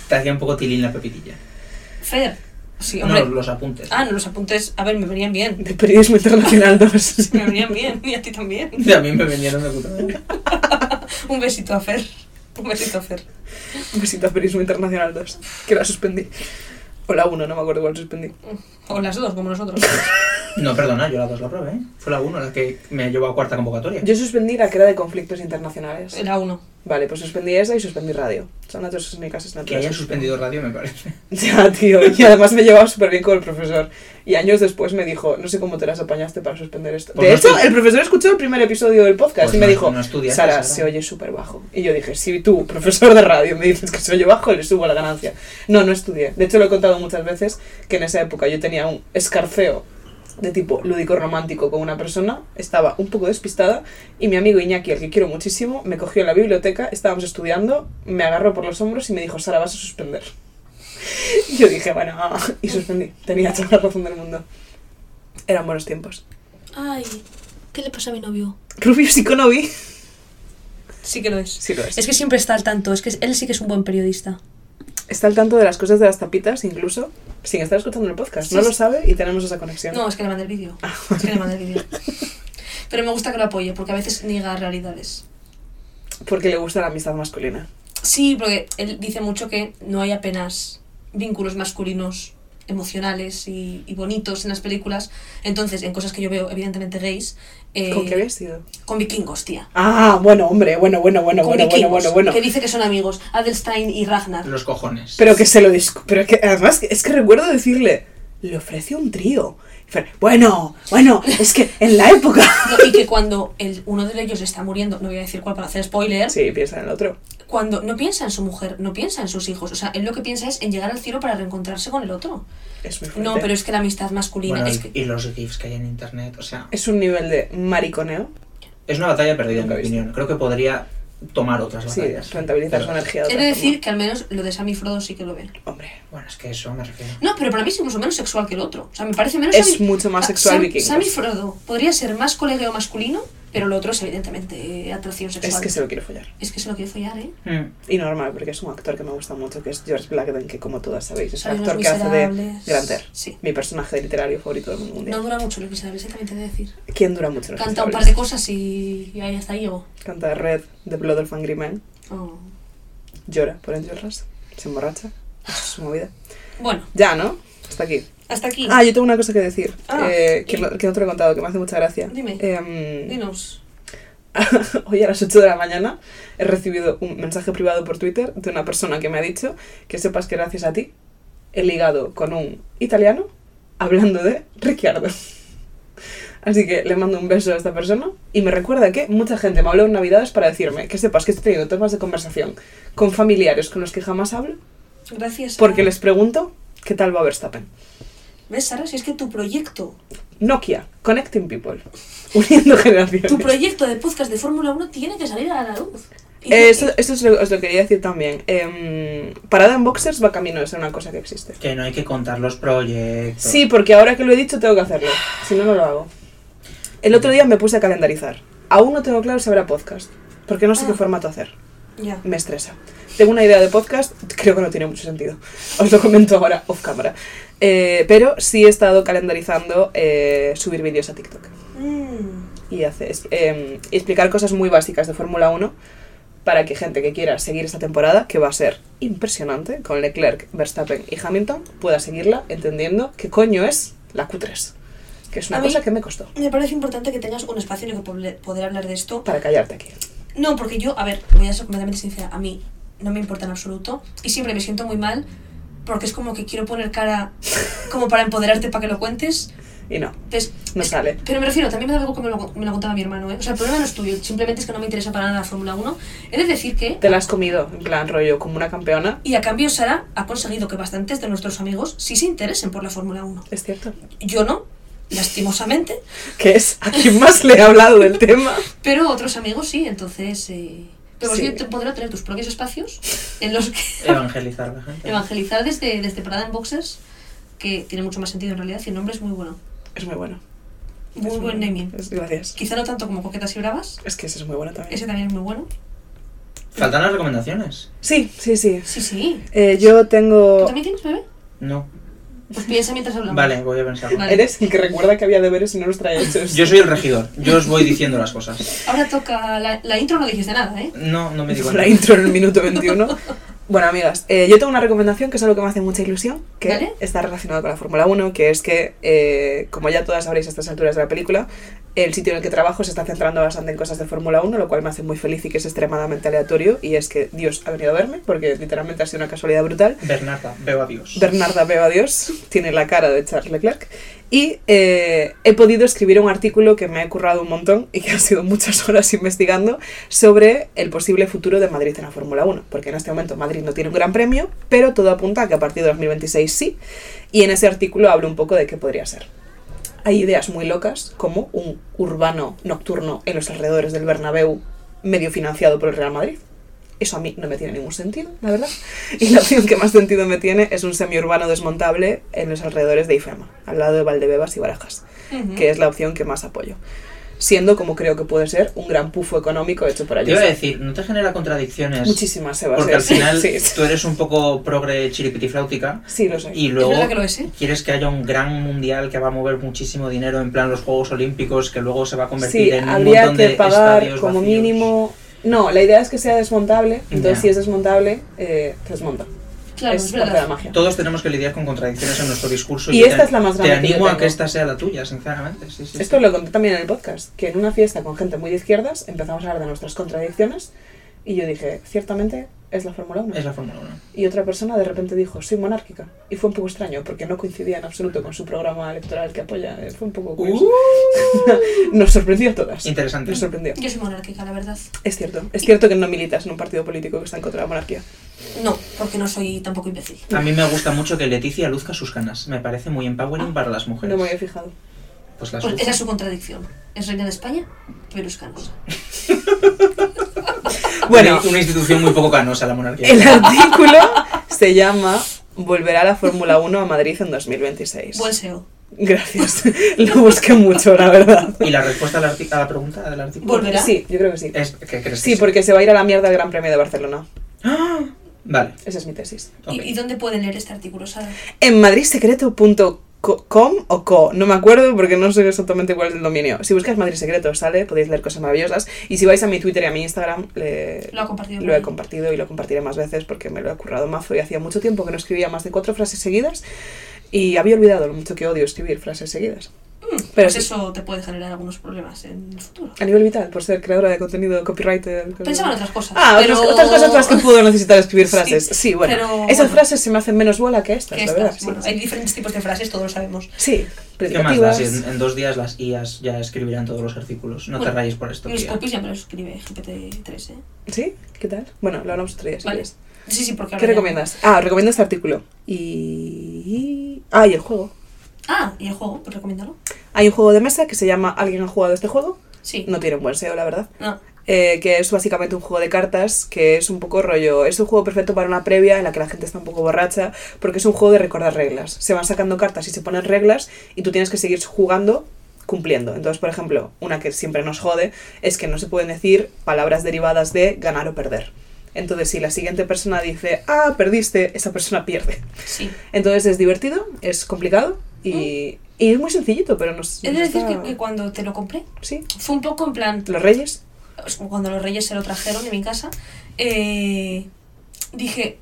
Te hacía un poco tilín la pepitilla. Fer. Sí, No, hombre. los apuntes. Ah, no, los apuntes, a ver, me venían bien. De periodismo (laughs) internacional 2. Me venían bien, y a ti también. (laughs) A mí me vendieron de puta madre. Un besito a Fer. Un besito a Fer. Un besito a periodismo internacional 2, que la suspendí. O la 1, no me acuerdo cuál suspendí. O las dos, como nosotros. No, perdona, yo la dos la probé. ¿eh? Fue la uno la que me llevó a cuarta convocatoria. Yo suspendí la que era de conflictos internacionales. La uno. Vale, pues suspendí esa y suspendí radio. Son las dos únicas Que asignaturas. haya suspendido radio, me parece. (laughs) Ya, tío. Y además me llevaba súper bien con el profesor. Y años después me dijo, no sé cómo te las apañaste para suspender esto. Pues de no hecho, estu- el profesor escuchó el primer episodio del podcast Pues y me no- dijo, no estudiaste, Sara, Sara". se oye súper bajo. Y yo dije, si tú, profesor de radio, me dices que se oye bajo, le subo la ganancia. No, no estudié. De hecho, lo he contado muchas veces que en esa época yo tenía un escarceo de tipo lúdico romántico con una persona, estaba un poco despistada y mi amigo Iñaki, al que quiero muchísimo, me cogió en la biblioteca, estábamos estudiando, me agarró por los hombros y me dijo, Sara, vas a suspender. (laughs) Y yo dije, bueno, ah", y suspendí. Tenía toda la razón del mundo. Eran buenos tiempos. Ay, ¿qué le pasa a mi novio? Rubio Psiconovi. Sí que lo es. Sí lo es. Es que siempre está al tanto, es que él sí que es un buen periodista. Está al tanto de las cosas de las tapitas, incluso, sin estar escuchando el podcast. No Sí, lo sí. sabe y tenemos esa conexión. No, es que le mandé el vídeo. Es que le mandé el vídeo. Pero me gusta que lo apoye, porque a veces niega realidades. Porque le gusta la amistad masculina. Sí, porque él dice mucho que no hay apenas vínculos masculinos emocionales y, y bonitos en las películas. Entonces, en cosas que yo veo, evidentemente gays. eh, ¿Con qué habías sido? Con vikingos, tía. Ah, bueno, hombre, bueno, bueno, bueno, con bueno, bueno, vikingos. bueno, bueno. Que dice que son amigos. Adelstein y Ragnar. Los cojones. Pero que se lo discu Pero que además es que recuerdo decirle, le ofrece un trío. Y Fer, bueno, bueno, es que en la época. (laughs) No, y que cuando el, uno de ellos está muriendo, no voy a decir cuál para hacer spoiler, Sí, piensa en el otro. cuando no piensa en su mujer, no piensa en sus hijos. O sea, él lo que piensa es en llegar al cielo para reencontrarse con el otro. Es muy No, fuerte. pero es que la amistad masculina Bueno, es y- que... y los GIFs que hay en internet, o sea, Es un nivel de mariconeo. es una batalla perdida en mi Nunca he visto. opinión. Creo que podría tomar otras Sí, batallas. rentabilizar su Pero- energía. de He de otra decir que al menos lo de Sam y Frodo sí que lo ve. forma. Hombre. Bueno, es que eso me refiero. No, pero para mí es incluso menos sexual que el otro. O sea, me parece menos... Es Sam y- mucho más Ah, sexual Sam- Vikingos. Sam y Frodo podría ser más colegio masculino, pero el otro es evidentemente eh, atracción sexual. Es que se lo quiero follar. Es que se lo quiere follar, ¿eh? Mm. Y normal, porque es un actor que me gusta mucho, que es George Blackden, que como todas sabéis, es Salen el los actor que hace de miserables. Granter, Sí. mi personaje literario favorito del mundo mundial. No dura mucho Los Miserables, ¿eh? también te he de decir. ¿Quién dura mucho? Los Canta un par Miserables? de cosas y, y ahí hasta ahí llego. Canta Red, The Blood of Angry Men, Oh. llora por entre otras, se emborracha, eso es su movida. Bueno, Ya, ¿no? Hasta aquí. hasta aquí. Ah, yo tengo una cosa que decir, Ah, eh, que, y- no, que no te lo he contado, que me hace mucha gracia. Dime. Em, Dinos. (laughs) Hoy a las 8 de la mañana he recibido un mensaje privado por Twitter de una persona que me ha dicho que sepas que gracias a ti he ligado con un italiano hablando de Ricciardo. (laughs) Así que le mando un beso a esta persona y me recuerda que mucha gente me habló en Navidades para decirme que sepas que estoy teniendo temas de conversación con familiares con los que jamás hablo Gracias. Sara. porque les pregunto qué tal va Verstappen. ¿Ves, Sara? Si es que tu proyecto, Nokia, Connecting People, (laughs) uniendo generaciones. tu proyecto de podcast de Fórmula 1 tiene que salir a la luz. Y- Eh, Eso, eso es lo, os lo quería decir también. Em, parada en boxers va camino de ser una cosa que existe. Que no hay que contar los proyectos. Sí, porque ahora que lo he dicho tengo que hacerlo. Si no, no lo hago. El otro día me puse a calendarizar. Aún no tengo claro si habrá podcast. Porque no sé qué Ah. formato hacer. Ya. Me estresa. Tengo una idea de podcast, creo que no tiene mucho sentido. Os lo comento ahora off cámara. Eh, pero sí he estado calendarizando eh, subir vídeos a TikTok Mm. y hace- es- em, explicar cosas muy básicas de Fórmula 1 para que gente que quiera seguir esta temporada, que va a ser impresionante, con Leclerc, Verstappen y Hamilton, pueda seguirla entendiendo qué coño es la Q3, que es una A mí- cosa que me costó, Me parece importante que tengas un espacio en el que poble- poder hablar de esto. para callarte aquí. No, porque yo, a ver, voy a ser completamente sincera, a mí no me importa en absoluto y siempre me siento muy mal porque es como que quiero poner cara como para empoderarte para que lo cuentes. Y no, Entonces, no sale. Pero me refiero, también me da algo que me lo, me lo contaba mi hermano, ¿eh? O sea, el problema no es tuyo, simplemente es que no me interesa para nada la Fórmula 1. He de decir que, Te la has comido, en plan rollo, como una campeona. y a cambio Sara ha conseguido que bastantes de nuestros amigos sí se interesen por la Fórmula 1. Es cierto. Yo no, lastimosamente, Que es a quien más le he hablado del tema. pero otros amigos sí, entonces... eh, Pero Sí. sí. te podrás tener tus propios espacios en los (laughs) que... Evangelizar a la gente. Evangelizar desde, desde Parada en Boxers, que tiene mucho más sentido en realidad, y el nombre es muy bueno. Es muy bueno. Muy Es buen bueno. naming. Es- gracias. Quizá no tanto como Coquetas y Bravas, Es que ese es muy bueno también. ese también es muy bueno. Faltan las recomendaciones. Sí, sí, sí. Sí, sí. Eh, yo ¿Tú tengo... también tienes bebé? No. Pues piensa mientras hablamos. Vale, voy a pensarlo. Vale. Eres el que recuerda que había deberes y no los traía hechos. Yo soy el regidor. Yo os voy diciendo las cosas. Ahora toca. La, la intro no dijiste nada, ¿eh? No, no me digo la nada. intro en el minuto 21. Bueno, amigas, eh, yo tengo una recomendación que es algo que me hace mucha ilusión, que ¿Vale? está relacionado con la Fórmula 1, que es que, eh, como ya todas sabréis a estas alturas de la película, el sitio en el que trabajo se está centrando bastante en cosas de Fórmula 1, lo cual me hace muy feliz y que es extremadamente aleatorio, y es que Dios ha venido a verme, porque literalmente ha sido una casualidad brutal. Bernarda, veo a Dios. Bernarda Beba Dios, tiene la cara de Charles Leclerc. Y eh, he podido escribir un artículo que me ha currado un montón y que han sido muchas horas investigando sobre el posible futuro de Madrid en la Fórmula 1. Porque en este momento Madrid no tiene un gran premio, pero todo apunta a que a partir de 2026 sí. Y en ese artículo hablo un poco de qué podría ser. Hay ideas muy locas, como un urbano nocturno en los alrededores del Bernabéu, medio financiado por el Real Madrid. Eso a mí no me tiene ningún sentido, la verdad. Y la opción que más sentido me tiene es un semiurbano desmontable en los alrededores de IFEMA, al lado de Valdebebas y Barajas, Mm. Ujú. que es la opción que más apoyo. Siendo, como creo que puede ser, un gran pufo económico hecho por Te iba a allí. decir, ¿no te genera contradicciones? Muchísimas, Sebas. Porque al sí, final (laughs) Sí, sí. tú eres un poco progre chiripitifláutica Sí, lo sé. y Es luego verdad que lo es, ¿eh? quieres que haya un gran mundial que va a mover muchísimo dinero en plan los Juegos Olímpicos que luego se va a convertir Sí, en un habría montón que de pagar estadios como vacíos. mínimo... No, la idea es que sea desmontable, entonces Ya. si es desmontable, eh, se desmonta. Claro, es es, parte de la verdad. magia. Todos tenemos que lidiar con contradicciones en nuestro discurso Y yo esta es la más te grande que yo animo a tengo. que esta sea la tuya, sinceramente. Sí, sí, Esto sí. lo conté también en el podcast, que en una fiesta con gente muy de izquierdas empezamos a hablar de nuestras contradicciones y yo dije, ciertamente es la Fórmula 1. Es la Fórmula 1. Y otra persona de repente dijo, soy monárquica. Y fue un poco extraño porque no coincidía en absoluto con su programa electoral que apoya. Eh, Fue un poco curioso. (laughs) Nos sorprendió a todas. Uh. Interesante. Nos sorprendió. Yo soy monárquica, la verdad. Es cierto. Es cierto que no militas en un partido político que está en contra de la monarquía. No, porque no soy tampoco imbécil. A mí me gusta mucho que Leticia luzca sus canas. Me parece muy empowering para las mujeres. No me había fijado. Pues Ah, las Pues luce. esa es su contradicción. Es reina de España, pero es canosa. Bueno, Una, una institución muy poco canosa, la monarquía. el artículo se llama Volverá la Fórmula 1 a Madrid en 2026. Buen SEO. Gracias. (laughs) Lo busqué mucho, la verdad. Y la respuesta al arti- a la pregunta del artículo ¿Volverá? Sí, yo creo que sí. es que crees que Sí, porque se va a ir a la mierda el Gran Premio de Barcelona. ¡Ah! Vale. Esa es mi tesis. ok. ¿Y, y dónde pueden leer este artículo, Sara? En madridsecreto.com o co, no me acuerdo porque no sé exactamente cuál es el dominio. Si buscas Madrid Secreto, sale, podéis leer cosas maravillosas. Y si vais a mi Twitter y a mi Instagram, le- Lo ha compartido. lo he conmigo. compartido y lo compartiré más veces porque me lo he currado mazo y hacía mucho tiempo que no escribía más de cuatro frases seguidas y había olvidado lo mucho que odio escribir frases seguidas. Mm, Pero pues sí. Eh, eso te puede generar algunos problemas en el futuro. A nivel vital, por ser creadora de contenido, copywriter... Pensaba en otras cosas. Ah, pero... otras, otras cosas (laughs) otras que puedo necesitar escribir Sí, frases. Sí, bueno. pero Esas bueno. frases se me hacen menos bola que estas, Que la estas, verdad. sí, bueno, sí. hay diferentes tipos de frases, todos lo sabemos. Sí, ¿Qué más da? predicativas. Si en, en dos días las IAs ya escribirán todos los artículos. No te Bueno, rayes por esto, Mis tía. popis ya me lo escribe GPT-3, ¿eh? ¿Sí? ¿Qué tal? Bueno, lo hablamos otro día. si Vale. quieres. Sí, sí, porque ¿Qué ahora ya- recomiendas? Ah, recomiendo este artículo. Y. Ah, y el juego. Ah, y el juego, pues recomiéndalo. Hay un juego de mesa que se llama ¿Alguien ha jugado este juego? Sí. No tiene un buen SEO, la verdad. No. Eh, que es básicamente un juego de cartas, que es un poco rollo. Es un juego perfecto para una previa en la que la gente está un poco borracha, porque es un juego de recordar reglas. Se van sacando cartas y se ponen reglas, y tú tienes que seguir jugando cumpliendo. Entonces, por ejemplo, una que siempre nos jode es que no se pueden decir palabras derivadas de ganar o perder. Entonces, si la siguiente persona dice, ah, perdiste, esa persona pierde. Sí. Entonces es divertido, es complicado y, y es muy sencillito, pero nos. He de nos Mm. decir que, da- que cuando te lo compré, Sí, fue un poco en plan, los reyes. cuando los reyes se lo trajeron de mi casa, eh, dije,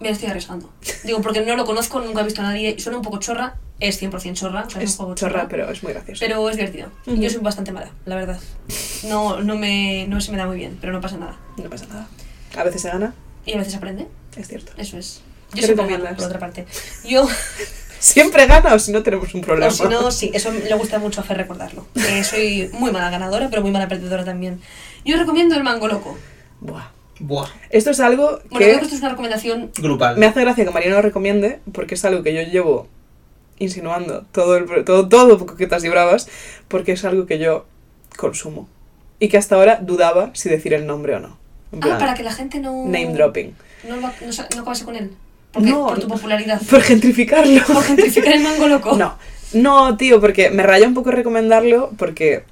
me lo estoy arriesgando. Digo, porque no lo conozco, nunca he visto a nadie, suena un poco chorra, es 100% chorra, o sea, es, Es un juego chorra, pero es muy gracioso. pero es divertido. Ujú. Yo soy bastante mala, la verdad. No, no, me, no se me da muy bien, pero no pasa nada. No pasa nada. A veces se gana, Y a veces aprende, es cierto. eso es. ¿Qué Yo siempre recomiendas? gano, por otra parte. Yo... Siempre gana o si no tenemos un problema. O si no, sí, eso le gusta mucho a Fer recordarlo. Eh, soy muy mala ganadora, pero muy mala perdedora también. Yo recomiendo el mango loco. Buah. Buah. Esto es algo Bueno, creo que que esto es una recomendación. Grupal. me hace gracia que María lo recomiende porque es algo que yo llevo insinuando todo el pro- todo todo coquetas y bravas porque es algo que yo consumo y que hasta ahora dudaba si decir el nombre o no. En Ah, plan, para que la gente no. name dropping. No, lo- no, sa- no acabase con él. Porque- No. por tu popularidad. Por gentrificarlo. Por (laughs) gentrificar el mango loco. No, no, tío, porque me raya un poco recomendarlo porque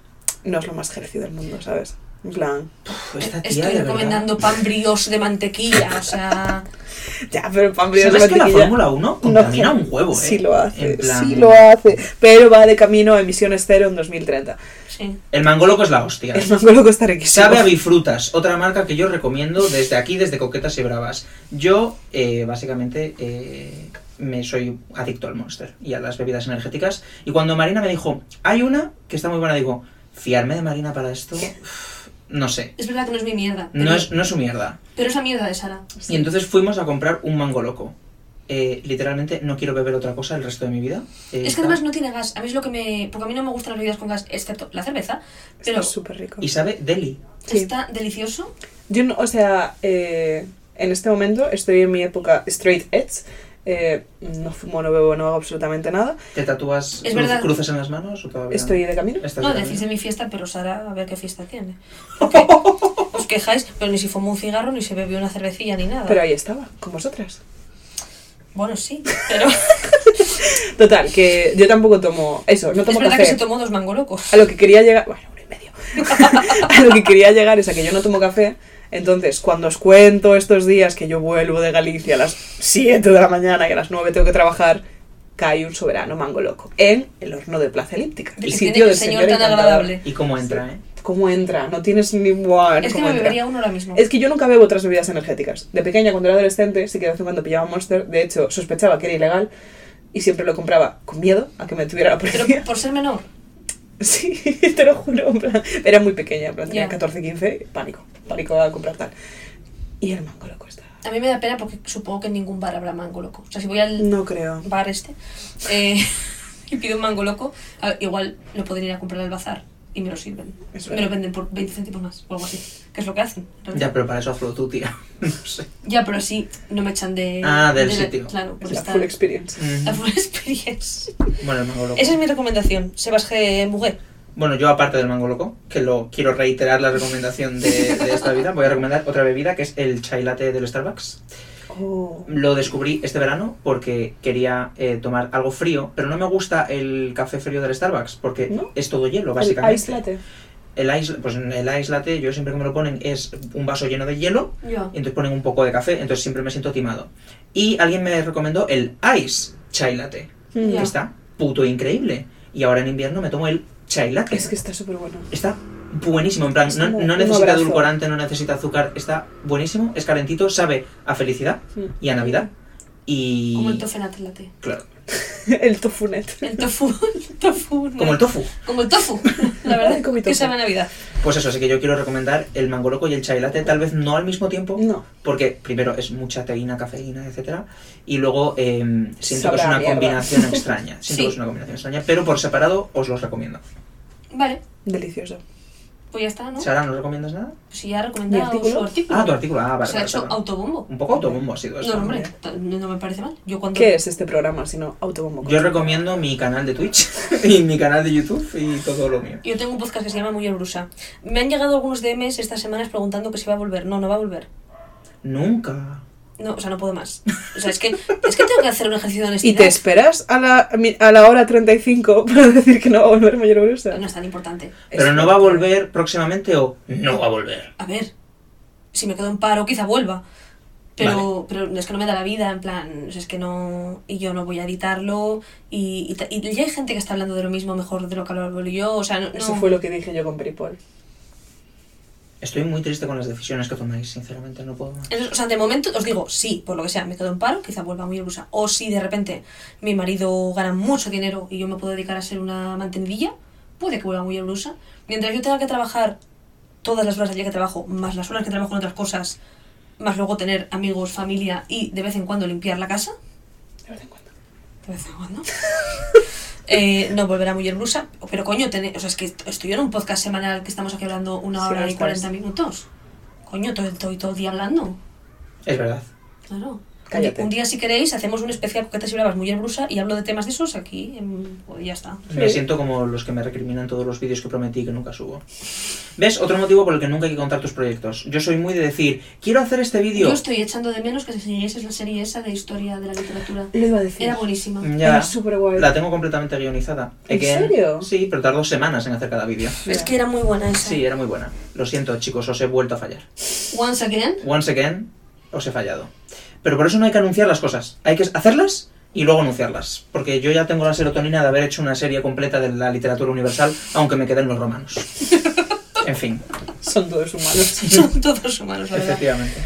no es lo más gerecido del mundo, ¿sabes? En plan, Uf, pues esta tía, de Estoy verdad. recomendando pan brioche de mantequilla, o sea. ya, pero pan brioche ¿Sabes que la mantequilla- Fórmula 1 contamina No, un huevo, eh? Sí lo hace, En plan- sí lo hace. Pero va de camino a emisiones cero en 2030. Sí. El mango loco es la hostia. eh. El mango loco está riquísimo. Sabe a Bifrutas, otra marca que yo recomiendo desde aquí, desde Coquetas y Bravas. Yo, eh, básicamente, eh, me soy adicto al Monster y a las bebidas energéticas. Y cuando Marina me dijo, hay una que está muy buena, digo, fiarme de Marina para esto, Uf, no sé. Es verdad que no es mi mierda. Pero, No es, no es su mierda. pero es la mierda de Sara. Y entonces fuimos a comprar un mango loco. Eh, literalmente no quiero beber otra cosa el resto de mi vida. Eh, Es está- que además no tiene gas. A mí es lo que me. Porque a mí no me gustan las bebidas con gas, excepto la cerveza. Pero Está súper rico. Y sabe deli. Sí. está delicioso. Yo no, o sea, eh, en este momento estoy en mi época straight edge. eh, no fumo, no bebo, no hago absolutamente nada. ¿Te tatúas Es cru- verdad. cruces en las manos o todavía no? Estoy de camino. Estás No, de decís de camino. mi fiesta, pero Sara, a ver qué (laughs) fiesta tiene. Porque os quejáis, pero ni si fumó un cigarro, ni se bebió una cervecilla, ni nada. Pero ahí estaba, con vosotras. Bueno, (laughs) sí, pero Total, que yo tampoco tomo eso, no es tomo verdad que se café. tomó dos mango locos. A lo que quería llegar, bueno, uno y medio. (laughs) a lo que quería llegar es a que yo no tomo café. Entonces, cuando os cuento estos días que yo vuelvo de Galicia a las 7 de la mañana y a las 9 tengo que trabajar, cae un soberano mango loco en el horno de Plaza Elíptica. De el que sitio tiene del el señor señor tan encantador. agradable. ¿Y cómo entra, eh? ¿Cómo entra? No tienes ni bueno, es que ¿cómo me entra? bebería uno ahora mismo. Es que yo nunca bebo otras bebidas energéticas. De pequeña, cuando era adolescente, sí que de vez en cuando pillaba Monster. De hecho, sospechaba que era ilegal y siempre lo compraba con miedo a que me tuviera la policía. Pero por ser menor, Sí, (laughs) te lo juro. en plan, era muy pequeña, en plan, tenía Ya. 14, 15, pánico. Pánico a comprar tal. Y el mango loco está A mí me da pena porque supongo que en ningún bar habrá mango loco. O sea, si voy al No creo. bar este eh, (laughs) y pido un mango loco, a- igual lo podría ir a comprar al bazar y me lo sirven. Eso me es. lo venden por 20 céntimos más o algo así. Que es lo que hacen. en realidad. Ya, pero para eso hazlo tú, tía. (laughs) No sé. Ya, pero así no me echan de. Ah, del de la- sitio. Claro, Es por la estar- full experience. la (laughs) Mm. full experience. Bueno, el mango loco. Esa es mi recomendación. Sebas G. Muguet. Bueno, yo aparte del mango loco, que lo quiero reiterar la recomendación de, de esta bebida, voy a recomendar otra bebida que es el chai latte del Starbucks. Oh. Lo descubrí este verano porque quería eh, tomar algo frío, pero no me gusta el café frío del Starbucks porque ¿No? es todo hielo, El básicamente. ice latte. El ice, pues el ice latte, yo siempre que me lo ponen es un vaso lleno de hielo Ya. y entonces ponen un poco de café, entonces siempre me siento timado. Y alguien me recomendó el ice chai latte, Mm. Ya. que está puto increíble. Y ahora en invierno me tomo el chai latte. Es que está súper bueno. Está buenísimo, en plan, Es no, como no un necesita abrazo. edulcorante, no necesita azúcar, está buenísimo, es calentito, sabe a felicidad Mm. y a Navidad. Y... Como el tofu en latte. Claro, (laughs) El tofunet. (laughs) El tofu. El tofu. ¿no? como el tofu. Como el tofu. La verdad. (laughs) Ay, comí Que tofu. sabe a Navidad. Pues eso, así que yo quiero recomendar el mango loco y el chai latte, tal vez no al mismo tiempo, No. porque primero es mucha teína, cafeína, etcétera, y luego eh, siento que Sabrá es una mierda. (laughs) combinación extraña, siento Sí. que es una combinación extraña, pero por separado os los recomiendo. Vale. Delicioso. Pues ya está, ¿no? Sara, ¿no recomiendas nada? Si ya ha ¿Mi recomendado artículo? su artículo. Ah, tu artículo, ah, vale. Se ha vale, hecho perdón. autobombo. Un poco autobombo ha sido No, eso. hombre, bien. t- no no me parece mal. Yo cuando... ¿Qué es este programa si no autobombo? Yo recomiendo mi canal de Twitch (laughs) y mi canal de YouTube y todo lo mío. Yo tengo un podcast que se llama Muy Brusa. Me han llegado algunos DMs estas semanas preguntando que si va a volver. No, no va a volver. Nunca. No, o sea, no puedo más. O sea, es que, es que tengo que hacer un ejercicio de ¿Y (laughs) honestidad. te esperas a la, a la hora 35 (laughs) para decir que no va a volver Mayor Brusa? No es tan importante. Pero no va a volver próximamente o no va a volver. A ver, si me quedo en paro, quizá vuelva. Pero, pero es que no me da la vida, en plan, o sea, es que no. Y yo no voy a editarlo. Y, y ta- y ya hay gente que está hablando de lo mismo mejor de lo que hablo yo. O sea, no. Eso no- fue lo que dije yo con Peripol. Estoy muy triste con las decisiones que tomáis, sinceramente, no puedo más. Entonces, o sea, de momento os digo, sí, por lo que sea, me quedo en paro, quizá vuelva muy ilusa. O si de repente mi marido gana mucho dinero y yo me puedo dedicar a ser una mantenidilla, puede que vuelva muy ilusa. Mientras yo tenga que trabajar todas las horas del día que trabajo, más las horas que trabajo en otras cosas, más luego tener amigos, familia y de vez en cuando limpiar la casa, De vez en cuando. de vez en cuando. Eh, no volverá muy ilusa, pero coño, tené- o sea, es que estoy en un podcast semanal que estamos aquí hablando una Sí, hora y las 40 tres. minutos. Coño, todo el, todo, todo el día hablando. Es verdad. Claro. Cállate. Un día, si queréis, hacemos un especial coquetas y bravas muy en brusa y hablo de temas de esos aquí. en- o ya está. Me Sí. siento como los que me recriminan todos los vídeos que prometí que nunca subo. ¿Ves? Otro motivo por el que nunca hay que contar tus proyectos. Yo soy muy de decir, quiero hacer este Yo vídeo. estoy echando de menos que siguieses la serie esa de historia de la literatura. Lo iba a decir. Era buenísima. Ya, Era súper guay. la tengo completamente guionizada. ¿En Again. serio? Sí, pero tardó semanas en hacer cada vídeo. Es que era muy buena esa. Sí, era muy buena. Lo siento, chicos, os he vuelto a fallar. Once again. Once again, os he fallado. Pero por eso no hay que anunciar las cosas. Hay que hacerlas y luego anunciarlas. Porque yo ya tengo la serotonina de haber hecho una serie completa de la literatura universal, aunque me queden los romanos. En fin, Son todos humanos. (laughs) Son (laughs) todos humanos, la verdad. efectivamente.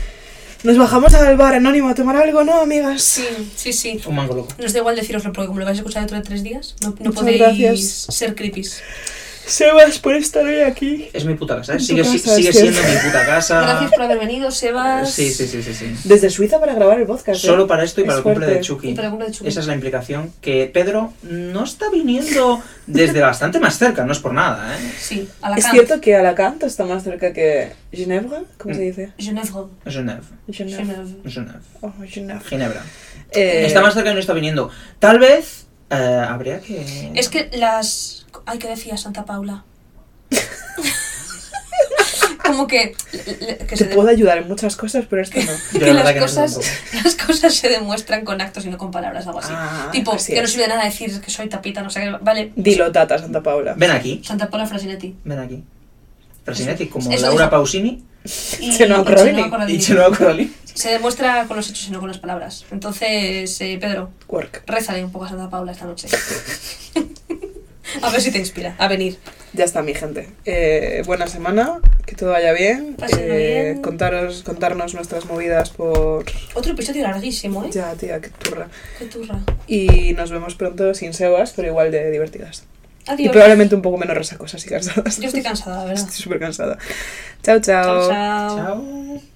Nos bajamos al bar anónimo a tomar algo, ¿no, amigas? Sí, sí, sí. Un mango loco. Nos da igual deciroslo porque como lo vais a escuchar dentro de tres días, no, no Muchas podéis gracias. ser creepies. Sebas, por estar hoy aquí. Es mi puta casa, ¿eh? Tu Sigue, si- casa, sigue sí. siendo mi puta casa. Ah. Gracias por haber venido, Sebas. Sí, sí, sí, sí, sí. Desde Suiza para grabar el podcast. ¿eh? Solo para esto y para Es el cumple de fuerte. Chucky. Y para el cumple de Chucky. Esa es la implicación que Pedro no está viniendo desde bastante más cerca, no es por nada, ¿eh? Sí, a la Es cama. cierto que Alacant está más cerca que Ginebra, ¿cómo Mm. se dice? Genève. Genève, Ginebra. Genève. Genève, Oh, Ginebra. Ginebra. Eh, Está más cerca y no está viniendo. Tal vez eh, habría que. Es que las. Ay, que decía Santa Paula. Como que. le- le- que Te se de- puedo ayudar en muchas cosas, pero (laughs) esto no. Yo que la las verdad que no sé cosas, tampoco. las cosas se demuestran con actos y no con palabras, algo así. Ah, tipo, así que no es. sirve de nada decir que soy tapita, no sé qué. Vale, Dilo, Tata Santa Paula. Ven aquí, Santa Paula (laughs) Frasinetti. ven aquí. Frasinetti, como Eso Laura dijo- Pausini Y, Chenoa y Coralini. Chenoa Coralini. y Chenoa Coralí. Se demuestra con los hechos y no con las palabras. Entonces, eh, Pedro, Work. rézale un poco a Santa Paula esta noche. a ver si te inspira a venir. Ya está, mi gente. Eh, buena semana, que todo vaya bien. Eh, Pásenlo bien. Contaros, contarnos nuestras movidas por. Otro episodio larguísimo, ¿eh? Ya, tía, qué turra. Qué turra. Y nos vemos pronto sin Sebas, pero igual de divertidas. Adiós. Y probablemente un poco (laughs) menos resacosas y cansadas. Yo estoy cansada, la verdad. Estoy súper cansada. Chao, chao. Chao, chao. Chao.